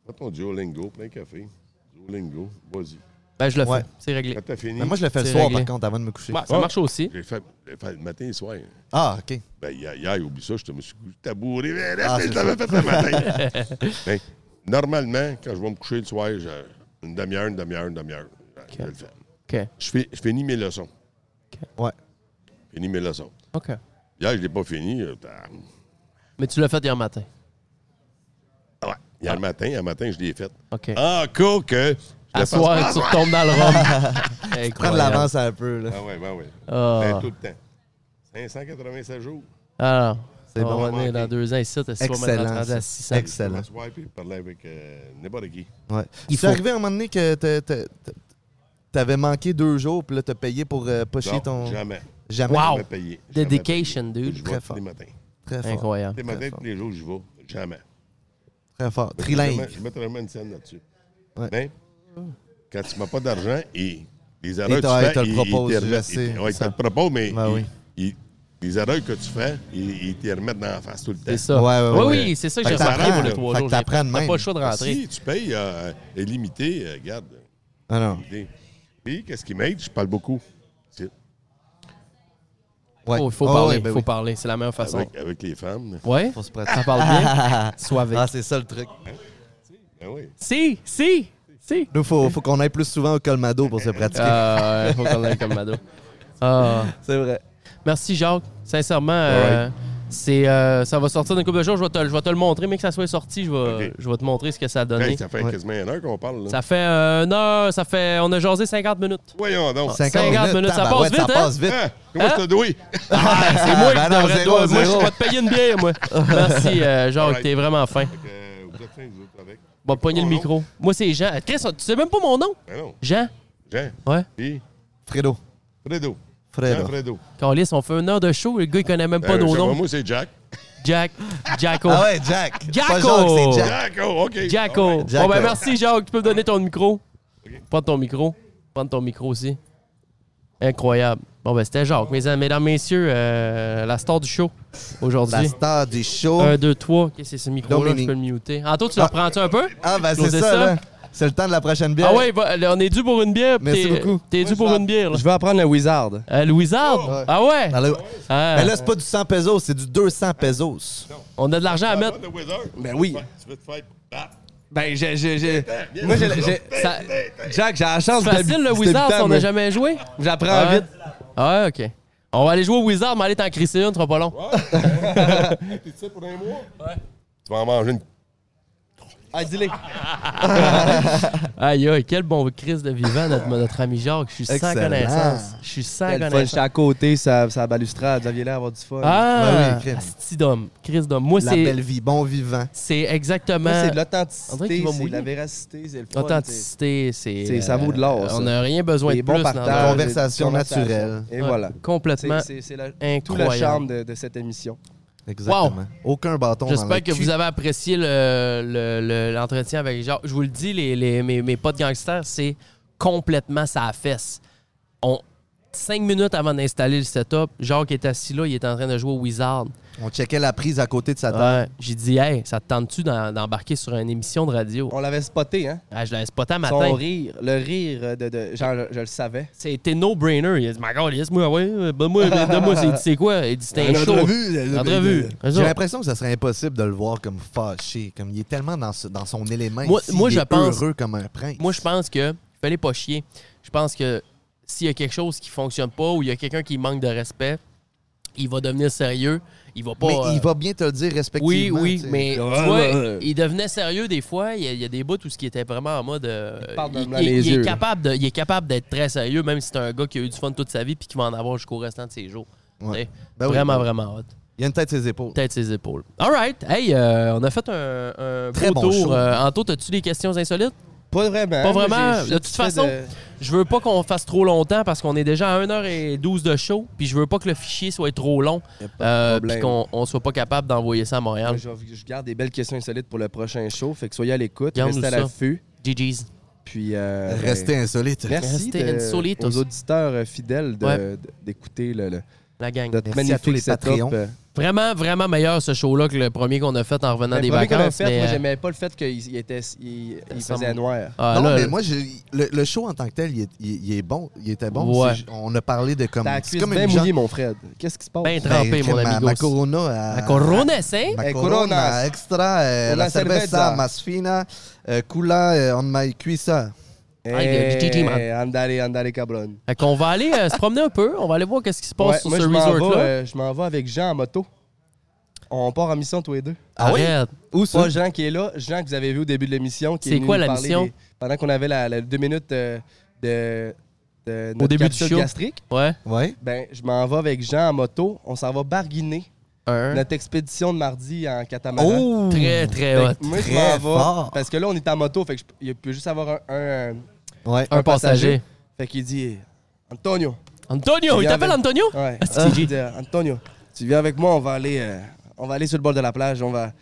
S4: prends ton Duolingo, prends un café. Duolingo, vas-y.
S8: Ben, je le
S10: Ouais.
S8: fais. C'est réglé.
S4: Quand t'as fini,
S10: Mais moi, je le fais le
S8: C'est
S10: soir,
S8: réglé.
S10: par contre, avant de me coucher.
S8: Ouais, oh. ça
S4: Ah.
S8: marche aussi.
S4: j'ai fait, j'ai fait le matin et le soir.
S10: Ah, OK.
S4: Ben, hier, hier, oublie ça, je te me suis tabouré.
S10: Ah,
S4: je
S10: c'est
S4: l'avais fait le matin. Ben, normalement, quand je vais me coucher le soir, j'ai une demi-heure, une demi-heure, une demi-heure. Je- Je le fais.
S8: OK.
S4: Je, fais- je finis mes leçons.
S10: Ouais.
S4: Finis mes leçons.
S8: OK.
S4: Hier, je ne l'ai pas fini. euh, t'as-
S8: Mais tu l'as fait hier matin.
S4: Ah ouais. Hier matin, hier matin, je l'ai fait.
S8: OK.
S4: Encore que. je
S8: À
S4: le fasse pas.
S8: soir, tu retombes dans le rhum.
S10: Prends de
S8: Incroyable.
S10: l'avance un peu, là.
S4: Ah ouais, ben ouais.
S8: Ah.
S4: Ben, tout le temps. 587 jours.
S8: Alors,
S10: Ah, C'est
S8: Ah, on
S10: bon.
S8: va venir dans deux ans ici. t'as- si on va mettre
S10: Excellent,
S8: rendu
S10: ça.
S8: à 600.
S10: Excellent.
S4: Je vais parler avec euh, n'importe qui.
S10: Ouais.
S8: Il
S10: C'est
S8: faut-
S10: arrivé à un moment donné que t'a- t'a- t'a- t'avais manqué deux jours, puis là, t'as payé pour euh, pocher
S4: Non,
S10: ton.
S4: Jamais.
S10: Jamais.
S8: Wow.
S4: Jamais payé. Jamais
S8: Dedication,
S4: payé.
S8: dude.
S4: Je
S10: Très
S4: vais tous
S10: fort.
S4: les matins.
S10: Très fort.
S4: Tous
S8: Incroyable.
S4: les matins,
S10: fort.
S4: tous les jours, je vais. Jamais.
S10: Très fort.
S4: Je,
S10: Trilingue.
S4: mets vraiment une scène là-dessus.
S10: Ouais.
S4: Mais quand tu n'as pas d'argent et les erreurs
S10: Et
S4: que
S10: t'as-
S4: tu
S10: il te
S4: fais,
S10: le
S4: ils- ils
S10: propose,
S4: te
S10: je
S4: remettent-
S10: sais,
S4: ils- ouais, ils te
S10: ça.
S4: le proposent, mais
S10: Ben
S4: ils-
S10: oui.
S4: ils- les erreurs que tu fais, ils, ils te les remettent dans la face tout le temps.
S8: C'est ça.
S10: Ouais, ouais,
S8: oui,
S10: ouais,
S8: oui,
S10: ouais.
S8: c'est ça que
S10: Fait
S8: j'ai
S10: que
S8: remarqué
S10: t'apprends,
S8: pour
S10: là.
S8: les trois
S10: Fait
S8: jours.
S10: que t'apprends de
S8: J'ai- T'as
S10: même.
S8: pas le choix de rentrer.
S4: Si tu payes euh, est limité, euh, regarde.
S10: Ah non.
S4: limité. Puis, qu'est-ce qui m'aide? Je parle beaucoup. C'est-
S10: Ouais.
S8: Il faut
S10: Ah
S8: parler.
S10: ouais, ben
S8: faut
S10: oui.
S8: parler. C'est la meilleure façon.
S4: Avec, avec les femmes.
S8: Ouais?
S10: Faut se
S8: Ça
S10: pratiquer.
S8: parle bien? Sois avec.
S10: Ah, c'est ça le truc.
S4: Ben oui.
S8: Si, si, si.
S10: Nous, faut, faut qu'on aille plus souvent au Colmado pour se pratiquer.
S8: Ah, ouais, faut qu'on aille comme Mado. Ah.
S10: C'est vrai.
S8: Merci, Jacques. Sincèrement, euh, C'est, euh, ça va sortir dans une couple de jours. Je vais te, je vais te le montrer. Mais que ça soit sorti, je vais,
S4: Ok.
S8: je vais te montrer ce que ça a donné.
S4: Hey, ça fait
S8: Ouais.
S4: quasiment une heure qu'on parle. Là.
S8: Ça fait euh, une heure, ça fait. On a jasé 50 minutes.
S4: Voyons donc.
S8: 50, minutes, ça passe vite,
S4: Ah,
S8: hein?
S4: comment je te dois?
S8: Ah, c'est moi
S4: Ben
S8: qui
S4: non,
S8: devrais
S4: zéro,
S8: toi. Moi,
S4: zéro.
S8: je vais te payer une bière, moi. Merci, euh, Jacques,
S4: Alright.
S8: t'es vraiment fin.
S4: Euh, vous êtes fins, vous autres, avec.
S8: Bon, pogner le
S4: Mon nom?
S8: micro. Moi, c'est Jean. Euh, Chris, tu sais même pas mon nom?
S4: Ben non.
S8: Jean?
S4: Jean.
S8: Ouais.
S4: Puis?
S10: Fredo.
S4: Fredo.
S10: Fredo.
S8: Hein,
S4: Jean Fredo.
S8: Carlis, on fait une heure de show, le gars, il connaît même pas
S4: Euh,
S8: nos
S4: je-
S8: noms.
S4: Moi, c'est Jack.
S8: Jack. Jacko.
S4: Ah ouais, Jack. Pas Jacques,
S8: Jacko.
S4: c'est Jack. Jacko, OK.
S8: Jacko.
S4: Alright.
S8: Bon, ben
S4: Jacko.
S8: merci, Jacques. Tu peux me donner ton micro. Prends ton micro. Prends ton micro aussi. Incroyable. Bon, ben c'était Jacques. Mes- Mesdames, messieurs, euh, la star du show aujourd'hui.
S10: La star du show.
S8: Un, deux, trois. Qu'est-ce que c'est ce micro-là? Je
S10: Dominique.
S8: peux le muter. Anto, tu le reprends-tu un peu?
S10: Ah, ben c'est
S8: Closer
S10: ça, là. C'est le temps de la prochaine bière.
S8: Ah ouais, va- là, on est dû pour une bière. puis
S10: Merci
S8: t'es-
S10: beaucoup.
S8: T'es dû pour une bière. Là.
S10: vais Oh. apprendre le Wizard.
S8: le Wizard? Ah ouais?
S10: Mais Ben, là, c'est pas du 100 pesos, c'est du 200 pesos.
S8: On a de l'argent à mettre.
S9: Ben oui.
S4: Tu veux te faire battre?
S9: Ben, j'ai. j'ai- j'ai- Moi, j'ai. j'ai-
S4: Ça-
S9: Jack, j'ai la chance
S8: C'est facile, le Wizard, si on n'a jamais joué.
S9: J'apprends
S8: Ouais.
S9: vite.
S8: Ah, OK. On va aller jouer au Wizard, mais aller t'en crisser une, ce sera pas long.
S4: Hey, T'es ça pour un mois? Ouais. Tu vas en manger une.
S9: Ah, dis-les.
S8: aïe, aïe, quel bon crise de vivant, notre, notre ami Jacques. Je suis sans
S9: Excellent.
S8: connaissance. Je suis sans
S9: Quel fun,
S8: connaissance.
S9: j'étais à côté, ça, ça balustrade. Vous aviez l'air d'avoir du fun.
S10: Ben
S8: Ah, asti d'homme. Chris d'homme. Moi,
S9: La
S8: c'est.
S9: belle
S10: vie, bon vivant.
S8: C'est exactement.
S9: Moi, c'est de
S8: On dirait
S9: l'authenticité,
S8: qu'il va
S9: c'est de
S8: mouiller.
S9: la véracité, c'est le fun.
S8: Authenticité, c'est.
S9: C'est- ça vaut de l'or,
S8: euh,
S9: ça.
S8: On n'a rien besoin
S9: Des
S8: de
S9: bons
S8: plus. dans-
S9: partages, des Conversation conversations. naturelle. Et
S8: Ouais,
S9: voilà.
S8: Complètement.
S9: C'est- c'est- c'est la- tout le
S8: incroyable.
S9: charme de- de cette émission.
S10: Exactement. Aucun bâton dans
S8: J'espère
S10: le
S8: que
S10: cul.
S8: vous avez apprécié le- le- le- l'entretien avec Jacques. Je vous le dis, les, les- mes, mes potes gangsters, c'est complètement sa fesse. On, cinq minutes avant d'installer le setup, Jacques est assis là, il est en train de jouer au Wizard.
S10: On checkait la prise à côté de sa tête.
S8: Ouais. J'ai dit, hey, ça te tente-tu d'en- d'embarquer sur une émission de radio?
S9: On l'avait spoté, hein?
S8: Ah, je l'avais spoté un matin.
S9: Son rire, le rire de. de genre, je, je le savais.
S8: C'était no-brainer. Il a dit, ma God, laisse-moi, ouais, euh, ben, donne-moi, donne-moi, c'est- c'est quoi? Il dit, c'était un show. Une entrevue.
S10: J'ai l'impression que ça serait impossible de le voir comme fâché. Comme il est tellement dans, ce- dans son élément.
S8: Moi-
S10: ici,
S8: moi,
S10: il
S8: je
S10: est
S8: pense-
S10: heureux comme un prince.
S8: Moi, je pense que il fallait pas chier. Je pense que s'il y a quelque chose qui fonctionne pas ou il y a quelqu'un qui manque de respect, il va devenir sérieux. Il va pas.
S10: Mais
S8: euh,
S10: il va bien te le dire respectivement.
S8: Oui, oui,
S10: tu sais.
S8: mais tu vois, il devenait sérieux des fois. Il y a, il y a des bouts où ce qui était vraiment en mode. euh,
S9: parle dans
S8: il,
S9: les
S8: il- il
S9: yeux,
S8: est
S9: là.
S8: capable de- il est capable d'être très sérieux, même si c'est un gars qui a eu du fun toute sa vie puis qui va en avoir jusqu'au restant de ses jours.
S10: Ouais.
S8: Tu sais,
S10: Ben oui,
S8: vraiment,
S10: ben oui.
S8: vraiment hot.
S10: Il a une tête ses épaules.
S8: Tête ses épaules. All right. Hey, euh, on a fait un, un
S10: Très
S8: beau
S10: bon
S8: tour.
S10: show.
S8: Euh, Anto, as-tu des questions insolites?
S9: Pas vraiment.
S8: Pas
S9: Moi,
S8: vraiment.
S9: j'ai- je
S8: De
S9: suis
S8: toute façon,
S9: satisfait
S8: je veux pas qu'on fasse trop longtemps parce qu'on est déjà à 1h12 de show, puis je veux pas que le fichier soit trop long, euh,
S9: problème.
S8: puis qu'on on soit pas capable d'envoyer ça à Montréal.
S9: Je, je garde des belles questions insolites pour le prochain show. Fait que soyez à l'écoute.
S8: Garde-nous
S9: Restez à
S8: ça.
S9: l'affût.
S8: GG's.
S9: Puis. euh,
S10: Restez
S9: ben,
S10: insolite.
S9: Merci
S8: Restez
S9: de-
S8: insolitos.
S9: aux auditeurs euh, fidèles de-
S8: Ouais.
S9: de- d'écouter le, le-
S8: La gang.
S9: notre
S10: Merci à tous
S9: magnifique
S10: les
S9: setup,
S10: Patreons.
S9: euh,
S8: Vraiment, vraiment meilleur ce show-là que le premier qu'on a fait en revenant
S9: Le
S8: des
S9: Ben, premier qu'on a
S8: vacances.
S9: fait,
S8: mais,
S9: moi,
S8: euh,
S9: j'aimais pas le fait qu'il il était, il, il faisait
S8: semble-
S9: noir.
S8: Ah,
S10: non,
S8: là,
S10: mais moi, j'ai- le, le show en tant que tel, il est, il- il est bon. Il était bon.
S8: Ouais.
S10: C'est- On a parlé de comme.
S9: T'as la
S10: c'est
S9: cuisse
S10: comme
S9: bien
S10: une
S9: mouillée,
S10: genre-
S9: mon Fred. Qu'est-ce qui se passe?
S8: Ben trempé,
S10: Ben,
S8: mon
S10: ma-
S8: ami.
S10: Ma corona.
S8: La
S10: euh,
S8: corona, c'est?
S10: Ma
S9: Eh,
S10: corona
S9: coronas.
S10: extra, eh,
S9: Una
S10: la cerveza
S9: cerveza.
S10: más fina, eh, cula eh, on my cuissa.
S8: Hey,
S9: Eh,
S8: GG, man.
S9: Andale, andale, cabron.
S8: Fait qu'on va aller euh, se promener un peu, on va aller voir qu'est-ce qui se passe
S9: Ouais,
S8: sur
S9: moi,
S8: ce
S9: je m'en vais,
S8: resort-là.
S9: euh, je m'en vais avec Jean en moto. On part en mission tous les deux.
S8: Arrête.
S10: Où
S9: Pas Jean qui est là, Jean que vous avez vu au début de l'émission. qui est
S8: C'est
S9: venu
S8: quoi
S9: nous
S8: la
S9: parler
S8: mission?
S9: des- pendant qu'on avait la, la deux minutes euh, de, de notre
S8: Au début du
S9: capsule
S8: show.
S9: gastrique,
S8: Ouais.
S10: Ouais.
S9: ben, je m'en vais avec Jean en moto. On s'en va barguiner
S8: Un.
S9: notre expédition de mardi en catamaran.
S10: Oh!
S8: Très, très
S9: Fait
S8: hot.
S9: que moi, je
S10: Très
S9: m'en vais,
S10: fort.
S9: Parce que là, on est en moto. Fait que je- il peut juste avoir un, un-
S10: Ouais.
S8: Un passager.
S9: Fait qu'il dit Antonio.
S8: Antonio,
S9: Il
S8: il
S9: y
S8: t'appelle
S9: avait-
S8: Antonio?
S9: Ouais.
S8: Ah, c'est
S9: Il
S8: GG.
S9: dit, Antonio, tu viens avec moi, on va aller, euh, on va aller sur le bord de la plage. On va,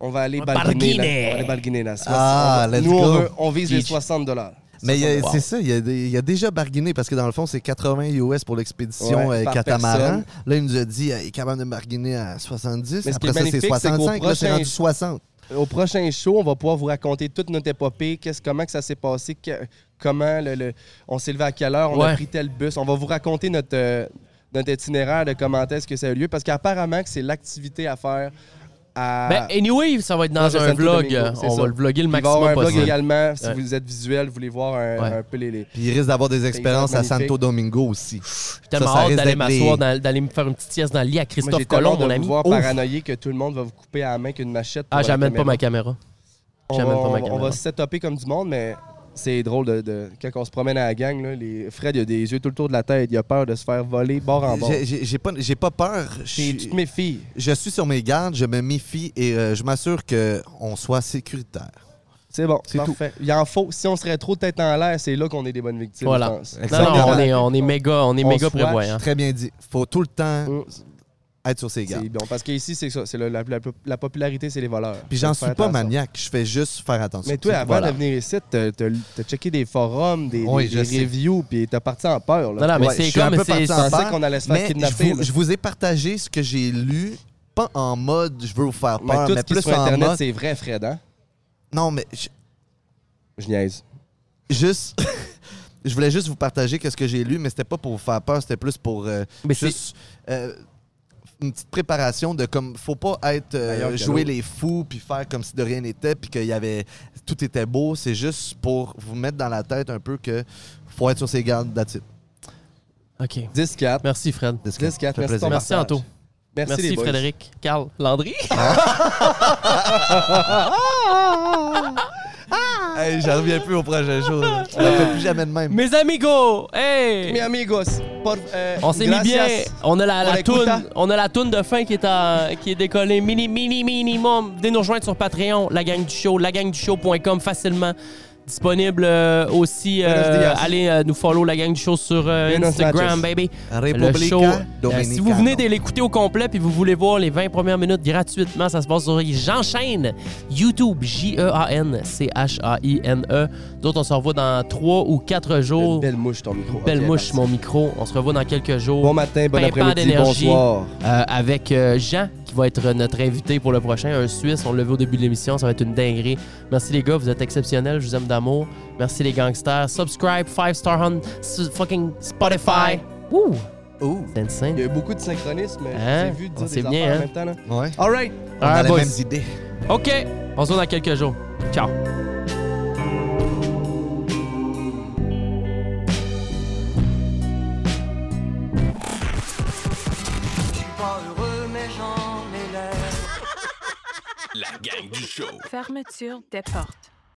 S9: on va aller balguiner.
S8: Barguiner.
S9: là. On va aller balguiner là. C'est
S10: Ah,
S9: pas- on va-
S10: let's
S9: Nous, on,
S10: go.
S9: veut- on vise les
S8: GG.
S9: 60 dollars.
S10: Mais il y a-
S8: Wow.
S10: c'est ça, il y, a des- il y a déjà barguiné parce que dans le fond, c'est 80 US pour l'expédition
S9: Ouais,
S10: euh,
S9: par
S10: catamaran.
S9: personne.
S10: Là, il nous a dit euh, il est capable de barguiner à 70.
S9: Mais ce qui
S10: Après
S9: est
S10: ça, c'est
S9: magnifique, c'est qu'au
S10: 65. Là, c'est
S9: prochain-
S10: rendu 60.
S9: Au prochain show, on va pouvoir vous raconter toute notre épopée, qu'est-ce, comment que ça s'est passé, que- comment le, le- on s'est levé à quelle heure, on
S8: Ouais.
S9: a pris tel bus. On va vous raconter notre, euh, notre itinéraire de comment est-ce que ça a eu lieu, parce qu'apparemment que c'est l'activité à faire à.
S8: Ben, anyway, ça va être dans
S9: Plaza
S8: un
S9: Santo
S8: vlog. euh,
S9: Domingo, c'est
S8: On
S9: ça.
S8: va le vlogger le
S9: Il va y avoir
S8: maximum
S9: un
S8: possible.
S9: vlog également, si
S8: Ouais.
S9: vous êtes visuel, vous voulez voir un,
S8: Ouais.
S9: un peu les. les-
S10: Puis il risque d'avoir des expériences à
S9: paysages
S10: Santo
S9: magnifiques.
S10: Domingo aussi.
S8: J'ai tellement
S10: Ça, ça
S8: hâte
S10: risque
S8: d'aller
S10: d'être
S8: m'asseoir,
S10: des-
S8: dans- d'aller me faire une petite sieste dans le lit à
S9: Moi,
S8: Christophe
S9: j'ai tellement
S8: Colomb,
S9: hâte
S8: mon
S9: de
S8: ami.
S9: vous voir
S8: Ouf.
S9: paranoïer que tout le monde va vous couper à la main qu'une machette. pour
S8: Ah,
S9: la
S8: j'amène pas
S9: caméra.
S8: ma caméra.
S9: On
S8: J'amène
S9: va-
S8: pas ma hein.
S9: on va- On
S8: caméra.
S9: va se setuper comme du monde, mais c'est drôle de, de- quand on se promène à la gang. Là, les... Fred, il a des yeux tout le tour de la tête. Il a peur de se faire voler bord en bord.
S10: J'ai- J'ai j'ai pas, j'ai pas peur. Je
S9: C'est
S10: suis-
S9: toutes mes filles.
S10: Je suis sur mes gardes, je me méfie et euh, je m'assure qu'on soit sécuritaire.
S9: C'est bon,
S10: C'est
S9: parfait. Il en faut. Si on serait trop tête en l'air, c'est là qu'on est des bonnes victimes, je
S8: Voilà.
S9: pense.
S8: Non, non, on est, on est méga, on est
S9: On
S8: méga
S9: se watch.
S8: prévoyant.
S10: Très bien dit. faut tout le temps
S9: Hein? Mm.
S10: être sur ses gardes.
S9: C'est bon, parce qu'ici, c'est ça. c'est le- la, la- la popularité, c'est les voleurs.
S10: Puis j'en
S9: Faut
S10: suis
S9: faire
S10: pas
S9: attention.
S10: maniaque, je fais juste faire attention.
S9: Mais toi, avant
S10: Voilà.
S9: de venir ici, t'as as, checké des forums, des,
S10: Oui,
S9: des-
S10: je
S9: des
S10: sais.
S9: reviews, puis t'as parti en peur. Là.
S8: Non, non, mais
S10: Ouais, je
S8: c'est
S10: suis un
S8: comme.
S10: peu
S8: c'est-
S10: parti en
S9: Je pensais
S10: peur,
S9: qu'on allait se faire
S10: mais
S9: kidnapper,
S10: Je vous,
S9: là.
S10: je vous ai partagé ce que j'ai lu, pas en mode je veux vous faire
S9: Mais
S10: peur,
S9: tout
S10: mais,
S9: ce qui est
S10: plus
S9: sur
S10: en
S9: Internet,
S10: mode.
S9: c'est vrai, Fred, hein?
S10: Non, mais je-
S9: Je niaise.
S10: juste. je voulais juste vous partager que ce que j'ai lu, mais c'était pas pour vous faire peur, c'était plus pour euh,
S8: Mais c'est-
S10: juste euh, une petite préparation de comme faut pas être euh,
S9: Ailleurs que
S10: jouer
S9: l'autre.
S10: les fous puis faire comme si de rien n'était puis qu'il y avait tout était beau, c'est juste pour vous mettre dans la tête un peu que faut être sur ses gardes d'attitude.
S8: OK.
S9: 10-4.
S8: Merci, Fred.
S9: Merci, Kat. Merci, ton
S8: Merci,
S9: partage.
S8: Anto.
S9: Merci, les
S8: Merci,
S9: boys.
S8: Frédéric. Carl. Landry.
S10: Hey, j'en reviens plus au prochain jour. là. On en fait plus jamais de même.
S8: Mes amigos. Hey!
S9: Mes amigos, por- euh,
S8: On s'est mis bien.
S9: gracias.
S8: On a la,
S9: Pour
S8: la
S9: l'écoute, hein?
S8: toune, on a la toune de fin qui est, en- qui est décollée. Mini, mini, minimum. Venez nous rejoindre sur Patreon, la gang du show, lagangdushow.com facilement. Disponible euh, aussi. euh,
S9: Buenos días.
S8: allez euh, nous follow la gang du show sur euh,
S9: Buenos
S8: Instagram,
S9: noches.
S8: baby. Le
S10: Republica
S8: show. euh, si vous
S10: Dominicana.
S8: venez de l'écouter au complet puis vous voulez voir les 20 premières minutes gratuitement, ça se passe sur J'enchaîne. YouTube, E J-E-A-N-C-H-A-I-N-E. E. D'autres, on se revoit dans 3 ou 4 jours.
S9: Une belle mouche, ton micro.
S8: Oh. Belle
S9: Ok,
S8: mouche,
S9: merci.
S8: mon micro. On se revoit dans quelques jours.
S9: Bon matin, bon
S8: Pimpant
S9: après-midi,
S8: d'énergie.
S9: bonsoir.
S8: Euh, avec euh, Jean, qui va être notre invité pour le prochain, un Suisse. On l'a vu au début de l'émission, ça va être une dinguerie. Merci les gars, vous êtes exceptionnels, je vous aime d'amour. Merci les gangsters. Subscribe, 5 star on su- fucking Spotify. Ouh,
S10: Ouh.
S8: c'est insane.
S9: Il y a eu beaucoup de synchronisme.
S8: Hein?
S9: J'ai vu
S8: On
S9: dire
S8: s'est
S9: des
S8: bien,
S9: affaires en
S8: hein?
S9: même temps. Là.
S10: Ouais.
S9: All right.
S10: On
S8: Alright,
S10: a
S8: boys.
S10: les mêmes idées.
S8: OK, on se voit dans quelques jours. Ciao.
S1: La gang du show.
S6: Fermeture des portes.